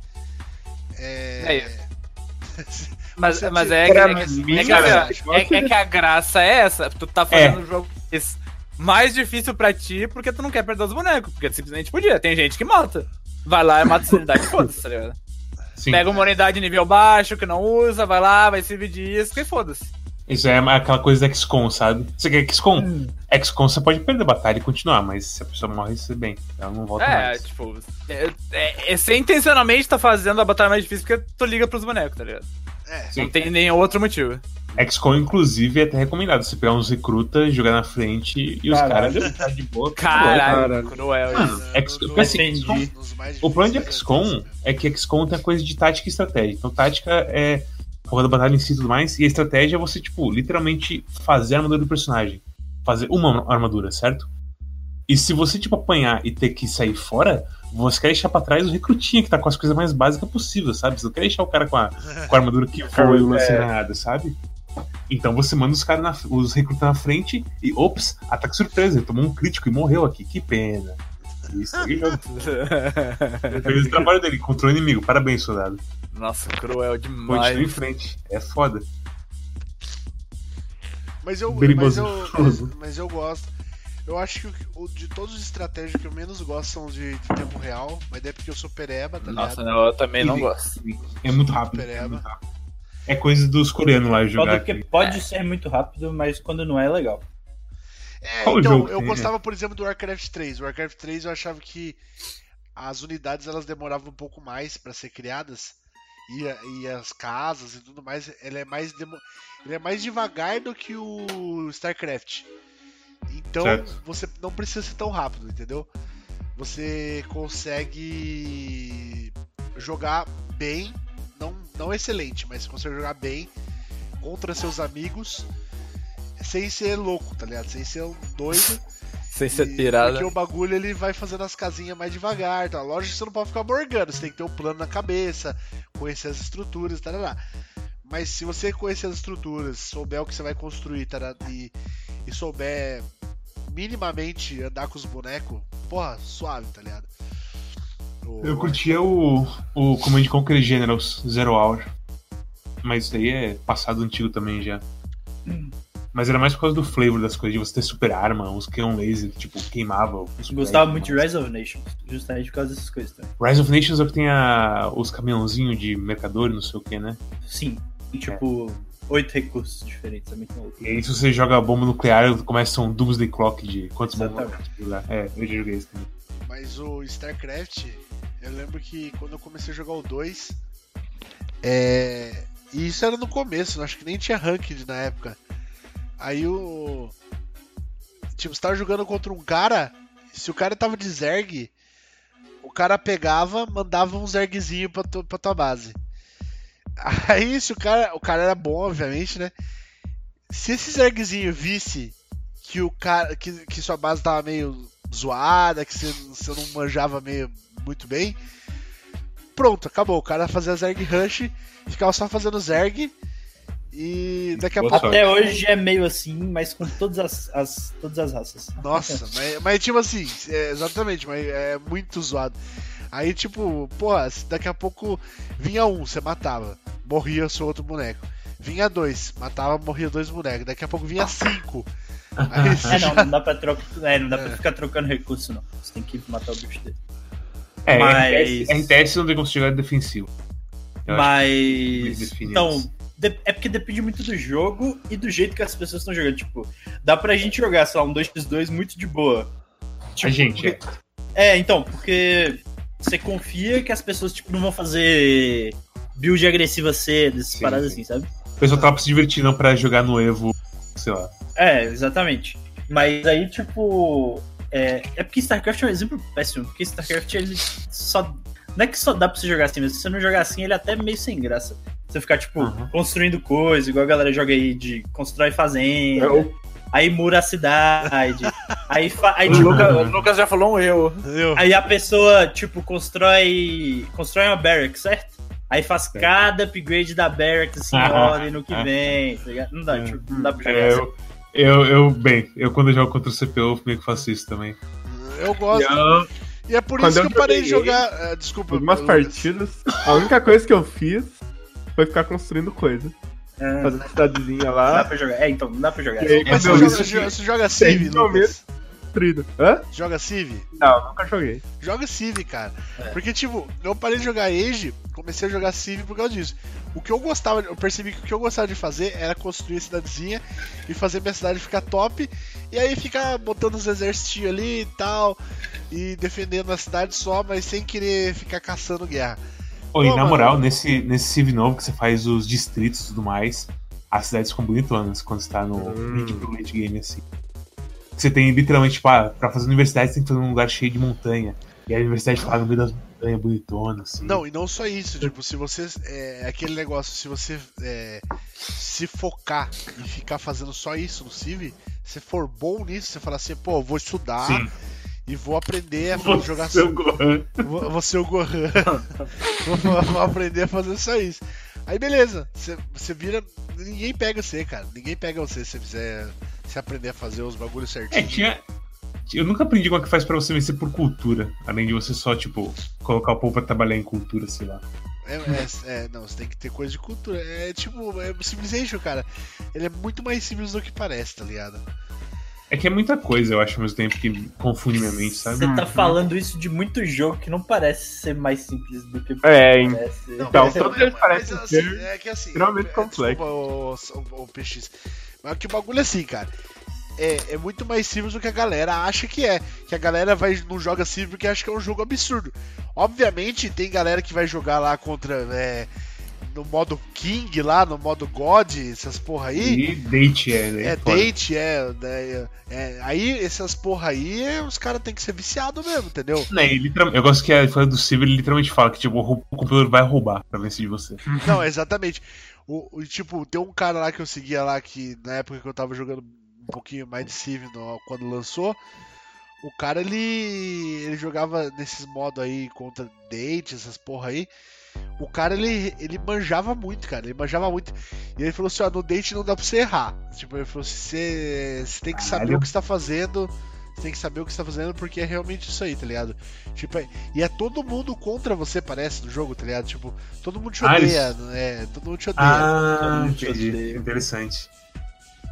Speaker 3: É
Speaker 2: é, <laughs>
Speaker 3: Mas,
Speaker 2: Você
Speaker 3: mas
Speaker 2: te-
Speaker 3: é, que-
Speaker 4: Pra
Speaker 3: é, que-
Speaker 4: mim,
Speaker 3: é que-
Speaker 4: cara,
Speaker 3: é- é que a graça é essa. Tu tá fazendo o jogo mais- mais difícil pra ti porque tu não quer perder os bonecos. Porque tu simplesmente podia. Tem gente que mata. Vai lá e mata essa unidade foda-se, tá ligado?
Speaker 4: Sim.
Speaker 3: Pega uma unidade nível baixo que não usa, vai lá, vai se disso, que foda-se.
Speaker 4: Isso é aquela coisa da XCOM, sabe? Você quer XCOM? XCOM você pode perder a batalha e continuar, mas se a pessoa morre, você bem. Ela não volta
Speaker 3: É,
Speaker 4: mais.
Speaker 3: tipo, é, é- é- você intencionalmente tá fazendo a batalha mais difícil porque tu liga pros bonecos, tá ligado?
Speaker 2: É.
Speaker 3: Não tem nenhum outro motivo.
Speaker 4: XCOM, inclusive, é até recomendado. Você pegar uns recrutas, jogar na frente e os
Speaker 7: Caralho.
Speaker 4: caras <laughs> ficar de boa.
Speaker 3: Caralho,
Speaker 6: Caralho.
Speaker 3: cruel isso.
Speaker 4: Mano, XCOM, porque assim,
Speaker 7: Entendi.
Speaker 4: XCOM O plano de XCOM é que XCOM tem a coisa de tática e estratégia. Então, tática é a porra da batalha em si e tudo mais, e a estratégia é você, tipo, literalmente fazer a armadura do personagem. Fazer uma armadura, certo? E se você, tipo, apanhar e ter que sair fora, você quer deixar pra trás o recrutinha, que tá com as coisas mais básicas possível, sabe? Você não quer deixar o cara com a, com a armadura que voa e não lança nada, sabe? Então você manda os caras, na- os recrutas na frente e, ops, ataque surpresa, ele tomou um crítico e morreu aqui, que pena. Isso aí, jogo. Ele fez o trabalho dele, encontrou o inimigo. Parabéns, soldado.
Speaker 3: Nossa, cruel
Speaker 4: Continua em
Speaker 3: demais.
Speaker 4: frente. É foda.
Speaker 2: Mas eu, mas
Speaker 4: Perigoso.
Speaker 2: eu, mas, mas eu gosto. Eu acho que o que- o, de todos os estratégias que eu menos gosto são de, de tempo real, mas daí é porque eu sou pereba, tá
Speaker 3: Nossa,
Speaker 2: ligado?
Speaker 3: não, eu também não gosto.
Speaker 4: É muito rápido. É, muito rápido. É coisa dos coreanos lá
Speaker 7: Só
Speaker 4: jogar.
Speaker 7: do que
Speaker 4: aqui.
Speaker 7: pode ser muito rápido, mas quando não é, é legal.
Speaker 2: É,
Speaker 4: Qual
Speaker 2: então,
Speaker 4: jogo
Speaker 2: eu
Speaker 4: tem? né?
Speaker 2: gostava, por exemplo, do Warcraft 3. O Warcraft 3 eu achava que as unidades elas demoravam um pouco mais pra ser criadas. E, a- e as casas e tudo mais, ele é mais demo- ele é mais devagar do que o StarCraft. Então
Speaker 4: Certo.
Speaker 2: você não precisa ser tão rápido, entendeu? Você consegue jogar bem, não, não excelente, mas você consegue jogar bem contra seus amigos sem ser louco, tá ligado? Sem ser um doido.
Speaker 3: Sem
Speaker 2: E-
Speaker 3: ser é pirada.
Speaker 2: Porque o bagulho ele vai fazendo as casinhas mais devagar, tá? Lógico que você não pode ficar morgando, você tem que ter um plano na cabeça, conhecer as estruturas, tá? Mas se você conhecer as estruturas, souber o que você vai construir, tá? E, e souber minimamente andar com os bonecos, porra, suave, tá ligado? O-
Speaker 4: Eu curtia o, o Command Conquer Generals Zero Hour. Mas isso daí é passado antigo também já. Mas era mais por causa do flavor das coisas, de você ter super arma, uns que é um laser, tipo, queimava. os prédios,
Speaker 7: Gostava muito de
Speaker 4: mas-
Speaker 7: Rise of Nations, justamente por causa dessas coisas tá? também.
Speaker 4: Rise of Nations é o que tem a, os caminhãozinhos de mercador, não sei o que, né?
Speaker 7: Sim. E, tipo, oito recursos diferentes. É muito maluco.
Speaker 4: E aí, se você joga a bomba nuclear, começa um Doomsday Clock de quantas bombas
Speaker 7: Exatamente.
Speaker 4: você jogar. É, eu já joguei isso também.
Speaker 2: Mas o StarCraft, eu lembro que quando eu comecei a jogar o 2, é... e isso era no começo, né? acho que nem tinha ranked na época. Aí o. Tipo, você tava jogando contra um cara, se o cara tava de Zerg, o cara pegava, mandava um Zergzinho pra, tu, pra tua base. Aí se o cara. O cara era bom, obviamente, né? Se esse Zergzinho visse que o cara. que, que sua base tava meio zoada, que você, você não manjava meio muito bem. Pronto, acabou. O cara fazia Zerg Rush, ficava só fazendo Zerg. E daqui a
Speaker 4: Boa
Speaker 2: pouco.
Speaker 4: sorte.
Speaker 7: Até hoje é meio assim, mas com todas as, as- todas as raças. <laughs>
Speaker 2: Nossa, mas, mas tipo assim, é, exatamente, mas é muito zoado. Aí, tipo, porra, se daqui a pouco vinha um, você matava, morria o seu outro boneco. Vinha dois, matava, morria dois bonecos. Daqui a pouco vinha cinco. Aí você
Speaker 7: <laughs> É,
Speaker 2: já-
Speaker 7: não, não dá
Speaker 4: <laughs>
Speaker 7: pra, trocar, é, não dá pra ficar trocando recurso, não. Você tem que matar o bicho dele.
Speaker 4: É,
Speaker 7: Mas-
Speaker 4: RTS, RTS não tem como se jogar defensivo. Eu acho
Speaker 7: Mas.
Speaker 4: define
Speaker 7: Então,
Speaker 4: isso.
Speaker 7: de- é porque depende muito do jogo e do jeito que as pessoas estão jogando. Tipo, dá pra gente jogar, sei lá, um 2x2 muito de boa.
Speaker 4: A gente, é.
Speaker 7: É, então, porque você confia que as pessoas, tipo, não vão fazer build agressiva cedo, essas
Speaker 4: Sim,
Speaker 7: paradas
Speaker 4: sim.
Speaker 7: assim, sabe?
Speaker 4: O pessoal tava se divertindo não pra jogar no Evo, sei lá.
Speaker 7: É, exatamente. Mas aí, tipo. É, é porque StarCraft é um exemplo péssimo, porque StarCraft ele só. Não é que só dá pra você jogar assim, mas se você não jogar assim, ele é até meio sem graça. Você ficar, tipo,
Speaker 4: Uhum.
Speaker 7: construindo coisa, igual a galera joga aí de constrói
Speaker 4: É,
Speaker 7: fazenda,
Speaker 6: Eu-
Speaker 7: aí mura
Speaker 4: <laughs>
Speaker 7: a cidade, aí, fa- aí,
Speaker 4: O
Speaker 7: tipo,
Speaker 4: Luca-
Speaker 3: O Lucas já falou um eu.
Speaker 2: Entendeu?
Speaker 7: Aí a pessoa, tipo, constrói. Constrói uma barrack, certo? Aí faz cada upgrade da barrack assim, olha no que vem, tá ligado? Não dá, tipo, não dá pra jogar
Speaker 4: <laughs> É, eu,
Speaker 7: assim.
Speaker 4: eu, eu, bem, eu quando eu jogo contra o CPU, eu meio que faço isso também.
Speaker 2: Eu gosto.
Speaker 4: Eu-
Speaker 2: E é por
Speaker 6: Quando
Speaker 2: isso que
Speaker 6: eu
Speaker 2: eu parei de
Speaker 6: joguei
Speaker 2: jogar. ah, desculpa.
Speaker 6: Algumas
Speaker 2: Lucas.
Speaker 6: partidas, a única coisa que eu fiz foi ficar construindo coisa.
Speaker 7: É, não
Speaker 6: Fazendo cidadezinha
Speaker 7: dá
Speaker 6: lá,
Speaker 7: pra jogar. É, então, não dá pra jogar assim.
Speaker 6: É,
Speaker 2: Mas
Speaker 4: eu-
Speaker 2: você joga,
Speaker 4: isso-
Speaker 2: jo- você joga Civ,
Speaker 6: Tem momentos.
Speaker 2: Lucas?
Speaker 6: construindo. Hã?
Speaker 2: Joga Civ?
Speaker 6: Não, nunca joguei.
Speaker 2: Joga Civ, cara. Porque, tipo, eu parei de jogar Age, comecei a jogar Civ por causa disso. O que eu gostava, eu percebi que o que eu gostava de fazer era construir a cidadezinha e fazer minha cidade ficar top. E aí ficar botando os exércitos ali e tal, e defendendo a cidade só, mas sem querer ficar caçando guerra.
Speaker 4: Pô, e
Speaker 2: Pô,
Speaker 4: na
Speaker 2: mano.
Speaker 4: moral, nesse, nesse Civ novo que você faz os distritos e tudo mais, as cidades ficam bonitonas quando você tá no
Speaker 6: Hum.
Speaker 4: mid pro late game assim. Você tem literalmente, tipo, ah, pra fazer universidade você tem que fazer um lugar cheio de montanha. E a universidade fica lá no meio das montanhas bonitona, assim.
Speaker 2: Não, e não só isso, tipo, se você. É aquele negócio, se você é, se focar e ficar fazendo só isso no Civ, se for bom nisso, você fala assim, pô, eu vou estudar
Speaker 4: Sim.
Speaker 2: e vou aprender a
Speaker 4: Você
Speaker 2: jogar assim.
Speaker 4: é o Gohan.
Speaker 2: Vou vou ser o
Speaker 4: <laughs>
Speaker 2: Gohan. vou, vou aprender a fazer só isso. Aí beleza, você- você vira. Ninguém pega você, cara. Ninguém pega você se você fizer. Se aprender a fazer os bagulhos
Speaker 4: É,
Speaker 2: certinho.
Speaker 4: tinha. Eu nunca aprendi como é que faz pra você vencer por cultura. Além de você só, tipo, colocar o povo pra trabalhar em cultura, sei lá.
Speaker 2: É, é- é, não, você tem que ter coisa de cultura. É tipo, é Civilization, cara. Ele é muito mais simples do que parece, tá ligado?
Speaker 4: É que é muita coisa, eu acho, ao mesmo tempo que confunde minha mente, sabe?
Speaker 7: Você tá falando isso de muito jogo que não parece ser mais simples do que
Speaker 6: É, hein?
Speaker 7: parece.
Speaker 6: Então,
Speaker 2: mas é-
Speaker 6: todos eles
Speaker 2: mas
Speaker 6: parecem
Speaker 2: assim,
Speaker 6: ser
Speaker 2: é que assim,
Speaker 6: extremamente
Speaker 2: é,
Speaker 6: complexo.
Speaker 2: Desculpa, o, o, PX. Mas que o bagulho é assim, cara. É, é muito mais simples do que a galera acha que é. Que a galera vai, não joga simples porque acha que é um jogo absurdo. Obviamente, tem galera que vai jogar lá contra. é, no modo King lá, no modo God, essas porra aí.
Speaker 4: E date é, né?
Speaker 2: É
Speaker 4: Foda.
Speaker 2: date, é, né, é, Aí, essas porra aí, é, os caras tem que ser viciado mesmo, entendeu?
Speaker 4: Né, e literal- eu gosto que a história do Silver ele literalmente fala que tipo, o rou- o computador vai roubar pra vencer de você.
Speaker 2: <laughs> Não, exatamente. O, o- tipo, tem um cara lá que eu seguia lá que na época que eu tava jogando um pouquinho mais de Civ no- quando lançou, o cara ele ele jogava nesses modos aí contra date, essas porra aí. O cara ele ele manjava muito, cara, ele manjava muito. E ele falou assim, ó, no date não dá pra você errar. Tipo, ele falou assim, você você tem que saber
Speaker 4: Caralho.
Speaker 2: o que está fazendo. Você tem que saber o que está fazendo porque é realmente isso aí, tá ligado? Tipo, é- e é todo mundo contra você, parece, no jogo, tá ligado? Tipo, todo mundo te
Speaker 4: Ah, eles-
Speaker 2: odeia, né? Todo mundo te odeia.
Speaker 4: Ah,
Speaker 7: entendi.
Speaker 4: entendi. Interessante.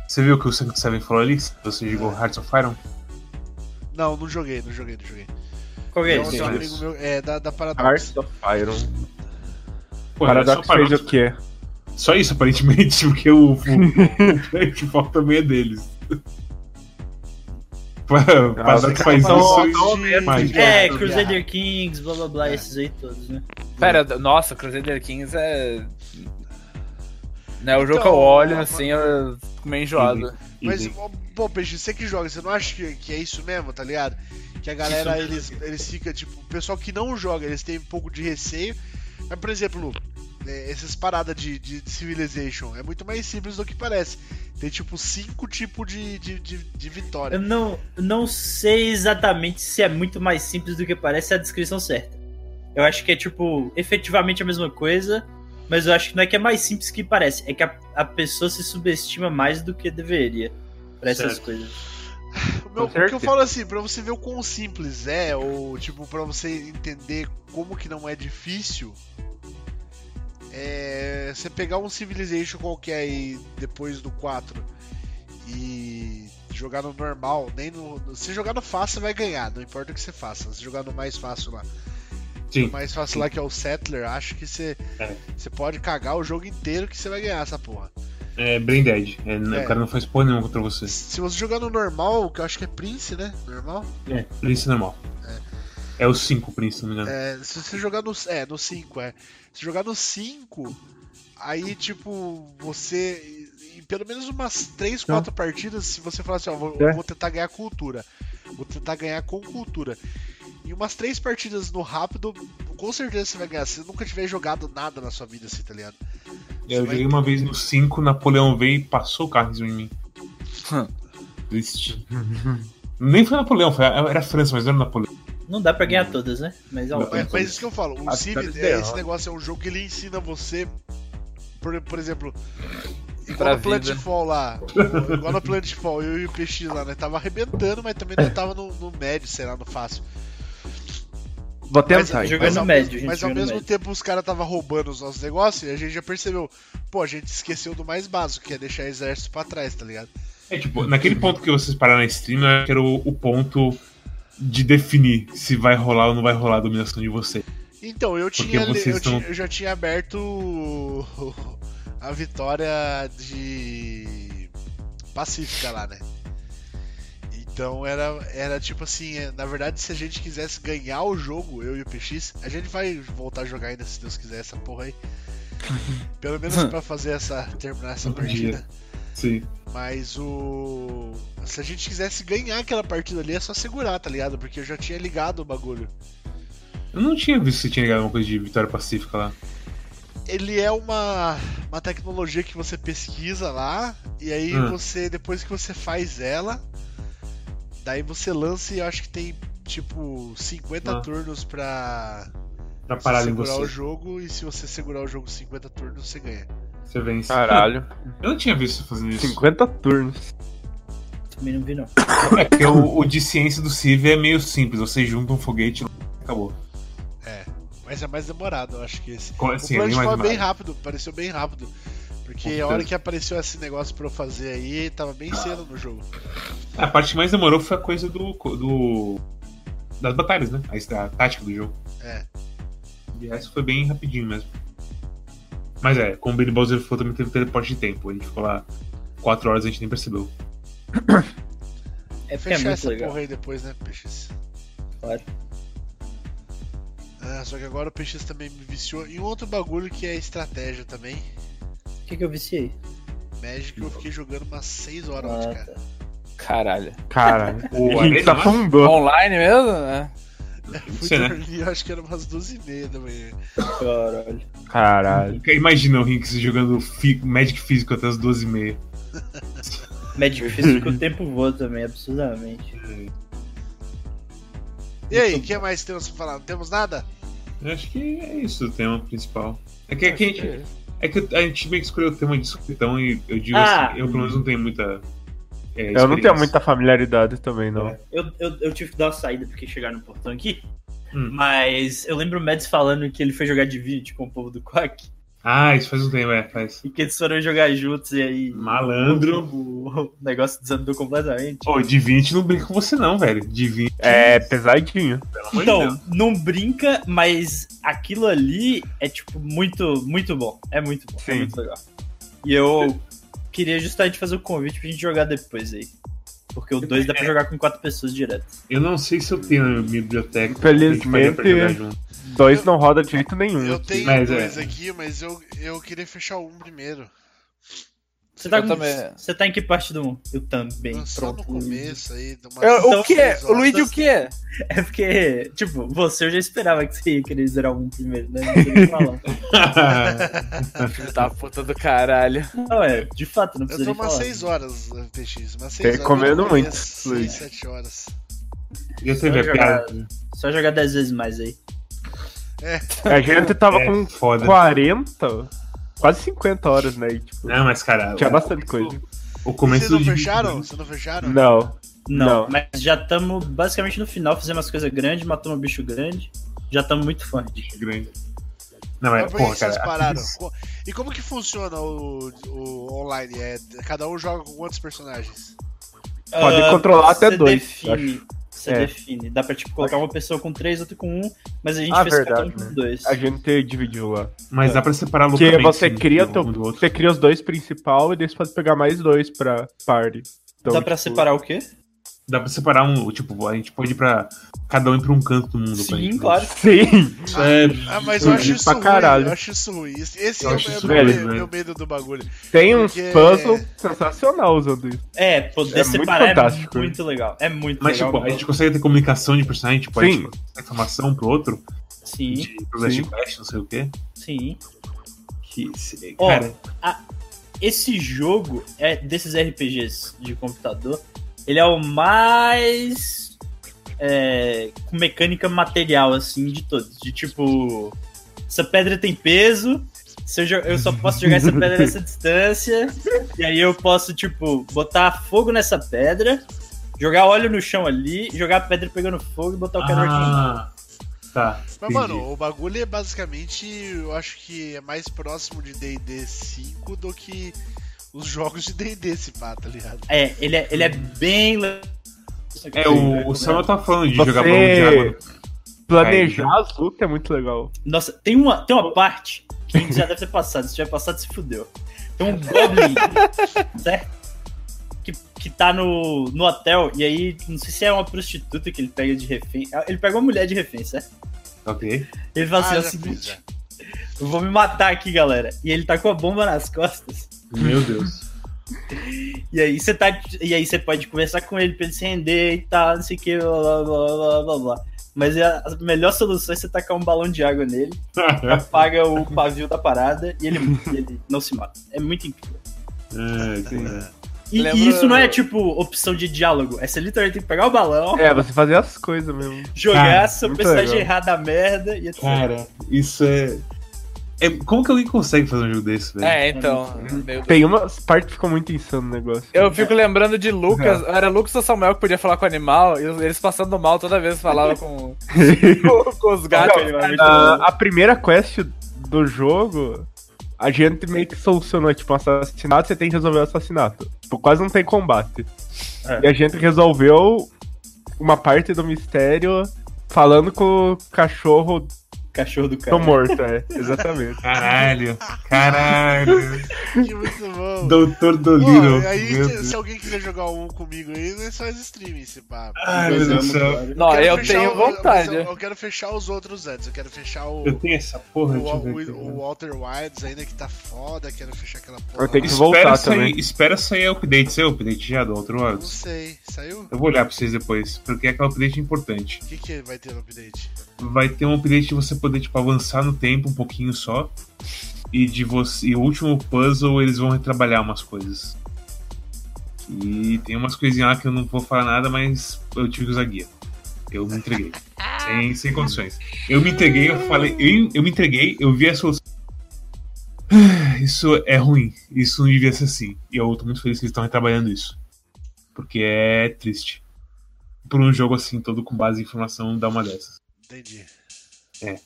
Speaker 4: Você viu o que o Seven falou ali? Você jogou Hearts of Iron?
Speaker 2: Não, não joguei, não joguei, não joguei.
Speaker 7: Qual que é
Speaker 2: Não,
Speaker 7: isso?
Speaker 2: tem um
Speaker 4: sim.
Speaker 2: amigo meu, é, da, da Paradox.
Speaker 6: Hearts of Iron.
Speaker 4: Pô,
Speaker 6: O
Speaker 4: era só
Speaker 6: Paradox
Speaker 4: Paradox.
Speaker 6: fez o quê?
Speaker 4: é Só isso, aparentemente, <laughs> porque o, o, o que falta também é deles. <laughs> Pra- pra dar
Speaker 2: cara,
Speaker 4: país
Speaker 2: então,
Speaker 4: missões
Speaker 2: então,
Speaker 4: de mágica.
Speaker 7: É,
Speaker 2: Obrigado.
Speaker 7: Crusader Kings, blá blá blá, esses aí todos, né?
Speaker 3: Pera, nossa, Crusader Kings é. Né, o jogo
Speaker 2: Então,
Speaker 3: que eu olho,
Speaker 2: uma-
Speaker 3: assim, eu fico meio enjoado.
Speaker 2: Mas, pô, Peixe, você que joga, você não acha que, que é isso mesmo, tá ligado? Que a galera, eles, eles ficam, tipo, o pessoal que não joga, eles têm um pouco de receio. Mas, por exemplo, é, essas paradas de, de, de Civilization é muito mais simples do que parece. Tem, tipo, cinco tipos de, de, de, de
Speaker 7: Eu
Speaker 2: vitória.
Speaker 7: não, eu não sei exatamente se é muito mais simples do que parece é a descrição certa. Eu acho que é, tipo, efetivamente a mesma coisa, mas eu acho que não é que é mais simples que parece, é que a, a pessoa se subestima mais do que deveria pra essas
Speaker 4: Certo.
Speaker 7: coisas.
Speaker 2: O meu- o que eu
Speaker 6: certeza.
Speaker 2: falo assim, pra você ver o quão simples é, ou, tipo, pra você entender como que não é difícil. É, você pegar um Civilization qualquer aí depois do 4 e jogar no normal, nem no. no- Se jogar no fácil, vai ganhar, não importa o que você faça. Se jogar no mais fácil lá.
Speaker 4: Sim.
Speaker 2: O mais fácil lá que é o Settler, acho que você.
Speaker 4: É.
Speaker 2: Você pode cagar o jogo inteiro que você vai ganhar essa porra.
Speaker 4: É Brain Dead. É,
Speaker 2: É.
Speaker 4: O cara não faz porra nenhuma contra você.
Speaker 2: Se você jogar no normal, que eu acho que é Prince, né? Normal?
Speaker 4: É, Prince normal. É, o 5 Prince, se não me engano.
Speaker 2: É, se você jogar no. É, no 5, é. Se jogar no 5, aí, tipo, você. Em pelo menos umas 3, 4 partidas, se você falar assim, ó, vou,
Speaker 6: É.
Speaker 2: vou tentar ganhar cultura. Vou tentar ganhar com cultura. Em umas 3 partidas no rápido, com certeza você vai ganhar. Se você nunca tiver jogado nada na sua vida, assim, tá ligado?
Speaker 4: eu
Speaker 2: Você vai-
Speaker 4: joguei uma vez no 5, Napoleão veio e passou o carro
Speaker 2: <laughs>
Speaker 4: em mim. Triste. <laughs> Nem foi Napoleão, foi, era a França, mas não era Napoleão.
Speaker 7: Não dá pra ganhar todas, né? Mas é um.
Speaker 4: Não,
Speaker 2: Mas, mas isso que eu falo, o
Speaker 6: A
Speaker 2: Civ,
Speaker 6: vitória
Speaker 2: é,
Speaker 6: ideal.
Speaker 2: esse negócio é um jogo que ele ensina você, por, por exemplo,
Speaker 3: Pra
Speaker 2: igual no
Speaker 3: vida.
Speaker 2: Plantfall lá, o- igual no Plantfall, eu e o PX lá, né, tava arrebentando, mas
Speaker 7: É.
Speaker 2: também não tava no, no médio, sei lá, no fácil.
Speaker 6: Vou
Speaker 2: Mas- é
Speaker 6: tentar. então.
Speaker 7: jogando
Speaker 2: Mas ao,
Speaker 7: médio, gente,
Speaker 2: mas ao
Speaker 7: jogando
Speaker 2: mesmo
Speaker 7: médio.
Speaker 2: tempo os caras tava roubando os nossos negócios e a gente já percebeu, pô, a gente esqueceu do mais básico, que é deixar exército pra trás, tá ligado?
Speaker 4: É tipo, naquele ponto que vocês pararam na stream, eu acho que era o, o ponto de definir se vai rolar ou não vai rolar a dominação de vocês.
Speaker 2: Então, eu tinha,
Speaker 4: vocês
Speaker 2: eu,
Speaker 4: estão-
Speaker 2: tinha- eu já tinha aberto o- <laughs> a vitória de Pacífica lá, né? Então era, era tipo assim, é, na verdade se a gente quisesse ganhar o jogo, eu e o PX, a gente vai voltar a jogar ainda se Deus quiser essa porra
Speaker 4: <laughs>
Speaker 2: aí. Pelo menos pra fazer essa terminar essa
Speaker 4: Um dia.
Speaker 2: partida.
Speaker 4: Sim.
Speaker 2: Mas o se a gente quisesse ganhar aquela partida ali é só segurar, tá ligado? Porque eu já tinha ligado o bagulho.
Speaker 4: Eu não tinha visto se tinha ligado alguma coisa de Vitória Pacífica lá.
Speaker 2: ele é uma, uma tecnologia que você pesquisa lá, e aí
Speaker 4: Hum.
Speaker 2: você, depois que você faz ela, daí você lança e eu acho que tem tipo 50
Speaker 4: Ah.
Speaker 2: turnos pra
Speaker 4: Pra
Speaker 2: você
Speaker 4: parar em
Speaker 2: segurar o
Speaker 4: você.
Speaker 2: jogo, e se você segurar o jogo 50 turnos, você ganha.
Speaker 4: Você vence.
Speaker 6: Caralho.
Speaker 4: Eu não tinha visto fazendo isso.
Speaker 6: 50 turnos.
Speaker 7: Também não vi, não.
Speaker 4: É porque o, o de ciência do Civ é meio simples. Você junta um foguete e acabou.
Speaker 2: Mas é mais demorado, eu acho que esse.
Speaker 4: Co- Assim,
Speaker 2: o
Speaker 4: é
Speaker 2: plano
Speaker 4: bem
Speaker 2: de
Speaker 4: mais
Speaker 2: foi
Speaker 4: demorado.
Speaker 2: bem rápido, pareceu bem rápido.
Speaker 4: Com
Speaker 2: Porque a
Speaker 4: certeza.
Speaker 2: hora que apareceu esse negócio pra eu fazer aí, tava bem cedo no jogo.
Speaker 4: A parte que mais demorou foi a coisa do. do das batalhas, né? A, a tática do jogo.
Speaker 2: É.
Speaker 4: E essa foi bem rapidinho mesmo. Mas é, com o Billy Bowser Flow também teve teleporte de tempo. A gente ficou lá 4 horas e a gente nem percebeu.
Speaker 7: É porque é
Speaker 2: Fechar
Speaker 7: muito
Speaker 2: essa
Speaker 7: legal.
Speaker 2: porra aí depois, né, Peixes?
Speaker 7: Claro.
Speaker 2: Ah, só que agora o PX também me viciou em outro bagulho que é estratégia também.
Speaker 7: O que, que eu viciei?
Speaker 2: Magic eu fiquei jogando umas 6 horas
Speaker 7: Ah,
Speaker 2: ontem, cara.
Speaker 3: Caralho.
Speaker 6: Caralho.
Speaker 4: O
Speaker 6: a <laughs> gente
Speaker 4: Arena, né?
Speaker 6: tá
Speaker 3: Uhum.
Speaker 6: afundou.
Speaker 3: Online mesmo? né?
Speaker 4: Não
Speaker 2: Fui
Speaker 4: sei, né?
Speaker 2: dormir, eu acho que era umas 12 e meia da manhã.
Speaker 7: tá. Caralho.
Speaker 6: Caralho.
Speaker 4: Imagina o Rinks jogando fi- Magic Físico até as 12h30.
Speaker 7: Magic Físico, é o tempo voa também, absurdamente.
Speaker 2: E aí, o que mais temos pra falar? Não temos nada?
Speaker 4: Eu acho que é isso o tema principal. É que, é que a gente É que a gente meio que escolheu o tema de supetão e eu digo
Speaker 7: Ah.
Speaker 4: assim, eu pelo menos não tenho muita. é,
Speaker 6: Eu não tenho
Speaker 4: experiência.
Speaker 6: muita familiaridade também, não.
Speaker 7: Eu, eu, eu tive que dar uma saída porque chegaram no portão aqui.
Speaker 4: Hum.
Speaker 7: Mas eu lembro o Mads falando que ele foi jogar Divinity com o povo do Quack.
Speaker 4: Ah, isso faz um tempo, é, faz.
Speaker 7: E que eles foram jogar juntos e aí.
Speaker 4: Malandro.
Speaker 7: <laughs> O, o negócio desandou completamente.
Speaker 4: Pô, de 20 não brinca com você não, velho. De 20,
Speaker 6: É pesadinho.
Speaker 4: pelo amor de Deus.
Speaker 7: Então, não brinca, mas aquilo ali é, tipo, muito, muito bom. É muito bom. É
Speaker 6: Sim.
Speaker 7: muito legal. E eu queria justamente fazer o convite pra gente jogar depois aí. Porque o 2
Speaker 2: É.
Speaker 7: dá pra jogar com quatro pessoas direto.
Speaker 4: Eu não sei se eu tenho na minha biblioteca.
Speaker 6: Felizmente.
Speaker 4: o que fazer pra jogar junto. <laughs>
Speaker 6: Dois não roda de jeito nenhum.
Speaker 2: Eu tenho
Speaker 4: Mas é.
Speaker 2: dois aqui, mas eu, eu queria fechar um primeiro.
Speaker 7: Você tá,
Speaker 3: Eu
Speaker 7: com-
Speaker 3: também.
Speaker 7: você tá em que parte do mundo? Eu também.
Speaker 2: Lançar no
Speaker 7: Pronto.
Speaker 2: começo aí. de umas
Speaker 3: Eu-
Speaker 7: Então,
Speaker 3: É, o quê?
Speaker 2: três
Speaker 3: O Luigi
Speaker 2: horas.
Speaker 3: o quê?
Speaker 7: É porque, tipo, você eu já esperava que você ia querer zerar um primeiro, né? Não tem o que falar.
Speaker 2: <laughs>
Speaker 3: Filho da puta do caralho.
Speaker 7: Não, é, de fato, não
Speaker 2: Eu
Speaker 7: precisa
Speaker 2: tô
Speaker 7: nem falar.
Speaker 2: umas 6 horas, PX. Umas 6
Speaker 6: Tem
Speaker 2: horas.
Speaker 6: comendo
Speaker 2: no
Speaker 6: muito,
Speaker 2: começo,
Speaker 6: Luiz.
Speaker 2: seis, sete horas.
Speaker 4: Já teve a
Speaker 7: Só
Speaker 4: piada. né?
Speaker 7: Só jogar 10 vezes mais aí.
Speaker 6: A gente tava
Speaker 4: É,
Speaker 6: com
Speaker 4: foda.
Speaker 6: 40, quase 50 horas, né? E, tipo,
Speaker 4: Não, mas cara,
Speaker 6: tinha
Speaker 4: o-
Speaker 6: bastante coisa.
Speaker 4: o começo
Speaker 2: Vocês
Speaker 4: do
Speaker 2: não
Speaker 4: Divinity-
Speaker 2: fecharam? Vocês não
Speaker 4: né?
Speaker 2: fecharam?
Speaker 6: Não.
Speaker 7: Não,
Speaker 6: Não.
Speaker 7: mas já estamos basicamente no final, fizemos as coisas grandes, matamos um bicho grande, já estamos muito fã.
Speaker 4: grande. Não, é,
Speaker 2: Mas por que
Speaker 4: porra,
Speaker 2: vocês
Speaker 4: cara.
Speaker 2: pararam? Co- E como que funciona o, o online? É, cada um joga com quantos personagens?
Speaker 6: Pode controlar até
Speaker 7: Ah, você
Speaker 6: dois,
Speaker 7: Define, você
Speaker 6: É.
Speaker 7: define. Dá pra tipo, colocar uma pessoa com três, outra com um, mas a gente
Speaker 6: Ah,
Speaker 7: fez cada um
Speaker 6: verdade,
Speaker 7: com dois.
Speaker 6: A gente dividiu lá.
Speaker 4: Mas dá pra separar
Speaker 6: Porque
Speaker 4: loucamente.
Speaker 6: você
Speaker 4: né,
Speaker 6: cria,
Speaker 4: um
Speaker 6: teu,
Speaker 4: do outro.
Speaker 6: você cria os dois principal e daí você pode pegar mais dois pra party. Então,
Speaker 7: Dá pra
Speaker 6: tipo,
Speaker 7: separar o quê?
Speaker 4: Dá pra separar um. Tipo, a gente pode ir pra. Cada um ir pra um canto do mundo. pra gente.
Speaker 7: Sim, claro.
Speaker 6: Sim!
Speaker 4: É,
Speaker 2: Ah, mas eu acho
Speaker 6: Inclusive
Speaker 2: isso
Speaker 6: pra
Speaker 2: ruim.
Speaker 6: caralho.
Speaker 2: Eu acho isso ruim. Esse esse
Speaker 4: Eu
Speaker 2: é o
Speaker 4: acho
Speaker 2: meu,
Speaker 4: isso
Speaker 2: meu-
Speaker 4: velho, né?
Speaker 2: meu medo do bagulho.
Speaker 6: Tem uns
Speaker 2: Porque-
Speaker 6: puzzles sensacional usando isso.
Speaker 7: É, poder
Speaker 6: É muito
Speaker 7: separar
Speaker 6: fantástico.
Speaker 7: é muito legal. É muito
Speaker 4: mas,
Speaker 7: legal.
Speaker 4: tipo, a gente consegue ter comunicação de personagem, tipo, a
Speaker 6: Sim.
Speaker 4: gente consegue dar informação um pro outro,
Speaker 7: Sim,
Speaker 4: de pro Flash Quest, não sei o quê.
Speaker 7: sim.
Speaker 4: Que, se-
Speaker 7: Ó,
Speaker 4: cara,
Speaker 7: esse jogo é desses RPGs de computador, ele é o mais é, com mecânica material assim de todos, de tipo essa pedra tem peso, se eu, jo- eu só posso jogar essa
Speaker 4: <laughs>
Speaker 7: pedra nessa distância e aí eu posso tipo botar fogo nessa pedra, jogar óleo no chão ali, jogar a pedra pegando fogo e botar o canal aqui.
Speaker 4: ah, tá.
Speaker 2: Mas,
Speaker 4: entendi.
Speaker 2: mano, o bagulho é basicamente. Eu acho que é mais próximo de DD 5 do que os jogos de DD, se pá, tá ligado?
Speaker 7: É, ele é, ele é bem le-
Speaker 4: É, o, o Samuel tá falando de
Speaker 6: Você-
Speaker 4: jogar balão de água.
Speaker 6: Planejar
Speaker 4: né?
Speaker 6: as lutas é muito legal.
Speaker 7: Nossa, tem uma, tem uma parte que já deve ter passado. Se tiver passado, se fudeu. Tem um Goblin, certo? Que, que tá no, no hotel, e aí, não sei se é uma prostituta que ele pega de refém. Ah, Ele pega uma mulher de refém, certo?
Speaker 4: Ok.
Speaker 7: Ele fala assim:
Speaker 2: Ah,
Speaker 7: é o
Speaker 2: já fiz,
Speaker 7: seguinte,
Speaker 2: já.
Speaker 7: eu vou me matar aqui, galera. E ele tá com a bomba nas costas.
Speaker 4: <laughs> Meu Deus.
Speaker 7: E aí você tá. E aí você pode conversar com ele pra ele se render e tal, não sei o que, blá blá blá blá blá blá. Mas a a melhor solução é você tacar um balão de água nele.
Speaker 6: É,
Speaker 7: apaga o pavio da parada
Speaker 4: <laughs>
Speaker 7: e ele, ele não se mata. É muito incrível.
Speaker 4: É, cara.
Speaker 7: E, e
Speaker 3: Lembra-
Speaker 7: isso não é tipo opção de diálogo. É você literalmente tem que pegar o balão,
Speaker 6: É, você fazer as coisas mesmo.
Speaker 7: jogar
Speaker 4: cara,
Speaker 7: seu
Speaker 6: muito
Speaker 7: personagem
Speaker 6: legal.
Speaker 7: errado a merda e etc.
Speaker 4: Ah, Cara, isso é... é. Como que alguém consegue fazer um jogo desse, velho?
Speaker 3: É, então. meu Deus.
Speaker 6: Tem uma parte que ficou muito insano no negócio.
Speaker 3: Eu fico lembrando de Lucas, era Lucas ou Samuel que podia falar com o animal, e eles passando mal toda vez que falavam com, com, com os gatos.
Speaker 7: Não,
Speaker 3: animais.
Speaker 6: Ah, A, a primeira quest do jogo, a gente meio que solucionou, tipo, um assassinato, você tem que resolver o assassinato. Tipo, quase não tem combate.
Speaker 7: É.
Speaker 6: E a gente resolveu uma parte do mistério falando com o cachorro
Speaker 7: Cachorro do cara.
Speaker 6: do morto, é. <laughs> Exatamente.
Speaker 4: Caralho,
Speaker 2: <laughs>
Speaker 4: caralho.
Speaker 2: <laughs> Que muito
Speaker 4: <laughs>
Speaker 2: bom.
Speaker 4: Doutor
Speaker 2: Pô,
Speaker 4: Dolittle.
Speaker 2: aí,
Speaker 4: Meu
Speaker 2: se-
Speaker 4: Deus.
Speaker 2: se alguém quiser jogar um comigo aí, não é só streaming esse papo.
Speaker 4: Ai, meu Deus do céu.
Speaker 2: quero
Speaker 3: Não, Ah, eu
Speaker 2: fechar
Speaker 3: tenho
Speaker 2: o-
Speaker 3: vontade.
Speaker 2: Eu, eu quero fechar os outros antes. Eu quero fechar o,
Speaker 4: Eu tenho essa porra,
Speaker 2: o,
Speaker 4: deixa eu ver
Speaker 2: o-
Speaker 4: aqui, né?
Speaker 2: o Walter Wilds ainda que tá foda. Quero fechar aquela porra.
Speaker 6: Eu tenho que
Speaker 2: lá.
Speaker 6: voltar
Speaker 4: Espera sair,
Speaker 6: também.
Speaker 4: espera sair o update, seu update já do outro
Speaker 2: Não
Speaker 4: lado.
Speaker 2: sei. Saiu?
Speaker 4: Eu vou olhar pra vocês depois, porque é aquela update importante.
Speaker 2: O que, que vai ter no update?
Speaker 4: Vai ter um update de você poder tipo, avançar no tempo um pouquinho só. E de você. E o último puzzle eles vão retrabalhar umas coisas. E tem umas coisinhas lá que eu não vou falar nada, mas eu tive que usar guia. Eu me entreguei. sem, sem condições. Eu me entreguei, eu falei. Eu, eu me entreguei, eu vi a solução. <sighs> Isso é ruim. Isso não devia ser assim. E eu tô muito feliz que eles estão retrabalhando isso. Porque é triste. Por um jogo assim, todo com base em informação, dar uma dessas.
Speaker 2: Entendi.
Speaker 4: É,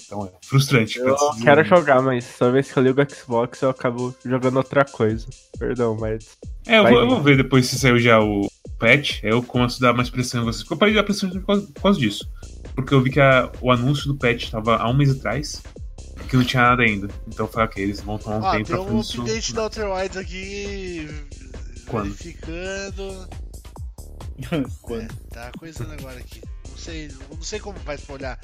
Speaker 4: então é frustrante. pra
Speaker 6: Eu
Speaker 4: dizer.
Speaker 6: quero jogar, mas toda vez que eu ligo o Xbox eu acabo jogando outra coisa. Perdão, mas.
Speaker 4: É, eu
Speaker 6: Vai
Speaker 4: vou, eu
Speaker 6: ver.
Speaker 4: vou ver depois se saiu já o patch. É, Eu começo a dar mais pressão em vocês. porque Eu parei de dar pressão por causa, por causa disso. Porque eu vi que a- o anúncio do patch estava há um mês atrás. Que não tinha nada ainda. Então eu falei, ok, eles vão tomar um
Speaker 2: Ó,
Speaker 4: tempo
Speaker 2: tem
Speaker 4: pra
Speaker 2: um
Speaker 4: fazer isso.
Speaker 2: update da Outer Wilds aqui.
Speaker 4: Quando?
Speaker 2: Verificando.
Speaker 7: Quando?
Speaker 2: É, tá coisando agora aqui. Não sei, não sei como faz pra olhar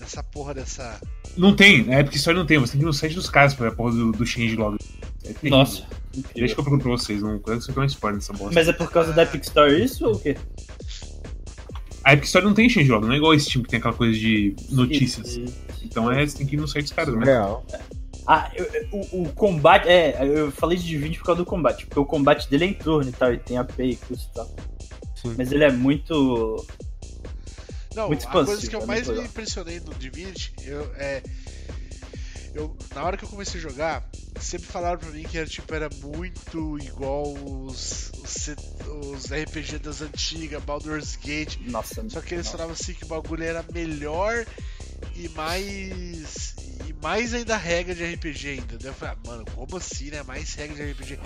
Speaker 2: essa porra dessa.
Speaker 4: Não tem, é, na Epic Store não tem. Você tem que ir no site dos caras pra ver a porra do, do change log. É terrível.
Speaker 7: Nossa.
Speaker 4: Deixa que eu pergunto pra vocês, não quero que você tenha um spoiler nessa bosta.
Speaker 7: Mas é por causa da Epic Store isso ou o quê?
Speaker 4: A Epic Store não tem change log, não é igual esse time que tem aquela coisa de notícias. Então é, você tem que ir no site dos caras, né?
Speaker 6: Real.
Speaker 7: Ah, eu- eu- o, o combate. É, eu falei de vídeo por causa do combate, porque o combate dele é em turno e tal, e tem AP e custo e tal.
Speaker 6: Sim.
Speaker 7: Mas ele é muito.
Speaker 2: Não,
Speaker 7: Muito
Speaker 2: a coisa que
Speaker 7: expansivo,
Speaker 2: eu
Speaker 7: é
Speaker 2: mais
Speaker 7: muito
Speaker 2: me
Speaker 7: legal.
Speaker 2: impressionei no Divinity, eu, é. Eu, na hora que eu comecei a jogar, sempre falaram pra mim que era, tipo, era muito igual os, os, C- os RPG das antigas, Baldur's Gate.
Speaker 7: Nossa,
Speaker 2: Só que eles
Speaker 7: nossa.
Speaker 2: falavam assim que o bagulho era melhor e mais. E mais ainda regra de RPG ainda. Daí eu falei, ah, mano, como assim, né? Mais regra de RPG.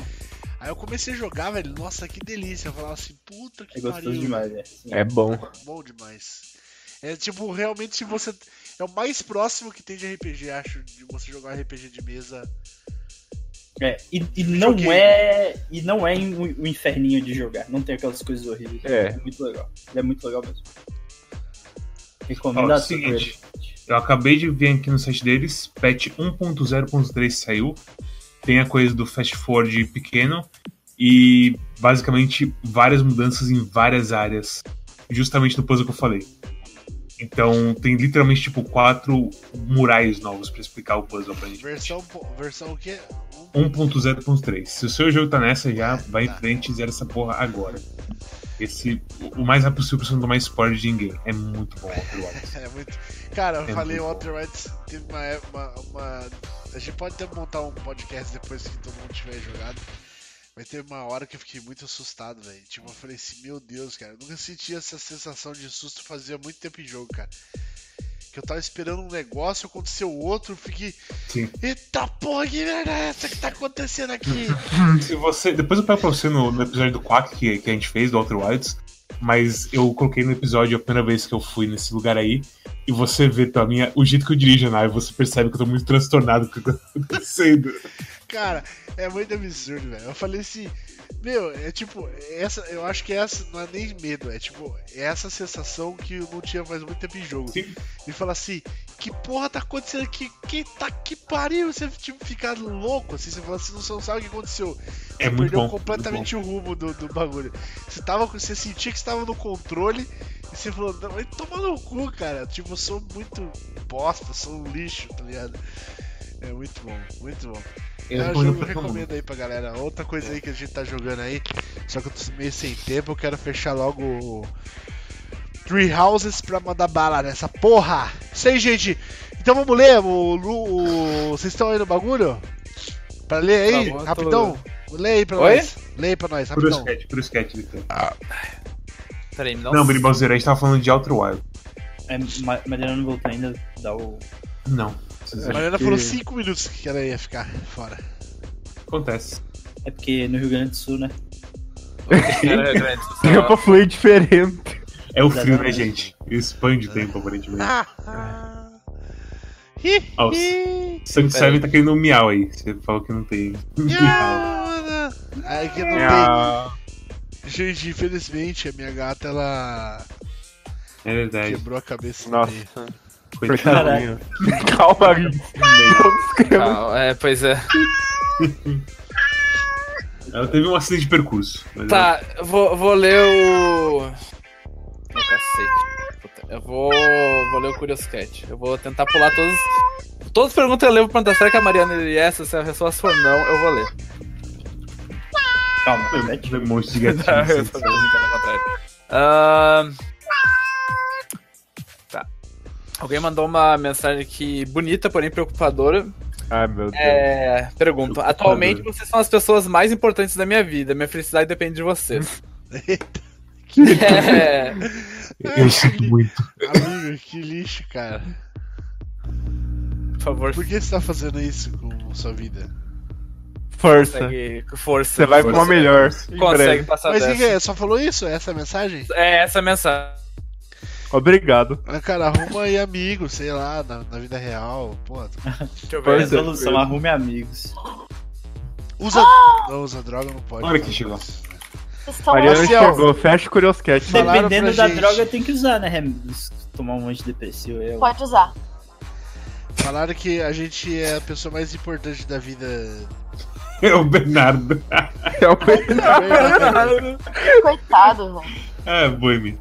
Speaker 2: Aí eu comecei a jogar, velho, nossa, que delícia. Eu falava assim, puta que
Speaker 7: É gostoso demais, né?
Speaker 6: É bom.
Speaker 2: Bom demais. É tipo, realmente se você. É o mais próximo que tem de RPG, acho, de você jogar um RPG de mesa.
Speaker 7: É, e, e não
Speaker 2: Joguei.
Speaker 7: é. E não é um, um inferninho de jogar. Não tem aquelas coisas horríveis.
Speaker 6: É.
Speaker 7: muito legal. Ele é muito legal mesmo.
Speaker 4: Ó,
Speaker 7: Recomendo
Speaker 4: é
Speaker 7: a
Speaker 4: o seguinte, eu acabei de ver aqui no site deles, patch 1.0.3 saiu, tem a coisa do fast forward pequeno e basicamente várias mudanças em várias áreas, justamente no puzzle que eu falei. Então tem literalmente tipo quatro murais novos pra explicar o puzzle pra gente.
Speaker 2: Versão. po- Versão o quê?
Speaker 4: 1.0.3. Se o seu jogo tá nessa, já vai em
Speaker 2: Tá.
Speaker 4: frente e zera essa porra agora. Esse, o o mais rápido possível pra você não tomar spoiler de ninguém. É muito bom, Outer
Speaker 2: <laughs>
Speaker 4: Wilds.
Speaker 2: É muito. Cara, eu
Speaker 4: É
Speaker 2: falei o
Speaker 4: muito
Speaker 2: Walter White teve uma, é- uma, uma- A gente pode até montar um podcast depois que todo mundo tiver jogado. Mas teve uma hora que eu fiquei muito assustado, velho. Tipo, eu falei assim, meu Deus, cara, eu nunca senti essa sensação de susto fazia muito tempo em jogo, cara. Que eu tava esperando um negócio, aconteceu outro, eu fiquei.
Speaker 4: Sim.
Speaker 2: Eita porra, que merda é essa que tá acontecendo aqui?
Speaker 4: Se você. Depois eu pego pra você no, no episódio do Quack que, que a gente fez, do Outer Wilds. Mas eu coloquei no episódio a primeira vez que eu fui nesse lugar aí. E você vê pela minha, o jeito que eu dirijo a nave, você percebe que eu tô muito transtornado com o que tá acontecendo.
Speaker 2: Cara, é muito absurdo, velho. Eu falei assim, meu, é tipo, essa, eu acho que essa não é nem medo, é tipo, é essa sensação que eu não tinha faz muito tempo em jogo.
Speaker 4: Sim.
Speaker 2: E falar assim, que porra tá acontecendo aqui? Que tá que pariu? Você tipo, ficar louco, assim, você fala assim, você não sabe o que aconteceu. Você
Speaker 4: É
Speaker 2: perdeu
Speaker 4: muito bom. muito
Speaker 2: completamente o rumo do, do bagulho. Você tava. com- Você sentia que estava no controle e você falou, não, vai tomar no cu, cara. Tipo, eu sou muito bosta, sou um lixo, tá ligado? É muito bom, muito bom.
Speaker 4: bom.
Speaker 2: É
Speaker 4: Eu
Speaker 2: um
Speaker 4: recomendo né?
Speaker 2: jogo que
Speaker 4: pra
Speaker 2: eu
Speaker 4: todo mundo.
Speaker 2: recomendo aí pra galera. Outra coisa aí que a gente tá jogando aí, só que eu tô meio sem tempo, eu quero fechar logo o Three Houses pra mandar bala nessa porra! Isso aí, gente! Então vamos ler, o Lu. o- Vocês estão aí no bagulho? Pra ler aí,
Speaker 3: Tá bom, eu tô
Speaker 2: rapidão? Lê aí pra
Speaker 3: Oi?
Speaker 2: nós. Lê aí pra nós,
Speaker 4: Pro
Speaker 2: rapidão.
Speaker 4: sketch, pro sketch, Victor.
Speaker 3: Peraí, me dá um.
Speaker 4: Não, Billy Bowser, a gente tava falando de Outer Wilds.
Speaker 7: É, Ma- Mariana não voltou ainda dá o.
Speaker 4: Não. vocês
Speaker 2: A
Speaker 4: acham
Speaker 2: Mariana
Speaker 4: que
Speaker 2: falou 5 minutos que ela ia ficar
Speaker 4: <laughs>
Speaker 2: fora.
Speaker 4: Acontece.
Speaker 7: É porque no Rio Grande do Sul, né?
Speaker 3: Cara, grande,
Speaker 6: Deu pra fluir diferente.
Speaker 4: É o frio, né,
Speaker 7: Exatamente.
Speaker 4: gente? Expande o tempo,
Speaker 2: Ah,
Speaker 4: aparentemente. ah.
Speaker 2: Ih,
Speaker 4: Ó, o
Speaker 2: ih,
Speaker 4: Sank Seven tá querendo um miau aí. Você falou que não tem. miau.
Speaker 2: ah, Ai, que não tem.
Speaker 4: Miau.
Speaker 6: Ah,
Speaker 2: Gente, infelizmente a minha gata ela
Speaker 4: É verdade.
Speaker 2: quebrou a cabeça. no meio.
Speaker 6: Nossa.
Speaker 4: Coitado.
Speaker 6: Coitadinho. <laughs> Calma, Gui.
Speaker 3: Calma, é, pois é.
Speaker 4: Ela teve um acidente de percurso. mas
Speaker 3: Tá, eu vou, vou ler o. Ô, cacete. Puta, Eu vou, vou ler o Curious Cat. Eu vou tentar pular todos. Todas as perguntas eu levo pra perguntar será que a Mariana e essa, se a resposta for não, eu vou ler.
Speaker 7: Calma, É
Speaker 4: ela
Speaker 7: repete.
Speaker 4: teve um monte
Speaker 3: <laughs>
Speaker 4: de gatinhos.
Speaker 3: É, Tô brincando, ao contrário. Ahn, Tá. Alguém mandou uma mensagem aqui bonita, porém preocupadora.
Speaker 6: Ai, meu Deus.
Speaker 3: É, pergunta. Atualmente vocês são as pessoas mais importantes da minha vida. Minha felicidade depende de vocês. é,
Speaker 4: Eu sinto muito.
Speaker 2: Amigo, que lixo, cara.
Speaker 3: favor,
Speaker 2: Por que você tá fazendo isso com sua vida?
Speaker 6: Força.
Speaker 3: consegue força.
Speaker 6: Você vai pra uma né?
Speaker 3: Força.
Speaker 6: melhor. em
Speaker 3: Consegue
Speaker 6: breve.
Speaker 3: passar
Speaker 2: Mas o que, que
Speaker 3: Tá dessa.
Speaker 2: é? Só falou isso? Essa é a mensagem?
Speaker 3: É essa a mensagem.
Speaker 6: Obrigado.
Speaker 2: Ah, cara, arruma aí amigo, sei lá, na, na vida real. Porra,
Speaker 3: Deixa eu ver.
Speaker 6: Pois é.
Speaker 7: Resolução,
Speaker 3: <laughs>
Speaker 7: arrume amigos.
Speaker 2: usa. Não, usa droga, não pode.
Speaker 4: Olha que chegou.
Speaker 5: Vocês estão
Speaker 6: Mariana
Speaker 5: loucos?
Speaker 2: Marcial.
Speaker 6: chegou. Fecha o
Speaker 7: <laughs>
Speaker 6: Curioscat.
Speaker 2: Fala- Falaram
Speaker 7: Dependendo
Speaker 2: pra
Speaker 7: da
Speaker 2: gente.
Speaker 7: droga, tem que usar, né? Rem- Tomar um antidepressivo. Eu...
Speaker 5: Pode usar.
Speaker 2: Falaram que a gente é a pessoa mais importante da vida.
Speaker 4: É o Bernardo.
Speaker 6: É o Bernardo.
Speaker 5: Coitado, velho.
Speaker 4: Ah, Boemi.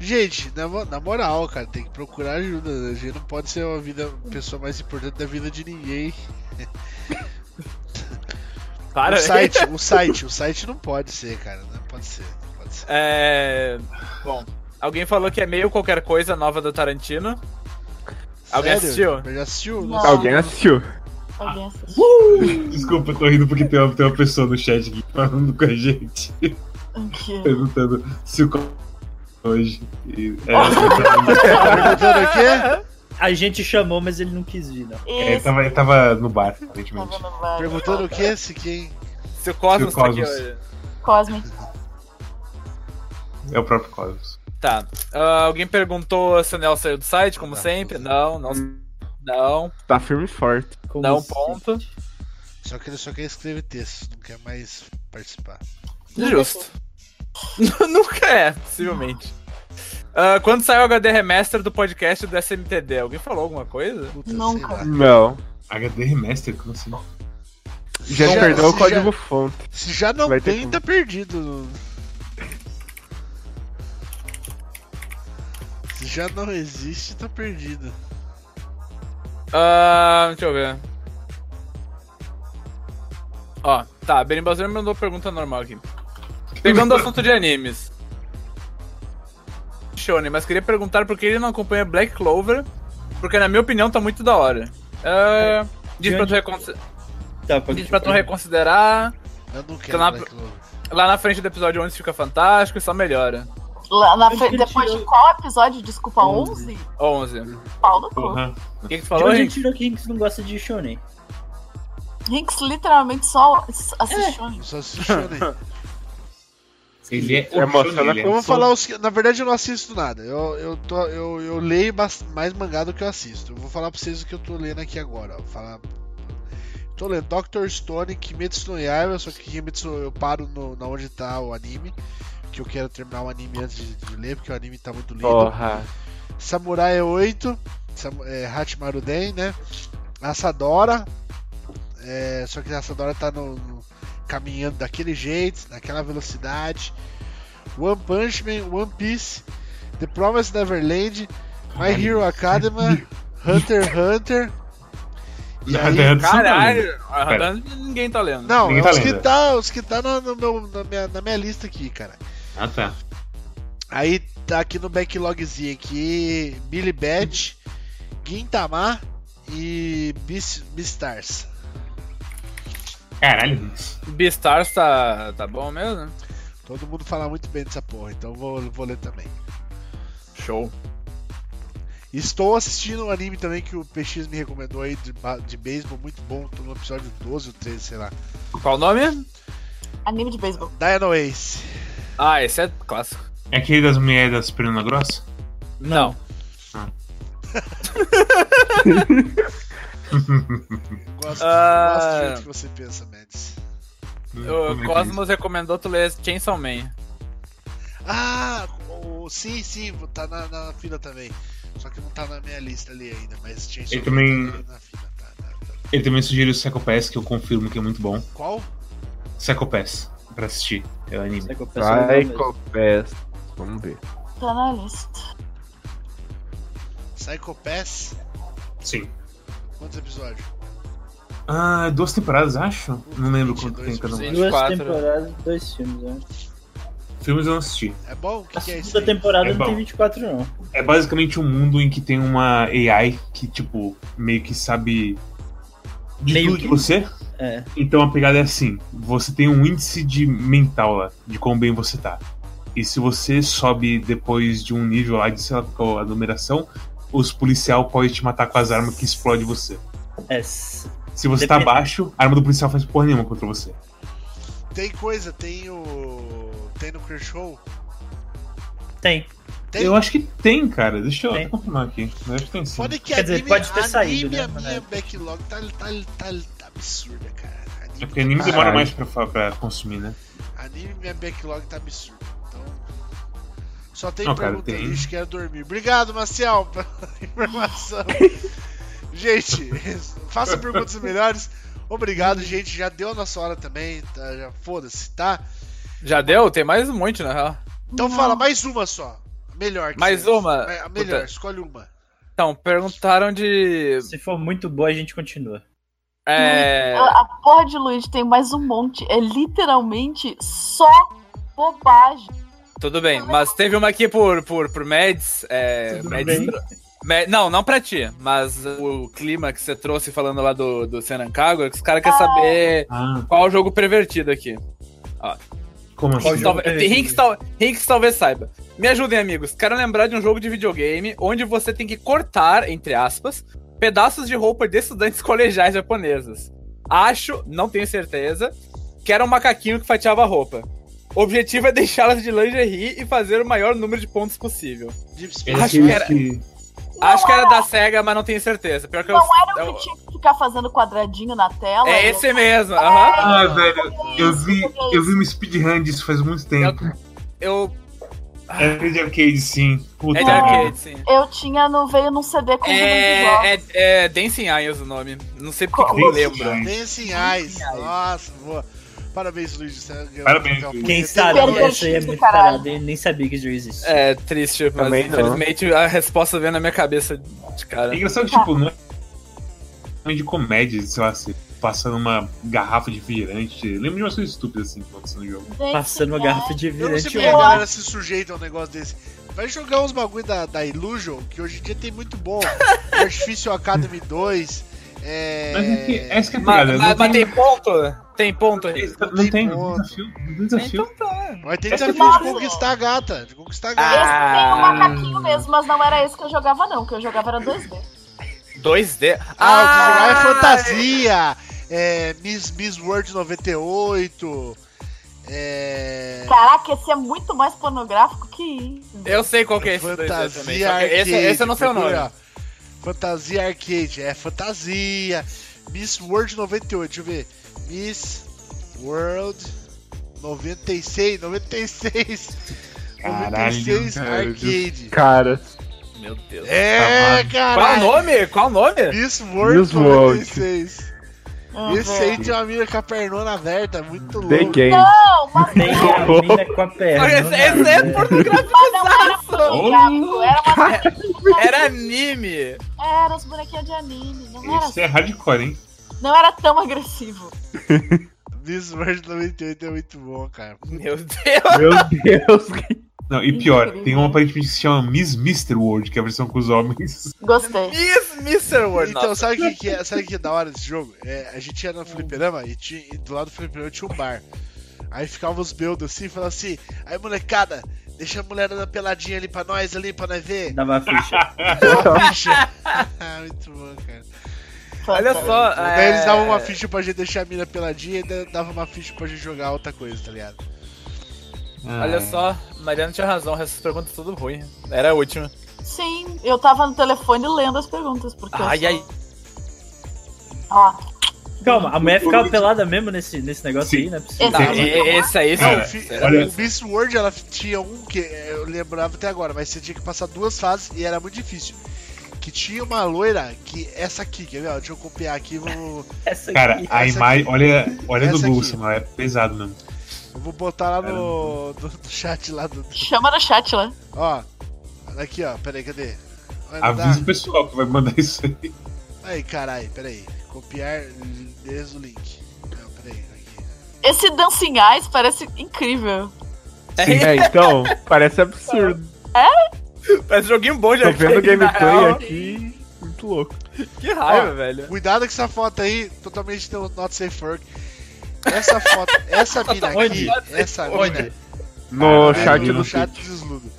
Speaker 2: Gente, na, mo- na moral, cara, tem que procurar ajuda. né? A gente não pode ser a vida, a pessoa mais importante da vida de ninguém. O
Speaker 3: Para.
Speaker 2: Um
Speaker 3: <laughs>
Speaker 2: site, o site, o site não pode ser, cara. Não pode ser, não pode ser.
Speaker 3: É. Bom, alguém falou que é meio qualquer coisa nova do Tarantino. Alguém assistiu?
Speaker 2: Já assistiu?
Speaker 5: Não.
Speaker 6: Alguém assistiu.
Speaker 5: Alguém assiste.
Speaker 4: Desculpa, eu tô rindo porque tem uma, tem uma pessoa no chat aqui falando com a gente,
Speaker 5: Que-
Speaker 4: perguntando se o. co- Hoje. E, é,
Speaker 2: Perguntando o quê?
Speaker 7: A gente chamou, mas ele não quis vir, não.
Speaker 3: É,
Speaker 4: ele,
Speaker 3: tá
Speaker 5: Isso.
Speaker 4: é, tava, ele tava no bar, aparentemente.
Speaker 5: Tava tá no bar.
Speaker 2: Perguntando o quê? Se quem.
Speaker 3: <laughs> Se o Cosmos,
Speaker 4: Se o Cosmos.
Speaker 3: tá aqui hoje.
Speaker 5: Cosmic.
Speaker 4: É o próprio Cosmos.
Speaker 3: Tá. Ah, alguém perguntou se o Nel saiu do site, como
Speaker 2: Não.
Speaker 3: sempre. Não, não. Não.
Speaker 6: Tá firme e forte.
Speaker 7: Como
Speaker 3: Dá um
Speaker 7: se-
Speaker 3: ponto.
Speaker 2: Só que ele só quer escrever texto, não quer mais participar.
Speaker 3: Justo. <laughs> Nunca é, possivelmente. Ah, quando saiu o HD Remaster do podcast do SMTD? Alguém falou alguma coisa?
Speaker 2: Puta,
Speaker 5: Nunca.
Speaker 2: sei lá.
Speaker 6: Não.
Speaker 4: HD Remaster, como assim?
Speaker 6: Já
Speaker 2: Já-
Speaker 6: perdeu o
Speaker 2: já-
Speaker 6: código fonte.
Speaker 2: Se já não
Speaker 6: Vai ter
Speaker 2: tem,
Speaker 6: como.
Speaker 2: tá perdido. Se já não existe, tá perdido.
Speaker 3: Ah, deixa eu ver. Ó, tá, Berimbazer me mandou pergunta normal aqui. Pegando o assunto de animes. Shonen, mas queria perguntar por que ele não acompanha Black Clover, porque na minha opinião tá muito da hora. Ah, diz pra tu, reconsi-
Speaker 7: Tá, pra...
Speaker 3: diz pra tu reconsiderar.
Speaker 2: Eu não quero.
Speaker 3: Tá na-
Speaker 2: Black Clover.
Speaker 3: Lá na frente do episódio onde fica fantástico e só melhora.
Speaker 5: Lá na
Speaker 7: Onde
Speaker 5: frente-
Speaker 7: que ele
Speaker 5: depois de
Speaker 7: tirou?
Speaker 5: qual episódio? Desculpa,
Speaker 7: Onze.
Speaker 5: 11?
Speaker 3: 11.
Speaker 5: Pau no cu.
Speaker 4: Porra.
Speaker 3: O que, que tu
Speaker 7: De
Speaker 3: falou,
Speaker 7: onde a Tipo, gente
Speaker 3: gente?
Speaker 7: tirou quem que não gosta de shonen?
Speaker 5: Rinks literalmente só assistiu.
Speaker 2: Eu só
Speaker 3: <laughs>
Speaker 2: assisti Shonen.
Speaker 4: Ele é
Speaker 6: É mostrando
Speaker 4: ele
Speaker 2: Eu vou
Speaker 4: só-
Speaker 2: falar os que. Na verdade, eu não assisto nada. Eu, eu, tô, eu, eu leio bas- mais mangá do que eu assisto. Eu vou falar pra vocês o que eu tô lendo aqui agora. ó. Vou falar. Tô lendo Doctor Stone, Kimetsu no Yaiba, só que Kimetsu eu paro no, na onde tá o anime. Que eu quero terminar o anime antes de, de ler, porque o anime tá muito lindo.
Speaker 6: Porra.
Speaker 2: Samurai 8, Sam- é, Hachimaru Den, né? Asadora. É, só que a Asadora tá no, no- caminhando daquele jeito, naquela velocidade. One Punch Man, One Piece, The Promised Neverland, My Hero Academy, Hunter x Hunter.
Speaker 4: <laughs>
Speaker 2: E aí-
Speaker 4: Nada disso, não.
Speaker 3: Caralho, a- ninguém tá lendo.
Speaker 2: não,
Speaker 4: Ninguém
Speaker 2: é
Speaker 4: tá
Speaker 2: os, que
Speaker 4: lendo.
Speaker 2: tá, os que tá na, no meu- na minha, na minha lista aqui, cara.
Speaker 4: Ah, tá.
Speaker 2: Aí tá aqui no backlogzinho aqui Billy Bat, Gintama e Beast- Beastars.
Speaker 4: Caralho.
Speaker 3: Beastars tá, tá bom mesmo?
Speaker 2: Todo mundo fala muito bem dessa porra, então vou, vou ler também.
Speaker 3: Show.
Speaker 2: Estou assistindo um anime também que o PX me recomendou aí de, ba- de beisebol, muito bom, tô no episódio 12 ou 13, sei lá.
Speaker 3: Qual o nome?
Speaker 5: Anime de
Speaker 3: Oh.
Speaker 5: beisebol.
Speaker 2: Dino Ace.
Speaker 3: Ah, esse é clássico.
Speaker 4: É aquele das mulheres da Superna Grossa?
Speaker 3: Não.
Speaker 2: Gosto,
Speaker 3: Ah.
Speaker 2: gosto do jeito que você pensa, Mendes.
Speaker 4: é
Speaker 3: O Cosmos recomendou tu ler Chainsaw Man.
Speaker 2: Ah, o- sim, sim, vou- tá na, na fila também. Só que não tá na minha lista ali ainda, mas tinha
Speaker 4: Eu também-
Speaker 2: tá na fila, tá, tá, tá.
Speaker 4: Ele também sugeriu o Psycho Pass, que eu confirmo que é muito bom.
Speaker 2: Qual?
Speaker 4: Psycho Pass, pra assistir. É o anime.
Speaker 7: Será que eu peço
Speaker 6: Vai,
Speaker 7: mesmo?
Speaker 6: confessa. é, Vamos ver.
Speaker 5: Tá na lista.
Speaker 2: Psycho Pass?
Speaker 4: Sim.
Speaker 2: Quantos episódios?
Speaker 4: Ah, duas temporadas, acho? Não lembro quanto tem cada
Speaker 3: Sim.
Speaker 4: um.
Speaker 7: Duas
Speaker 3: 24.
Speaker 7: temporadas, dois filmes, né?
Speaker 4: Filmes eu não assisti.
Speaker 2: É bom? O que,
Speaker 7: A
Speaker 2: que é isso?
Speaker 7: segunda
Speaker 2: aí?
Speaker 7: temporada
Speaker 4: É
Speaker 7: não tem
Speaker 4: bom.
Speaker 7: 24, não.
Speaker 4: É basicamente um mundo em que tem uma AI que, tipo, meio que sabe de
Speaker 7: Meio
Speaker 4: tudo de
Speaker 7: que-
Speaker 4: você.
Speaker 7: É.
Speaker 4: Então a pegada é assim: você tem um índice de mental lá, de quão bem você tá. E se você sobe depois de um nível lá de sei lá qual a numeração, os policial podem te matar com as armas que explode você.
Speaker 7: É, s-
Speaker 4: Se você
Speaker 7: Depende-
Speaker 4: tá baixo, a arma do policial faz porra nenhuma contra você.
Speaker 2: Tem coisa, tem o. Tem no Crash Show?
Speaker 7: tem.
Speaker 2: Tem.
Speaker 4: Eu acho que tem, cara. Deixa eu
Speaker 7: Tem.
Speaker 4: confirmar aqui. Eu acho que tem sim.
Speaker 2: Pode que
Speaker 7: Quer dizer,
Speaker 2: anime,
Speaker 7: pode ter
Speaker 2: anime
Speaker 7: saído, né,
Speaker 2: a
Speaker 7: na
Speaker 2: minha
Speaker 7: época.
Speaker 2: backlog tá, tá, tá, tá absurda, cara.
Speaker 4: É
Speaker 2: Anime,
Speaker 4: porque anime demora
Speaker 6: Caralho.
Speaker 4: mais pra, fa- pra consumir, né?
Speaker 2: anime, minha backlog tá absurda. Então. Só tem
Speaker 4: Não, cara,
Speaker 2: pergunta
Speaker 4: tem.
Speaker 2: lixo, quero dormir. Obrigado, Marcial, pela <laughs>
Speaker 4: <laughs>
Speaker 2: informação. gente, façam perguntas melhores. Obrigado, gente. Já deu a nossa hora também. Tá? Já foda-se, tá?
Speaker 3: Já deu? Tem mais um monte, na real.
Speaker 2: Então fala mais uma só. A Melhor. que
Speaker 3: Mais
Speaker 2: seja.
Speaker 3: uma?
Speaker 2: É, A melhor,
Speaker 3: Puta.
Speaker 2: escolhe uma.
Speaker 3: Então, perguntaram de.
Speaker 7: Se for muito boa, a gente continua. <laughs>
Speaker 3: É.
Speaker 5: A, a porra de Luigi tem mais um monte. É literalmente só bobagem.
Speaker 3: Tudo bem, mas teve uma aqui por, por, por Meds. É,
Speaker 7: Tudo
Speaker 3: Meds
Speaker 7: bem.
Speaker 3: Me- não, não pra ti, mas o clima que você trouxe falando lá do, do Senankago, é que os caras querem saber
Speaker 4: Ah,
Speaker 3: qual o jogo pervertido aqui.
Speaker 4: como
Speaker 7: Qual
Speaker 4: assim?
Speaker 7: jogo? é
Speaker 3: Talvez-
Speaker 7: pervertido?
Speaker 3: Hinks, tal- Hinks talvez saiba. Me ajudem, amigos. Quero lembrar de um jogo de videogame onde você tem que cortar, entre aspas, pedaços de roupa de estudantes <laughs> colegiais japonesas. Acho, não tenho certeza, que era um macaquinho que fatiava a roupa. O objetivo é deixá-las de lingerie e fazer o maior número de pontos possível.
Speaker 2: Deep
Speaker 4: É
Speaker 2: Space
Speaker 3: Acho
Speaker 4: aquele
Speaker 3: que era-
Speaker 4: que-
Speaker 3: Acho que era da SEGA, mas não tenho certeza. Pior que eu.
Speaker 5: Não era o
Speaker 3: eu-
Speaker 5: que tinha que ficar fazendo quadradinho na tela. né?
Speaker 3: É esse mesmo, aham.
Speaker 4: Ah, velho, eu vi, eu vi uma speedrun disso faz muito tempo.
Speaker 3: Eu.
Speaker 4: É de arcade, sim. Puta
Speaker 3: É de
Speaker 4: merda.
Speaker 3: arcade, sim.
Speaker 5: Eu tinha, não veio num CD com
Speaker 3: É.
Speaker 5: é,
Speaker 3: É, é Dancing Irons o nome. Não sei porque que eu
Speaker 4: Dancing
Speaker 3: lembro.
Speaker 4: Irons.
Speaker 2: Dancing Eyes. Nossa, boa. Parabéns, Luigi. Você ganhou
Speaker 4: Parabéns,
Speaker 2: o troféu.
Speaker 4: Luigi.
Speaker 7: Quem
Speaker 2: Você tem
Speaker 7: sabe
Speaker 2: valor.
Speaker 5: Pervertido,
Speaker 7: essa aí é muito
Speaker 5: caralho.
Speaker 7: parada. Eu nem sabia que esse jogo existe.
Speaker 3: É triste, mas
Speaker 6: Também não.
Speaker 3: infelizmente a resposta veio na minha cabeça de
Speaker 4: É
Speaker 3: cara.
Speaker 4: engraçado que, tipo, não é de comédia, sei lá, se passa numa garrafa de refrigerante. Eu lembro de umas coisas estúpidas assim acontecendo no jogo.
Speaker 7: Passando uma garrafa de
Speaker 2: É. Eu não sei
Speaker 7: virante.
Speaker 2: porque a galera se sujeita a um negócio desse. Vai jogar uns bagulho da, da Illusion, que hoje em dia tem muito
Speaker 7: <laughs>
Speaker 2: bom. Artificial Academy 2. É.
Speaker 4: Mas é que, essa que é a
Speaker 3: Mas,
Speaker 4: pegada.
Speaker 3: mas- mas
Speaker 4: Não tem,
Speaker 3: tem ponto? Tem ponto aí.
Speaker 4: não tem,
Speaker 2: Não
Speaker 4: não
Speaker 2: tem
Speaker 4: desafio. Não tem desafio.
Speaker 3: Então tá.
Speaker 2: Vai ter
Speaker 4: Essa
Speaker 2: desafio
Speaker 5: é
Speaker 2: de
Speaker 5: boa.
Speaker 2: conquistar a gata. De conquistar a
Speaker 5: Esse
Speaker 2: gata.
Speaker 5: tem um
Speaker 3: Ah.
Speaker 5: macaquinho mesmo, mas não era esse que eu jogava, não. O que eu jogava era 2D.
Speaker 3: 2D.
Speaker 2: Ah, o que jogar é fantasia. É. Miss, Miss World 98. É.
Speaker 5: Caraca, esse é muito mais pornográfico que isso.
Speaker 3: Eu sei qual que é esse 2D também.
Speaker 2: Fantasia
Speaker 3: só que
Speaker 2: Arcade.
Speaker 3: Esse, é- esse eu não sei o nome.
Speaker 2: procura, ó. Fantasia Arcade, é fantasia. Miss World 98, deixa eu ver. Miss World 96, 96.
Speaker 4: Caralho,
Speaker 2: 96
Speaker 4: cara,
Speaker 2: Arcade.
Speaker 6: Cara,
Speaker 3: Meu Deus.
Speaker 2: É,
Speaker 3: Qual o
Speaker 2: cara.
Speaker 3: nome? Qual o nome?
Speaker 2: Miss World
Speaker 6: Miss World.
Speaker 2: 96.
Speaker 3: Tá
Speaker 2: Esse
Speaker 5: velho.
Speaker 2: aí tem uma mina com a pernona aberta, muito
Speaker 6: The
Speaker 2: louco.
Speaker 6: Game.
Speaker 5: Não, mas
Speaker 7: Tem a
Speaker 4: <laughs>
Speaker 7: mina com a perna.
Speaker 3: Esse, esse é pornografia.
Speaker 5: não era pornográfico. Era,
Speaker 3: Era anime.
Speaker 5: uma... era os bonequinhos de anime. Não
Speaker 3: Então,
Speaker 5: era,
Speaker 4: Esse é hardcore, hein?
Speaker 5: não era tão agressivo.
Speaker 2: Miss World 98 é muito bom, cara.
Speaker 3: Meu Deus.
Speaker 6: Meu Deus.
Speaker 4: Não, e pior,
Speaker 5: Incrível.
Speaker 4: tem uma aparentemente que se chama Miss Mr. World, que é a versão com os homens.
Speaker 5: Gostei.
Speaker 3: Miss Mr. World.
Speaker 2: Então, sabe o que, que é, sabe o que é da hora desse jogo? É, a gente ia
Speaker 4: Hum.
Speaker 2: no fliperama e, tinha- e do lado do fliperama tinha um bar. Aí ficavam os beldos assim, falava assim, aí molecada, deixa a mulher da peladinha ali pra nós, ali pra nós ver.
Speaker 7: né, Dava a ficha.
Speaker 4: Então.
Speaker 2: Dá uma ficha. <laughs> Ah, Muito bom, cara.
Speaker 3: Olha só.
Speaker 2: Daí Então, eles
Speaker 3: é,
Speaker 2: davam uma ficha pra gente deixar a mina peladinha e da- dava uma ficha pra gente jogar outra coisa, tá ligado?
Speaker 3: Olha só, Mariana tinha razão, essas perguntas tudo ruim. Era a última.
Speaker 5: Sim, eu tava no telefone lendo as perguntas. Porque eu
Speaker 3: Ai,
Speaker 5: sou-
Speaker 3: ai.
Speaker 5: Ó,
Speaker 7: Calma, a mulher ficava pelada mesmo nesse, nesse negócio
Speaker 4: Sim.
Speaker 7: aí, né? Possível.
Speaker 5: Exato.
Speaker 3: Tá, esse aí,
Speaker 2: Não,
Speaker 4: Cara,
Speaker 2: o fi-
Speaker 4: olha-
Speaker 2: o Miss World ela tinha um que eh, eu lembrava até agora, mas você tinha que passar duas fases e era muito difícil. Que tinha uma loira que essa aqui, quer ver? ó? Deixa eu copiar aqui, eu vou,
Speaker 7: Essa
Speaker 4: Cara,
Speaker 7: aqui.
Speaker 4: a
Speaker 2: Essa
Speaker 4: imagem. Olha, olha do
Speaker 2: Essa
Speaker 4: Google,
Speaker 2: aqui.
Speaker 4: mano. É pesado mesmo.
Speaker 2: eu vou botar lá no, no- no chat lá do.
Speaker 5: chama no chat lá.
Speaker 2: Ó, aqui ó, peraí, cadê?
Speaker 5: É
Speaker 2: Vai, não dá?
Speaker 4: Avisa o pessoal que vai mandar isso aí.
Speaker 2: Aí, carai, peraí. Copiar desde o link. Não, peraí, aqui.
Speaker 5: Esse dancinhais parece incrível.
Speaker 6: <laughs> É, então, parece absurdo.
Speaker 3: Parece Tá joguinho bom de
Speaker 6: Tô <laughs> vendo
Speaker 3: arcade, na
Speaker 6: gameplay
Speaker 3: real.
Speaker 6: aqui. Muito louco.
Speaker 3: Que raiva, velho.
Speaker 2: Cuidado com essa foto aí, totalmente no Not Safe Work. Essa foto, essa mina aqui,
Speaker 3: <laughs> Onde?
Speaker 2: essa mina.
Speaker 3: Onde?
Speaker 6: No
Speaker 2: Aí
Speaker 6: chat
Speaker 2: no
Speaker 6: É do
Speaker 2: chat do Desludo.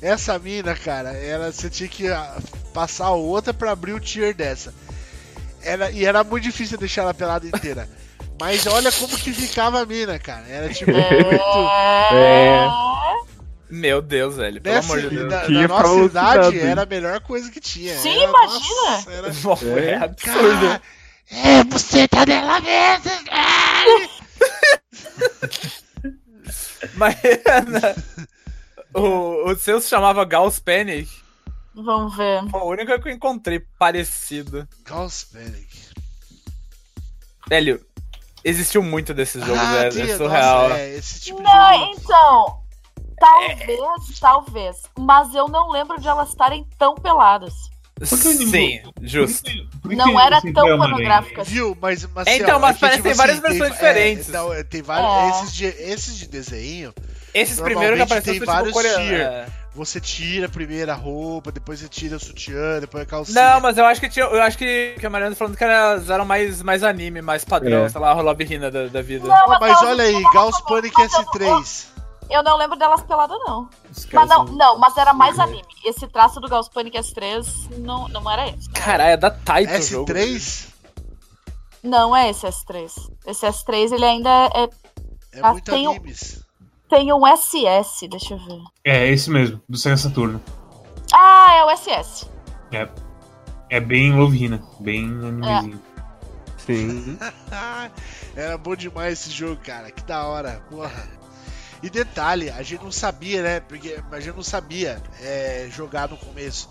Speaker 2: Essa mina, cara, ela, você tinha que ah, passar outra pra abrir o tier dessa. Era, e era muito difícil deixar ela pelada inteira. Mas olha como que ficava a mina, cara. Era
Speaker 3: <laughs>
Speaker 2: tipo. muito-
Speaker 3: É.
Speaker 5: É.
Speaker 3: Meu Deus, velho. Pelo
Speaker 2: Nessa,
Speaker 3: amor de Deus.
Speaker 2: na,
Speaker 6: Que
Speaker 2: na nossa
Speaker 6: falou
Speaker 2: idade
Speaker 6: cidade.
Speaker 2: era a melhor coisa que tinha.
Speaker 5: Sim,
Speaker 2: Era-
Speaker 5: imagina.
Speaker 2: nossa, era-
Speaker 3: <laughs> É absurdo.
Speaker 2: Cara, é, você tá nela mesmo!
Speaker 3: Mas
Speaker 2: <laughs>
Speaker 3: o, o seu se chamava Gauss Panic.
Speaker 5: Vamos ver.
Speaker 3: Foi a única que eu encontrei parecido.
Speaker 2: Gauss Panic.
Speaker 3: Velho, existiu muito desses jogos,
Speaker 2: Ah,
Speaker 3: velho.
Speaker 2: tem,
Speaker 3: é
Speaker 2: nossa,
Speaker 3: surreal.
Speaker 2: é, esse tipo de
Speaker 5: Não,
Speaker 2: jogo.
Speaker 5: então. Talvez, talvez. Mas eu não lembro de elas estarem tão peladas.
Speaker 4: Por que o
Speaker 3: Sim,
Speaker 4: inimigo-
Speaker 3: justo.
Speaker 4: Por que
Speaker 5: não
Speaker 4: que
Speaker 5: era
Speaker 4: sempre
Speaker 5: tão
Speaker 4: é uma
Speaker 5: pornográfica. assim.
Speaker 2: Viu, mas, mas
Speaker 3: É,
Speaker 2: assim,
Speaker 3: então,
Speaker 2: ó,
Speaker 3: mas
Speaker 2: é que,
Speaker 3: parece que tem várias versões
Speaker 2: é,
Speaker 3: diferentes.
Speaker 2: não, é, tem vários.
Speaker 5: É.
Speaker 2: Esses, de, esses de desenho,
Speaker 3: Esses
Speaker 2: Normalmente
Speaker 3: primeiros que apareceram
Speaker 2: tem
Speaker 3: são
Speaker 2: vários
Speaker 3: tipo coreanos.
Speaker 2: tier.
Speaker 3: é.
Speaker 2: você tira primeiro a roupa, depois você tira o sutiã, depois a calcinha.
Speaker 3: Não, mas eu acho que tinha, eu acho que, que a Mariana tá falando que elas eram mais, mais anime, mais padrão,
Speaker 4: É.
Speaker 3: sei lá, Love Hina da, da vida.
Speaker 5: Não,
Speaker 2: Ah, mas
Speaker 5: elas
Speaker 2: olha aí,
Speaker 5: não
Speaker 2: Gauss
Speaker 5: estavam
Speaker 2: Panic
Speaker 5: tão peladas, não.
Speaker 2: S3.
Speaker 5: Eu não lembro delas peladas, não. Mas
Speaker 7: Os caras
Speaker 5: não,
Speaker 7: são-
Speaker 5: não, mas era mais anime. Esse traço do Gauss Panic S3 não, não era esse.
Speaker 3: Caralho, é da Taito o jogo.
Speaker 2: S3
Speaker 5: Não é esse S3. Esse S3 ele ainda é-
Speaker 2: é
Speaker 5: Ah,
Speaker 2: muito
Speaker 5: tem um-
Speaker 2: animes.
Speaker 5: tem um SS, deixa eu ver.
Speaker 4: É, esse mesmo, do Sega Saturno.
Speaker 5: Ah, é o SS.
Speaker 4: É bem Lovina, bem animezinho.
Speaker 6: Sim.
Speaker 2: Ah, <laughs> Era bom demais esse jogo, cara. Que da hora, porra. E detalhe, a gente não sabia, né? Porque a gente não sabia é, jogar no começo.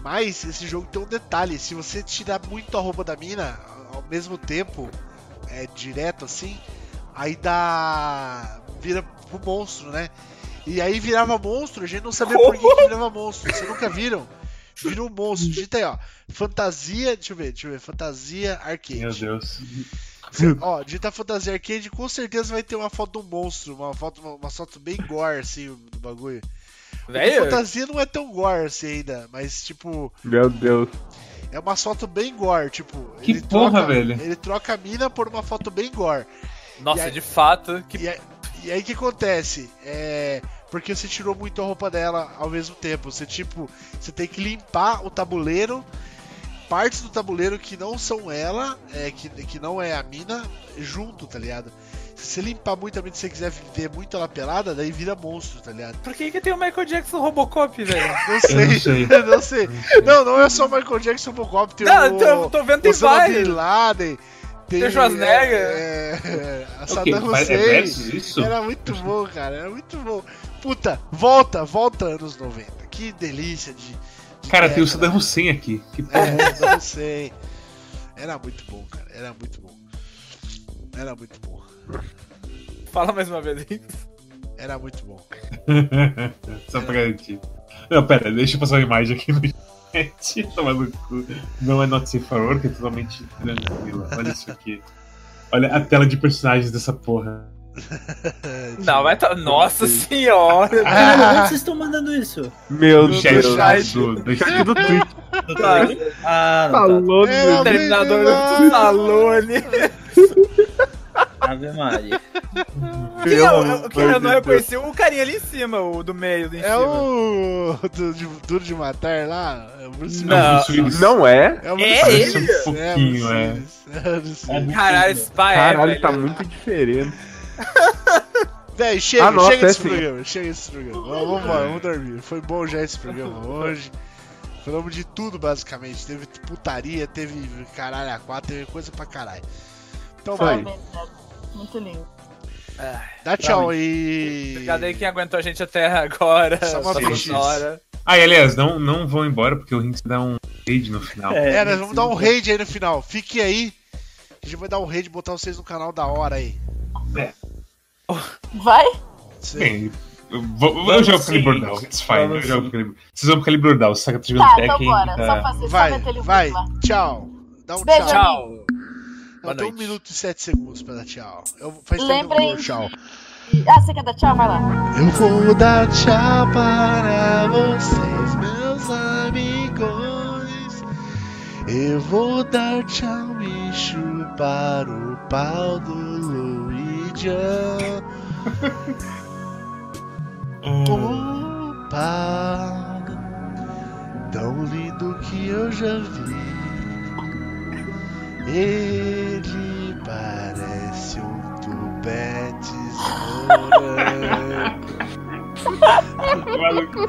Speaker 2: Mas esse jogo tem um detalhe: se você tirar muito a roupa da mina ao mesmo tempo, é direto assim, aí dá. vira pro monstro, né? E aí virava monstro, a gente não sabia por
Speaker 4: <laughs>
Speaker 2: que, que virava monstro. Vocês nunca viram? Virou um monstro. Digita aí, ó. Fantasia, deixa eu ver, deixa eu ver. Fantasia
Speaker 5: É.
Speaker 2: Arcade.
Speaker 4: Meu Deus.
Speaker 2: Ó, digitar Fantasia Arcade com certeza vai ter uma foto do monstro, uma foto, uma, uma foto bem gore, assim, do bagulho.
Speaker 3: Velho,
Speaker 2: Fantasia não é tão gore assim ainda, mas tipo,
Speaker 6: Meu Deus.
Speaker 2: é uma foto bem gore, tipo.
Speaker 4: Que porra, velho.
Speaker 2: Ele troca a mina por uma foto bem gore.
Speaker 3: nossa,
Speaker 2: e aí-
Speaker 3: de fato, que
Speaker 2: E, aí- e aí o que acontece? É. Porque você tirou muito a roupa dela ao mesmo tempo. Você, tipo, você tem que limpar o tabuleiro, partes do tabuleiro que não são ela, é, que, que não é a mina, junto, tá ligado? Se você limpar muito a mina, se você quiser ver muito ela pelada, daí vira monstro, tá ligado?
Speaker 3: Por que, que tem o Michael Jackson Robocop, velho?
Speaker 2: Não
Speaker 4: Eu não
Speaker 2: sei. <laughs>
Speaker 4: sei.
Speaker 2: Não sei. Não, não é só o Michael Jackson Robocop, tem
Speaker 3: Não,
Speaker 2: o...
Speaker 3: eu tô, eu tô vendo tem
Speaker 2: Osama Bin
Speaker 3: vários.
Speaker 2: Laden, tem...
Speaker 3: Tem Schwarzenegger.
Speaker 2: É, é, a
Speaker 4: O quê?
Speaker 2: Saddam
Speaker 4: É
Speaker 2: Hussein.
Speaker 4: versus isso?
Speaker 2: Era muito bom, cara. Era muito bom. Puta, volta, volta anos 90. Que delícia de. de
Speaker 4: Cara,
Speaker 5: é,
Speaker 4: tem
Speaker 2: década.
Speaker 5: né?
Speaker 4: o Saddam Hussein aqui.
Speaker 2: <laughs>
Speaker 4: Que porra.
Speaker 2: É, Saddam Hussein. Era muito bom, cara. Era muito bom. Era muito bom.
Speaker 3: Fala mais uma vez aí.
Speaker 2: Era muito bom.
Speaker 4: <laughs> Só pra garantir. Não, pera, deixa eu passar uma imagem aqui no chat. <laughs> Toma no cu. Não é Not Safe for Work, é totalmente tranquila. Olha isso aqui. Olha a tela de personagens dessa porra.
Speaker 3: Não, vai tá. Nossa senhora!
Speaker 7: Caralho, onde vocês estão mandando isso?
Speaker 6: Meu
Speaker 4: No
Speaker 6: Deus.
Speaker 4: chat
Speaker 6: Chat
Speaker 4: do, do,
Speaker 6: Aqui do Twitch
Speaker 3: Cara,
Speaker 7: Ah, não. Tá.
Speaker 6: falou
Speaker 2: Era
Speaker 6: do
Speaker 3: Terminador do Stallone.
Speaker 7: Ave Maria.
Speaker 3: Quem é o-
Speaker 6: amor
Speaker 3: Quem eu não
Speaker 6: de
Speaker 3: reconheci? O carinha ali em cima, o do meio, do em
Speaker 2: É
Speaker 3: cima.
Speaker 2: o. do- de- Duro de matar lá? É o Bruce
Speaker 3: Não.
Speaker 2: Willis.
Speaker 6: Deus. Não é?
Speaker 2: É, o
Speaker 3: É
Speaker 2: Bruce
Speaker 4: ele?
Speaker 2: Willis.
Speaker 4: Um pouquinho, é.
Speaker 2: Bruce Willis. É o Bruce Willis.
Speaker 3: Caralho, esse pai é,
Speaker 6: Caralho, tá
Speaker 3: velho.
Speaker 6: muito diferente.
Speaker 2: Véi, chega,
Speaker 6: Ah, nossa,
Speaker 2: chega
Speaker 6: é
Speaker 2: desse
Speaker 6: sim.
Speaker 2: programa, chega desse programa. Vamos, vamos embora, vamos dormir. Foi bom já esse programa hoje. Falamos de tudo, basicamente. Teve putaria, teve caralho a quatro, teve coisa pra caralho. Então
Speaker 6: Foi.
Speaker 2: vai,
Speaker 5: Muito lindo.
Speaker 2: dá tchau aí.
Speaker 3: Obrigado aí quem aguentou a gente até agora.
Speaker 2: Só uma
Speaker 3: essa
Speaker 2: vez.
Speaker 3: hora.
Speaker 4: Ah, e aliás, não, não vão embora porque o Rinks dá um raid no final.
Speaker 2: É, nós vamos dar um raid aí no final. Fique aí. A gente vai dar um raid, botar vocês no canal da hora aí.
Speaker 5: Vai?
Speaker 2: Você-
Speaker 4: Bem, eu, vou- eu jogo
Speaker 7: sim.
Speaker 4: Calibur Down, it's fine. Eu
Speaker 7: Vamos
Speaker 4: jogo
Speaker 7: sim.
Speaker 4: Calibur. Vocês vão pro Calibur Down, o Saga tá jogando
Speaker 5: Tá, então
Speaker 4: Tekken.
Speaker 5: bora.
Speaker 4: tá-
Speaker 5: Só fazer,
Speaker 2: Vai,
Speaker 5: só meter ele
Speaker 2: vai,
Speaker 5: lá.
Speaker 2: tchau. Dá um
Speaker 5: Beijo,
Speaker 2: tchau.
Speaker 3: Tchau. Boa
Speaker 2: Até um
Speaker 3: noite.
Speaker 2: minuto e sete segundos pra dar tchau. Eu, faz tempo que eu não
Speaker 5: Lembrem-
Speaker 2: dou um tchau.
Speaker 5: E- Ah, você quer dar tchau? Vai lá.
Speaker 2: Eu vou dar tchau para vocês, meus amigos. Eu vou dar tchau e chupar o pau do Luigian. Opa! tão lindo que eu já vi. Ele parece um tubete morango.
Speaker 4: Maluco.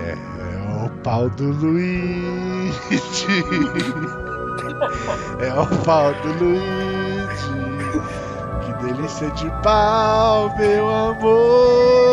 Speaker 2: É o pau do Luigi. É o pau do Luigi. Que delícia de pau, meu amor.